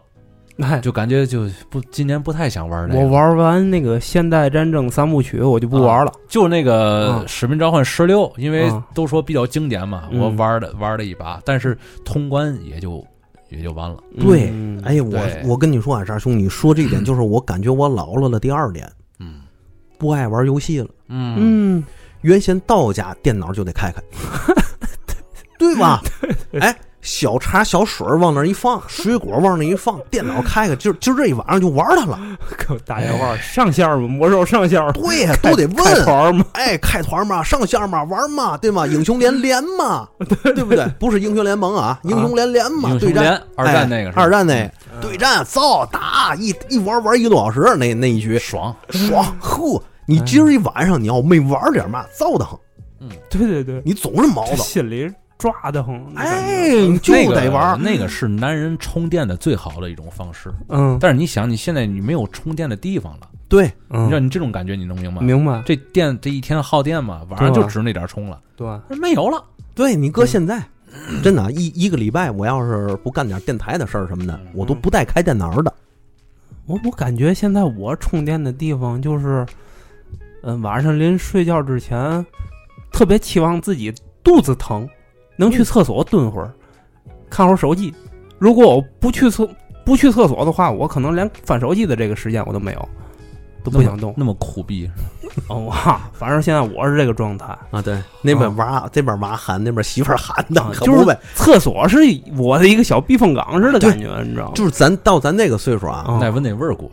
Speaker 3: 哎，
Speaker 1: 就感觉就不今年不太想玩这个。
Speaker 3: 我玩完那个现代战争三部曲，我就
Speaker 2: 啊
Speaker 3: 不玩了，
Speaker 1: 就那个
Speaker 3: 嗯
Speaker 1: 《使命召唤十六》，因为
Speaker 3: 嗯
Speaker 1: 都说比较经典嘛，
Speaker 3: 嗯
Speaker 1: 我玩的玩了一把，但是通关也就也就完了。
Speaker 2: 对
Speaker 3: 嗯
Speaker 2: 哎，呀，我
Speaker 1: 对
Speaker 2: 我跟你说啊，沙兄，你说这一点就是我感觉我老了的第二点，
Speaker 1: 嗯
Speaker 2: 不爱玩游戏了。
Speaker 1: 嗯
Speaker 3: 嗯，
Speaker 2: 原先到家电脑就得开开，对吧？哎，小茶小水儿往那儿一放，水果往那儿一放，电脑开开，今儿今儿这一晚上就玩它了。
Speaker 3: 给我打电话上线儿吗？魔兽上线儿吗
Speaker 2: 对呀，都得
Speaker 3: 开
Speaker 2: 问，
Speaker 3: 团吗？
Speaker 2: 哎，开团嘛，上线嘛，玩嘛，对吗？英雄联连 嘛，对不对？不是英雄联盟啊，英雄联连嘛，
Speaker 1: 英
Speaker 2: 对
Speaker 1: 雄
Speaker 2: 战
Speaker 1: 联二战
Speaker 2: 哎
Speaker 1: 那个是吧，嗯
Speaker 2: 二战那对战造打一一玩玩一个多小时，那那一局
Speaker 1: 爽，
Speaker 2: 爽呵。你今儿一晚上你要没玩点嘛，糟的很，
Speaker 3: 对对对，
Speaker 2: 你总是毛
Speaker 3: 这
Speaker 2: 的。
Speaker 3: 心里抓得慌，那感
Speaker 2: 哎，
Speaker 3: 觉
Speaker 2: 你就
Speaker 1: 那个嗯
Speaker 2: 得玩。
Speaker 1: 那个是男人充电的最好的一种方式。
Speaker 3: 嗯，
Speaker 1: 但是你想，你现在你没有充电的地方了，
Speaker 2: 对，
Speaker 1: 你
Speaker 3: 嗯
Speaker 1: 知道你这种感觉，你能明白吗？
Speaker 3: 明白，
Speaker 1: 这电这一天耗电嘛，晚上
Speaker 3: 对
Speaker 1: 就
Speaker 3: 啊
Speaker 1: 只那点儿充了，
Speaker 3: 对，
Speaker 1: 没有了。
Speaker 2: 对你搁现在，真的一一个礼拜，我要是不干点电台的事儿什么的，
Speaker 1: 嗯
Speaker 2: 我都不带开电脑的。
Speaker 3: 我我感觉现在我充电的地方就是，嗯、晚上临睡觉之前，特别期望自己肚子疼，能去厕所蹲会儿，看会儿手机。如果我不去厕不去厕所的话，我可能连翻手机的这个时间我都没有，都不想动。
Speaker 1: 那么苦逼，
Speaker 3: 哦哇，反正现在我是这个状态。
Speaker 2: 啊，
Speaker 1: 嗯
Speaker 2: 对，那边娃，这边娃喊，那边媳妇儿喊的
Speaker 3: 啊，
Speaker 2: 可
Speaker 3: 就是
Speaker 2: 不呗。
Speaker 3: 厕所是我的一个小避风港似的感觉，你知道吗？
Speaker 2: 就是咱到咱这个岁数啊，
Speaker 3: 啊
Speaker 1: 那闻那味儿过。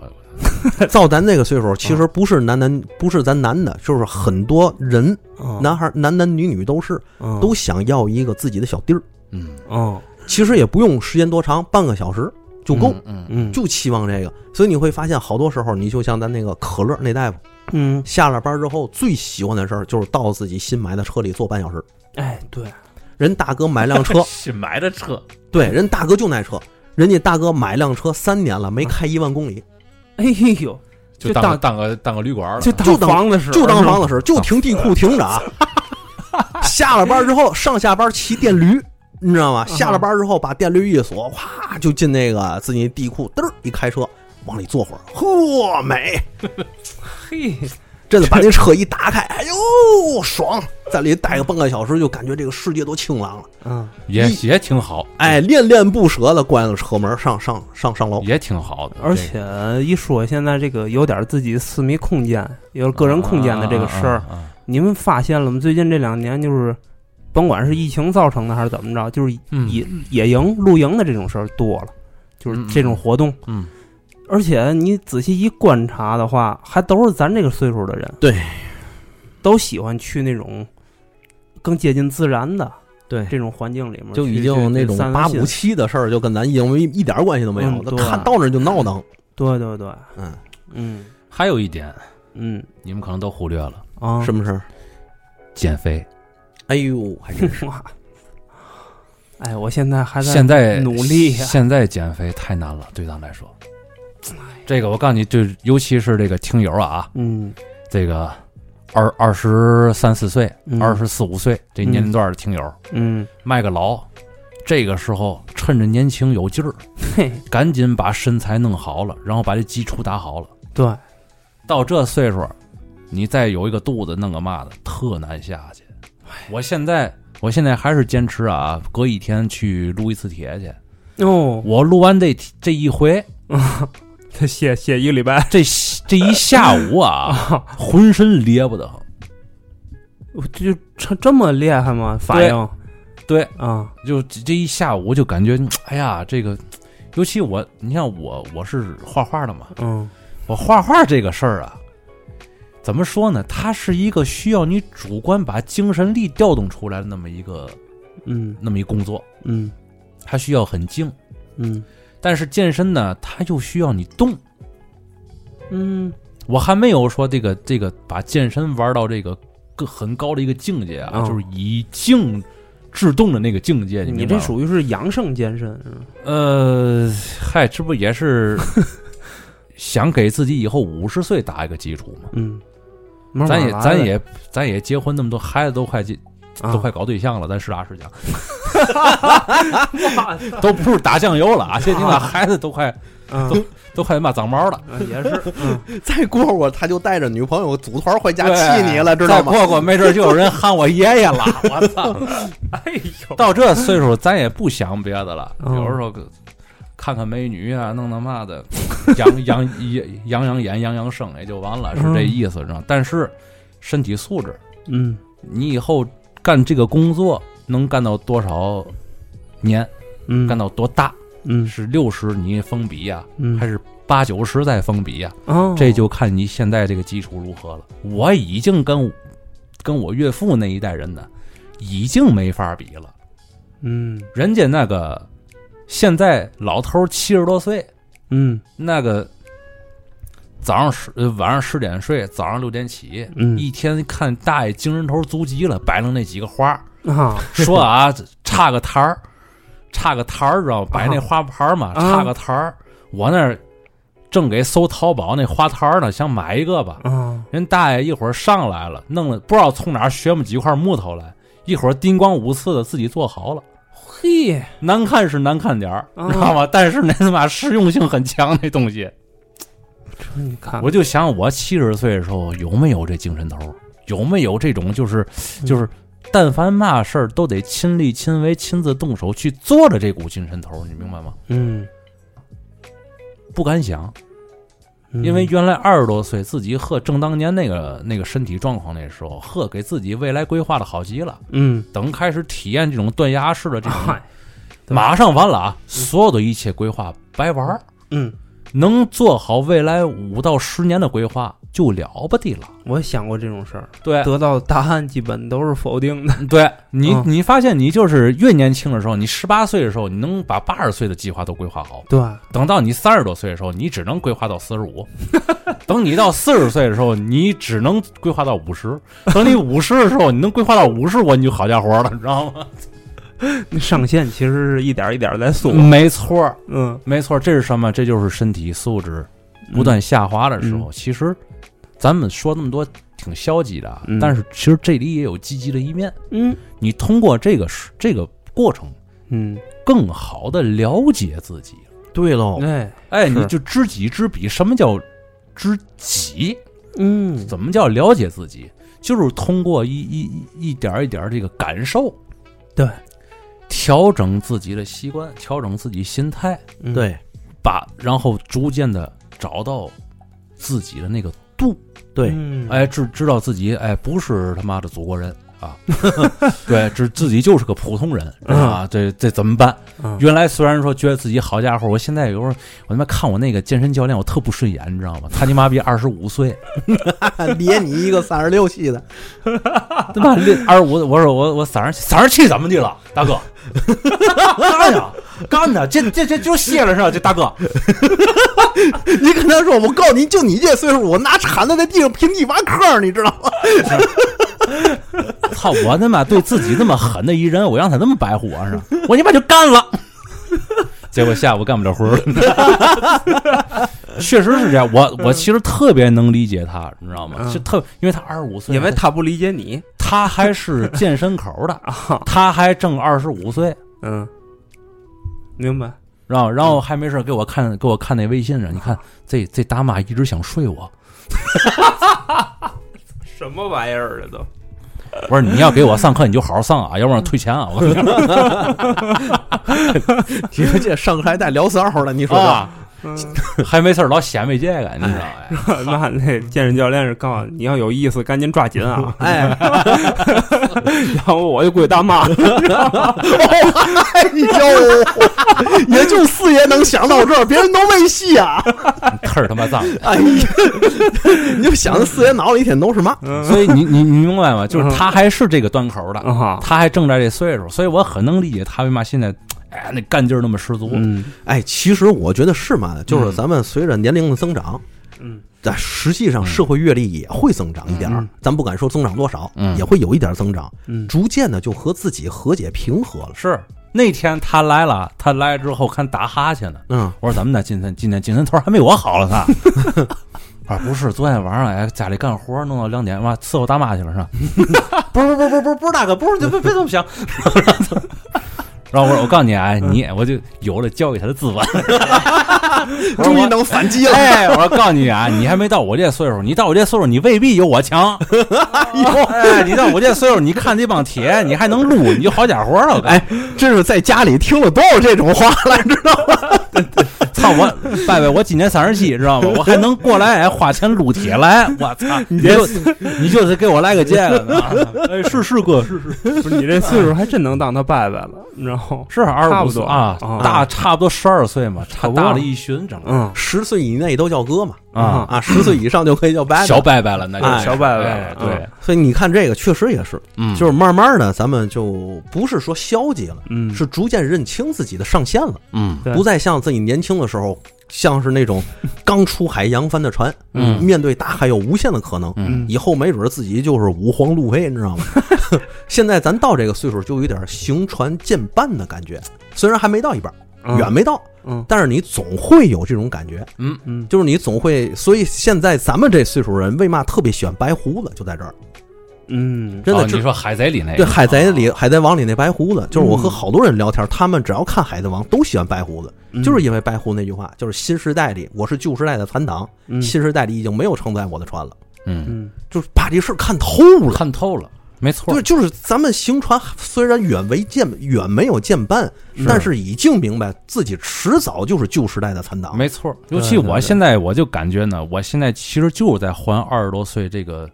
Speaker 2: 到咱这个岁数，
Speaker 1: 啊
Speaker 2: 其实不是男男，不是咱男的，就是很多人，
Speaker 1: 啊
Speaker 3: 嗯
Speaker 2: 男孩男男女女都是
Speaker 3: 嗯
Speaker 2: 都想要一个自己的小地儿。
Speaker 1: 嗯，
Speaker 3: 嗯
Speaker 2: 其实也不用时间多长，半个小时就够，
Speaker 1: 嗯。嗯，
Speaker 3: 嗯
Speaker 2: 就期望这个。所以你会发现，好多时候你就像咱那个可乐那大夫，
Speaker 3: 嗯
Speaker 2: 下了班之后最喜欢的事儿就是到自己新买的车里坐半小时。
Speaker 3: 哎对
Speaker 2: 人大哥买辆车
Speaker 1: ，新买的车，
Speaker 2: 对，人大哥就那车。人家大哥买辆车三年了，没开一万公里，
Speaker 3: 哎呦，
Speaker 1: 就
Speaker 3: 就
Speaker 1: 当个
Speaker 3: 当
Speaker 1: 当个当个旅馆了，
Speaker 3: 就
Speaker 2: 就
Speaker 3: 当
Speaker 2: 当
Speaker 3: 房子使，
Speaker 2: 就当房子使，就停地库停着 啊。下了班之后，上下班骑电驴，你知道吗？
Speaker 3: 嗯
Speaker 2: 下了班之后把电驴一锁，哗就进那个自己地库，嘚儿一开车往里坐会儿，嚯美！
Speaker 3: 嘿，
Speaker 2: 真的把那车一打开，哎呦爽，在里待个半个小时，就感觉这个世界都晴朗了。
Speaker 3: 嗯，
Speaker 1: 也
Speaker 2: 一
Speaker 1: 也挺好，
Speaker 2: 哎，恋恋不舍的关了车门，上上上上
Speaker 3: 嗯
Speaker 2: 楼。
Speaker 1: 也挺好的，
Speaker 3: 而且一说现在这个有点自己私密空间，有个人空间的这个事儿，
Speaker 1: 啊，啊啊啊
Speaker 3: 你们发现了吗？最近这两年就是，甭管是疫情造成的还是怎么着，就是
Speaker 1: 嗯
Speaker 3: 野野营、露营的这种事儿多了，就是这种活动。
Speaker 1: 嗯，
Speaker 3: 而且你仔细一观察的话，还都是咱这个岁数的人，
Speaker 2: 对，
Speaker 3: 都喜欢去那种更接近自然的
Speaker 2: 对
Speaker 3: 这种环境里面，
Speaker 2: 就
Speaker 3: 去
Speaker 2: 已经那种八五，
Speaker 3: 去去散散心
Speaker 2: 七的事儿，就跟咱因为一点关系都没有
Speaker 3: 嗯。
Speaker 2: 那
Speaker 3: 对
Speaker 2: 看到那就闹腾，
Speaker 3: 对对对，
Speaker 2: 嗯，
Speaker 3: 嗯
Speaker 1: 还有一点
Speaker 3: 嗯
Speaker 1: 你们可能都忽略了，
Speaker 3: 啊，
Speaker 2: 什么事儿？
Speaker 1: 减肥。
Speaker 2: 哎呦，还真是。
Speaker 3: 哇， 哎，我现在还在
Speaker 1: 现在
Speaker 3: 努力呀、
Speaker 1: 现在减肥太难了，对咱来说。这个我告诉你，就是尤其是这个听友啊，
Speaker 3: 嗯，
Speaker 1: 这个二二十三四岁、
Speaker 3: 嗯
Speaker 1: 二十四五岁这年龄段的听友，
Speaker 3: 嗯，
Speaker 1: 卖个劳，这个时候趁着年轻有劲儿，
Speaker 3: 嘿，
Speaker 1: 赶紧把身材弄好了，然后把这基础打好了。
Speaker 3: 对，
Speaker 1: 到这岁数，你再有一个肚子弄个嘛的，特难下去。我现在我现在还是坚持啊，隔一天去撸一次铁去。
Speaker 3: 哦，
Speaker 1: 我录完这这一回，
Speaker 3: 他写写一个礼拜
Speaker 1: 这这一下午啊，
Speaker 3: 啊，
Speaker 1: 浑身咧不得慌。
Speaker 3: 我这就这这么厉害吗？反应
Speaker 1: 对，
Speaker 3: 啊，
Speaker 1: 就这这一下午就感觉，哎呀，这个，尤其我，你像我，我是画画的嘛，
Speaker 3: 嗯
Speaker 1: 我画画这个事儿啊，怎么说呢？它是一个需要你主观把精神力调动出来的那么一个
Speaker 3: 嗯
Speaker 1: 那么一工作，
Speaker 3: 嗯
Speaker 1: 它需要很静。
Speaker 3: 嗯
Speaker 1: 但是健身呢，它又需要你动。
Speaker 3: 嗯
Speaker 1: 我还没有说这个这个把健身玩到这个更很高的一个境界啊，
Speaker 3: 嗯
Speaker 1: 就是以静制动的那个境界。
Speaker 3: 嗯，
Speaker 1: 你
Speaker 3: 你
Speaker 1: 明白
Speaker 3: 这
Speaker 1: 吗
Speaker 3: 属于是阳盛健身，
Speaker 1: 呃，嗨，这不也是 想给自己以后五十岁打一个基础吗？
Speaker 3: 嗯，慢慢
Speaker 1: 咱也
Speaker 3: 来
Speaker 1: 咱
Speaker 3: 呗
Speaker 1: 也咱也结婚那么多，孩子都快结
Speaker 3: 啊
Speaker 1: 都 快搞对象了，咱实打实讲，都不是打酱油了啊！现 在你把孩子都快
Speaker 3: 啊
Speaker 1: 都快骂脏毛了，
Speaker 3: 啊也是， 嗯
Speaker 2: 再过会儿他就带着女朋友组团回家
Speaker 1: 对
Speaker 2: 气你了，知道吗
Speaker 1: 再？过过没准就有人喊我爷爷 了，我操！
Speaker 3: 哎呦，
Speaker 1: 到这岁数，咱也不想别的了，
Speaker 3: 嗯
Speaker 1: 有时候看看美女啊，弄弄嘛的， 养养养养眼、养养生也就完了，是
Speaker 2: 嗯
Speaker 1: 这意思，知道吗？但是身体素质，
Speaker 3: 嗯
Speaker 1: 你以后干这个工作能干到多少年，
Speaker 3: 嗯，
Speaker 1: 干到多大？
Speaker 3: 嗯
Speaker 1: 是六十你封笔呀、
Speaker 3: 嗯
Speaker 1: 还是八九十再封笔呀、
Speaker 3: 哦，
Speaker 1: 这就看你现在这个基础如何了。我已经跟跟我岳父那一代人呢，已经没法比了。
Speaker 3: 嗯
Speaker 1: 人家那个现在老头七十多岁，
Speaker 3: 嗯
Speaker 1: 那个早上十呃晚上十点睡，早上六点起，
Speaker 3: 嗯
Speaker 1: 一天看大爷精神头足极了，摆弄那几个花 儿，
Speaker 3: 啊，
Speaker 1: 说啊插个台儿，插个台儿知道吗？摆那花盘嘛，
Speaker 3: 啊
Speaker 1: 插个台儿。我那儿正给搜淘宝那花摊儿呢，想买一个吧。
Speaker 3: 啊，
Speaker 1: 人大爷一会儿上来了，弄了不知道从哪儿学么几块木头来，一会儿叮咣五次的自己做好了。
Speaker 3: 嘿，
Speaker 1: 难看是难看点儿，
Speaker 3: 啊
Speaker 1: 知道吗？但是那他妈实用性很强，那东西，
Speaker 3: 这你看，
Speaker 1: 我就想我七十岁的时候有没有这精神头儿，有没有这种就是就是，但凡嘛事儿都得亲力亲为、亲自动手去做的这股精神头儿，你明白吗？
Speaker 3: 嗯，
Speaker 1: 不敢想，
Speaker 3: 嗯
Speaker 1: 因为原来二十多岁自己呵正当年那个那个身体状况那时候，呵给自己未来规划的好极了。
Speaker 3: 嗯，
Speaker 1: 等开始体验这种断崖式的这种，
Speaker 3: 嗨，对
Speaker 1: 马上完了啊！所有的一切规划白玩儿。
Speaker 3: 嗯，
Speaker 1: 能做好未来五到十年的规划就了不地了。
Speaker 3: 我也想过这种事儿，
Speaker 1: 对
Speaker 3: 得到答案基本都是否 定的。
Speaker 1: 对，你、
Speaker 3: 嗯
Speaker 1: 你发现你就是越年轻的时候，你十八岁的时候，你能把八十岁的计划都规划好；
Speaker 3: 对，
Speaker 1: 等到你三十多岁的时候，你只能规划到四十 五；等你到四十岁的时候，你只能规划到五十；等你五十的时候，你能规划到五十，我你就好家伙了，你知道吗？
Speaker 3: 上限其实是一点儿一点儿在缩。
Speaker 1: 没错儿，
Speaker 3: 嗯，
Speaker 1: 没错儿，这是什么？这就是身体素质不断下滑的时候。
Speaker 3: 嗯
Speaker 1: 其实，咱们说那么多挺消极的啊，
Speaker 3: 嗯
Speaker 1: 但是其实这里也有积极的一面。
Speaker 3: 嗯
Speaker 1: 你通过这个是这个过程，
Speaker 3: 嗯，
Speaker 1: 更好的了解自己。
Speaker 2: 对喽，
Speaker 3: 哎，
Speaker 1: 哎，
Speaker 3: 是
Speaker 1: 你就知己知彼，什么叫知己？
Speaker 3: 嗯，
Speaker 1: 怎么叫了解自己？就是通过一一一一点儿一点儿这个感受，
Speaker 3: 对，
Speaker 1: 调整自己的习惯，调整自己心态，
Speaker 3: 嗯，
Speaker 2: 对
Speaker 1: 把然后逐渐的找到自己的那个度，
Speaker 2: 对，
Speaker 3: 嗯，
Speaker 1: 哎，知知道自己哎不是他妈的祖国人啊， 对，知自己就是个普通人啊，这这怎么办？
Speaker 3: 嗯，
Speaker 1: 原来虽然说觉得自己好家伙，我现在有时候我他妈看我那个健身教练，我特不顺眼，你知道吗？他你妈逼二十五岁，
Speaker 2: 别你一个三十六系的，
Speaker 1: 他妈六二十五，我说我我三十七三十七怎么的了，大哥？ 干呀干呀，这这这就歇了是吧？这大哥，
Speaker 2: 你跟他说，我告诉你，就你这岁数，我拿铲子在地上平地挖坑，你知道 吗？
Speaker 1: 操我他妈对自己那么狠的一人，我让他那么白活是吧？我他妈就干了， 结果下午干不了活儿了。 确实是这样，我我其实特别能理解他，你知道吗？
Speaker 3: 嗯
Speaker 1: 就特因为他二十五岁，
Speaker 3: 因为他不理解你
Speaker 1: 他还是健身口的，
Speaker 3: 啊，
Speaker 1: 他还正二十五岁，
Speaker 3: 嗯，明白，
Speaker 1: 然后然后还没事儿给我看给我看那微信呢，你看这这大妈一直想睡我，
Speaker 3: 什么玩意儿这都，
Speaker 1: 我说你要给我上课你就好好上啊，要不然我退钱啊！我跟你说
Speaker 2: 你说这上课还带聊骚了，你说
Speaker 1: 啊
Speaker 2: 吧，，
Speaker 3: 嗯
Speaker 1: 还没事儿老显摆这个，你知道哎
Speaker 3: 那那健身教练是告诉你，你要有意思，赶紧抓紧 啊，
Speaker 2: 哎，
Speaker 3: 要不我就归大 妈。
Speaker 2: 哎呦，也就四爷能想到这儿，别人都没戏啊！
Speaker 1: 忒儿他妈脏。
Speaker 2: 哎呀， 你就想着四爷脑里一天都是嘛？
Speaker 3: 嗯
Speaker 1: 所以你你你明白 吗？就是他还是这个端口的，
Speaker 3: 啊，
Speaker 1: 他还正在这岁数，所以我很能理解他为嘛现在哎那干劲儿那么十足。
Speaker 3: 嗯
Speaker 2: 哎，其实我觉得是嘛，就是
Speaker 1: 嗯
Speaker 2: 咱们随着年龄的增长，
Speaker 3: 嗯
Speaker 2: 但实际上
Speaker 1: 嗯
Speaker 2: 社会阅历也会增长一点儿
Speaker 3: 嗯，
Speaker 2: 咱不敢说增长多少，
Speaker 1: 嗯
Speaker 2: 也会有一点儿增长，
Speaker 3: 嗯，
Speaker 2: 逐渐的就和自己和解平和了。
Speaker 1: 是那天他来了，他来之后看打哈欠呢，
Speaker 2: 嗯，
Speaker 1: 我说咱们那今天今天精神头儿还没我好了呢。 我说不是，昨天晚上哎家里干活弄到两点，妈伺候大妈去了是吧？ 不是不是不是不是不是大哥，不是别别这么想。 然后我说我告诉你哎你我就有了教给他的资本，我说
Speaker 2: 终于
Speaker 1: 我
Speaker 2: 能反击 了。
Speaker 1: 哎我说告诉你啊，你还没到我这岁数，你到我这岁数你未必有我强。哎，你到我这岁数，你看这帮铁，你还能撸，你就好家伙了。我告诉你
Speaker 2: 哎，真是在家里听了多少这种话来着？
Speaker 1: 操我，拜拜！我今年三十七，知道吗？我还能过来，哎，花钱撸铁来，我操！你就你就是给我来个这个呢，哎，是是哥，是是
Speaker 3: 不是你这岁数还真能当他伯伯了，你知道吗？
Speaker 1: 是，二
Speaker 3: 差
Speaker 1: 十
Speaker 3: 不
Speaker 1: 五
Speaker 3: 多
Speaker 1: 岁啊
Speaker 3: 啊，
Speaker 1: 大差不多十二岁嘛，差
Speaker 3: 可不
Speaker 1: 大了一旬整
Speaker 3: 嗯，
Speaker 2: 十岁以内都叫哥嘛，
Speaker 1: 啊，
Speaker 2: 啊，十岁以上就可以叫伯伯。
Speaker 1: 小拜拜了，那
Speaker 2: 哎
Speaker 1: 就
Speaker 3: 小伯伯
Speaker 1: 哎对，
Speaker 2: 所以你看这个确实也是，
Speaker 1: 嗯
Speaker 2: 就是慢慢的，咱们就不是说消极了，
Speaker 3: 嗯，
Speaker 2: 是逐渐认清自己的上限了，
Speaker 1: 嗯
Speaker 3: 对
Speaker 2: 不再像自己年轻的时候，像是那种刚出海扬帆的船，
Speaker 1: 嗯
Speaker 2: 面对大海有无限的可能，
Speaker 1: 嗯
Speaker 2: 以后没准自己就是五皇路飞，你知道吗？ 现在咱到这个岁数，就有点行船渐半的感觉，虽然还没到一半，远没到，
Speaker 3: 嗯
Speaker 2: 但是你总会有这种感觉，
Speaker 1: 嗯，
Speaker 3: 嗯，
Speaker 2: 就是你总会，所以现在咱们这岁数人为嘛特别喜欢白胡子，就在这儿，
Speaker 3: 嗯，
Speaker 2: 真的
Speaker 1: 哦
Speaker 2: 就
Speaker 1: 你说海贼里那个
Speaker 2: 对《海
Speaker 1: 哦
Speaker 2: 贼》里《海贼王》里那白胡子，就是我
Speaker 1: 嗯
Speaker 2: 和好多人聊天，他们只要看《海贼王》都喜欢白胡子，
Speaker 1: 嗯
Speaker 2: 就是因为白胡子那句话，就是新时代里我是旧时代的残党，
Speaker 3: 嗯
Speaker 2: 新时代里已经没有承载我的船了，
Speaker 1: 嗯，
Speaker 3: 嗯
Speaker 2: 就是把这事儿看透了。
Speaker 1: 看透了，没错
Speaker 2: 对，，就是咱们行船虽然远为见远没有见半，但是已经明白自己迟早就是旧时代的残党。
Speaker 1: 没错。
Speaker 3: 对
Speaker 1: 尤其
Speaker 3: 对对
Speaker 1: 我现在我就感觉呢，我现在其实就是在还二十多岁这个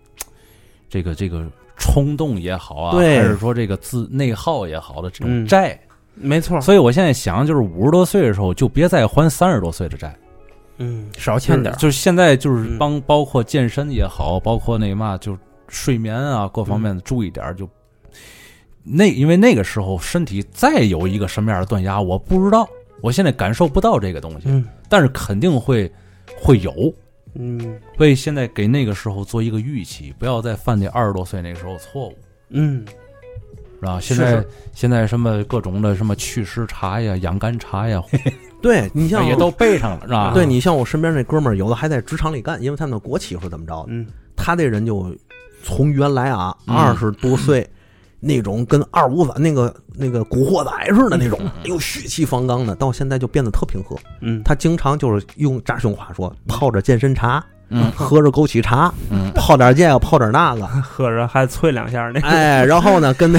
Speaker 1: 这个这个冲动也好啊，
Speaker 2: 对
Speaker 1: 还是说这个自内耗也好的这种
Speaker 3: 嗯
Speaker 1: 债。
Speaker 3: 没错，
Speaker 1: 所以我现在想，就是五十多岁的时候，就别再还三十多岁的债，
Speaker 3: 嗯，少欠点儿，
Speaker 1: 就是现在就是
Speaker 3: 嗯
Speaker 1: 帮包括健身也好，包括那嘛，就是睡眠啊各方面的注意点儿，就那因为那个时候身体再有一个什么样的断崖，我不知道，我现在感受不到这个东西，
Speaker 3: 嗯
Speaker 1: 但是肯定会会有。
Speaker 3: 嗯
Speaker 1: 所以现在给那个时候做一个预期，不要再犯那二十多岁那个时候错误。
Speaker 3: 嗯，
Speaker 1: 是吧？
Speaker 3: 是
Speaker 1: 现在
Speaker 3: 是
Speaker 1: 现在什么各种的什么祛湿茶呀、养肝茶呀，
Speaker 2: 对你像
Speaker 1: 哎也都啊备上了，是吧？
Speaker 2: 对你像我身边那哥们儿，有的还在职场里干，因为他们的国企或怎么着的，
Speaker 3: 嗯，
Speaker 2: 他这人就从原来啊
Speaker 1: 嗯
Speaker 2: 二十多岁。那种跟二五仔那个那个古惑仔似的那
Speaker 1: 嗯
Speaker 2: 种，哎呦血气方刚的，到现在就变得特平和。
Speaker 3: 嗯，
Speaker 2: 他经常就是用扎胸话说，泡着健身茶，
Speaker 1: 嗯
Speaker 2: 喝着枸杞茶，
Speaker 1: 嗯，
Speaker 2: 泡点这个，泡点那 个，
Speaker 3: 喝着还啐两下那个，
Speaker 2: 哎，然后呢，跟那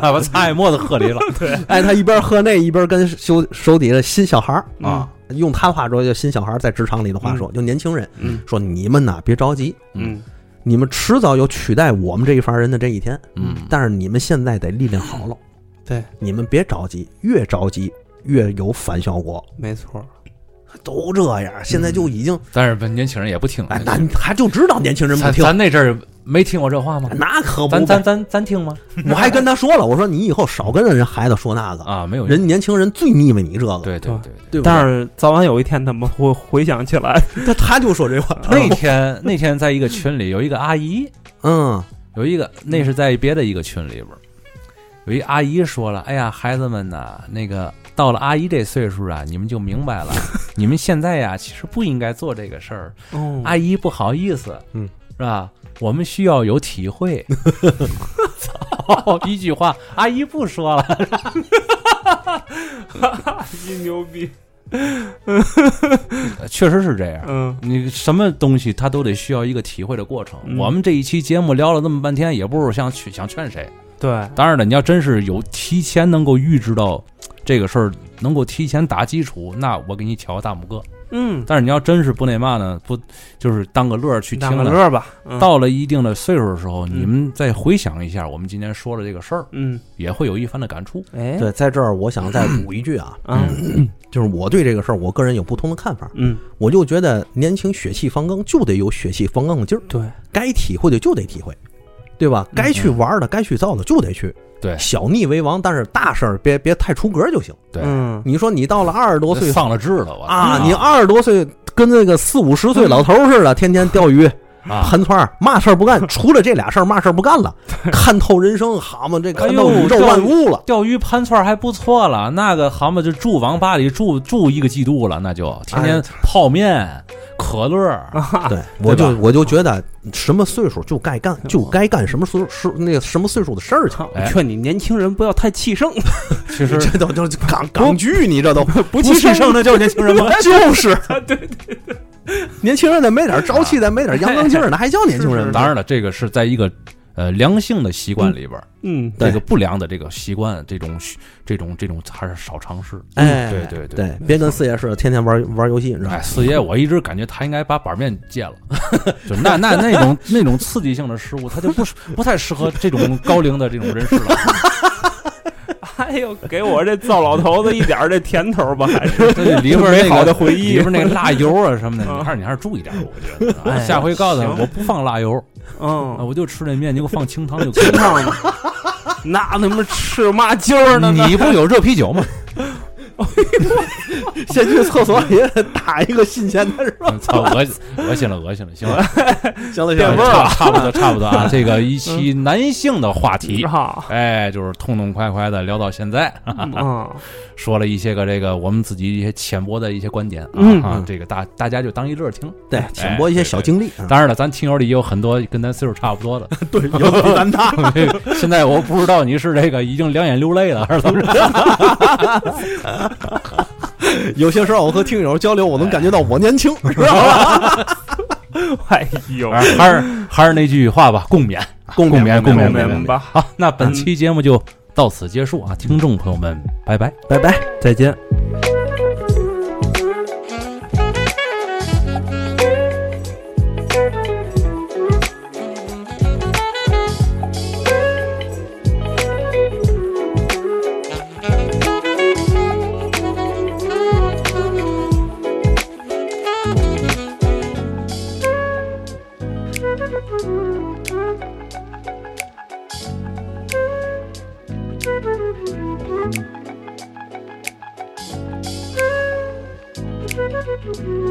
Speaker 1: 把我擦一沫子喝里了
Speaker 2: 哎，他一边喝那一边跟手手底下新小孩儿，
Speaker 3: 嗯
Speaker 1: 啊！
Speaker 2: 用他话说叫新小孩儿，在职场里的话说就年轻人，
Speaker 3: 嗯
Speaker 2: 说你们呐别着急，
Speaker 3: 嗯
Speaker 2: 你们迟早有取代我们这一伐人的这一天，
Speaker 1: 嗯，
Speaker 2: 但是你们现在得历练好了，
Speaker 3: 对，
Speaker 2: 你们别着急，越着急越有反效果，
Speaker 3: 没错儿，
Speaker 2: 都这样，现在就已经，
Speaker 1: 但是吧年轻人也不听，
Speaker 2: 嗯哎，咱他就知道年轻人不
Speaker 1: 咱
Speaker 2: 听。
Speaker 1: 咱那阵儿没听过这话吗？
Speaker 2: 那可不
Speaker 1: 咱
Speaker 2: 呗，
Speaker 1: 咱咱咱听吗？
Speaker 2: 我还跟他说了，我说你以后少跟人孩子说那个，
Speaker 1: 啊，没有
Speaker 2: 人年轻人最腻歪你这个，
Speaker 1: 对对对。
Speaker 2: 对不对
Speaker 3: 但是早晚有一天他们会回想起来，
Speaker 2: 他他就说这 话，
Speaker 1: 那天那天在一个群里有一个阿姨，
Speaker 2: 嗯
Speaker 1: 有一个那是在别的一个群里边儿，有一阿姨说了：“哎呀，孩子们呐，那个到了阿姨这岁数啊，你们就明 白了，你们现在呀其实不应该做这个事儿。
Speaker 3: 哦
Speaker 1: 阿姨不好意思，
Speaker 2: 嗯，
Speaker 1: 是吧？我们需要有体会。 操，一句话，阿姨不说了。”
Speaker 3: 一牛逼，
Speaker 1: 确实是这样。
Speaker 3: 嗯，
Speaker 1: 你什么东西它都得需要一个体会的过程。
Speaker 3: 嗯
Speaker 1: 我们这一期节目聊了这么半天，也不是想去想劝谁。
Speaker 3: 对，
Speaker 1: 当然了，你要真是有提前能够预知到这个事儿，能够提前打基础，那我给你挑个大拇哥。
Speaker 3: 嗯，
Speaker 1: 但是你要真是不那嘛呢，不就是当个乐儿去听
Speaker 3: 当个
Speaker 1: 了。
Speaker 3: 乐吧，嗯
Speaker 1: 到了一定的岁数的时候，
Speaker 3: 嗯
Speaker 1: 你们再回想一下我们今天说的这个事儿，
Speaker 3: 嗯，
Speaker 1: 也会有一番的感触。
Speaker 3: 哎，
Speaker 2: 对，在这儿我想再补一句啊，
Speaker 3: 嗯
Speaker 2: 就是我对这个事儿，我个人有不同的看法，
Speaker 3: 嗯，
Speaker 2: 我就觉得年轻血气方刚就得有血气方刚的劲儿，
Speaker 3: 对，
Speaker 2: 该体会的就得体会。对吧？该去玩的、该去造的就得去，
Speaker 1: 嗯对
Speaker 2: 小逆为王，但是大事儿别别太出格就行。
Speaker 1: 对
Speaker 3: 嗯，
Speaker 2: 你说你到了二十多岁
Speaker 1: 丧了志了，我
Speaker 2: 啊，
Speaker 1: 操
Speaker 2: 你二十多岁跟那个四五十岁老头儿似的，天天钓鱼、
Speaker 1: 嗯啊，
Speaker 2: 盘串儿，嘛事儿不干，除了这俩事儿，嘛事儿 不干了，看透人生，蛤蟆这看透宇宙万物了。
Speaker 1: 哎钓鱼盘串还不错了，那个蛤蟆就住网吧里住住一个季度了，那就天天泡面、可乐，
Speaker 3: 啊
Speaker 2: 对，我就
Speaker 1: 啊对嗯
Speaker 2: 我就觉得什么岁数就该干，就该干什么岁数那个什么岁数的事儿
Speaker 1: 嗯
Speaker 2: 去。
Speaker 3: 操
Speaker 1: 哎
Speaker 3: 我劝你年轻人不要太气 盛，
Speaker 1: 其实
Speaker 2: 这都都港港剧，你这都
Speaker 3: 不
Speaker 1: 不气盛
Speaker 3: 的
Speaker 1: 那就是年轻人 吗？
Speaker 2: 就是，年轻人得没点朝气，得没点阳 刚劲儿，那还叫年轻人
Speaker 1: 当
Speaker 2: 吗？
Speaker 1: 然了，这个啊是在一个呃良性的习惯里边，
Speaker 3: 嗯，
Speaker 2: 对
Speaker 1: 这个不良的这个习惯，这种这种这种还是少尝试。
Speaker 2: 哎，
Speaker 1: 对对对。
Speaker 2: 对，别跟四爷似的，天天玩玩游戏，你知道吗
Speaker 1: 哎，？四爷，我一直感觉他应该把板面戒了， 就那那那种那种刺激性的事物，他就不是 不太适合这种高龄的这种人士 了。
Speaker 3: 哎呦，给我这糟老头子一点儿这甜头吧，还 是
Speaker 1: 对里边儿那个
Speaker 3: 美好的回忆
Speaker 1: 里边儿那个辣油啊什么的，
Speaker 3: 嗯
Speaker 1: 你还是你还是注意点儿，我觉
Speaker 3: 哎
Speaker 1: 得。下回告诉他，
Speaker 3: 行
Speaker 1: 我不放辣油，啊
Speaker 3: 嗯，
Speaker 1: 我就吃那面，你给我放清汤 就可以了。
Speaker 3: 烫吗？那他妈吃嘛劲儿呢？
Speaker 1: 你不有热啤酒吗？
Speaker 2: 先去厕所里打一个新鲜的，是吧？
Speaker 1: 操，恶心恶心了，恶心了，行了，
Speaker 2: 行了，行
Speaker 3: 变
Speaker 2: 了
Speaker 3: 味儿了
Speaker 1: 差不多，差不多 啊。这个一期男性的话题
Speaker 3: 是，哈，
Speaker 1: 哎，就是痛痛快快的聊到现在，啊
Speaker 3: 嗯，
Speaker 1: 说了一些个这个我们自己一些浅薄的一些观点
Speaker 3: 嗯
Speaker 1: 啊啊，这个大大家就当一乐儿听。
Speaker 2: 对，浅薄一些小经历，啊
Speaker 1: 当然了，咱听友里也有很多跟咱岁数差不多 的，
Speaker 2: 对，有比咱大。
Speaker 1: 现在我不知道你是这个已经两眼流泪了，还是怎 么着？
Speaker 2: 有些时候我和听友交流，我能感觉到我年轻，知道吧？
Speaker 3: 哎呦，
Speaker 1: 还啊是还是还是那句话吧，共勉，共勉，共
Speaker 3: 共
Speaker 1: 勉，
Speaker 3: 勉
Speaker 1: 吧。
Speaker 3: 吧，
Speaker 1: 好，那
Speaker 3: 嗯
Speaker 1: 本期节目就到此结束啊，听众朋友们，拜拜。
Speaker 2: 拜拜。
Speaker 3: 再见。
Speaker 4: Thank you.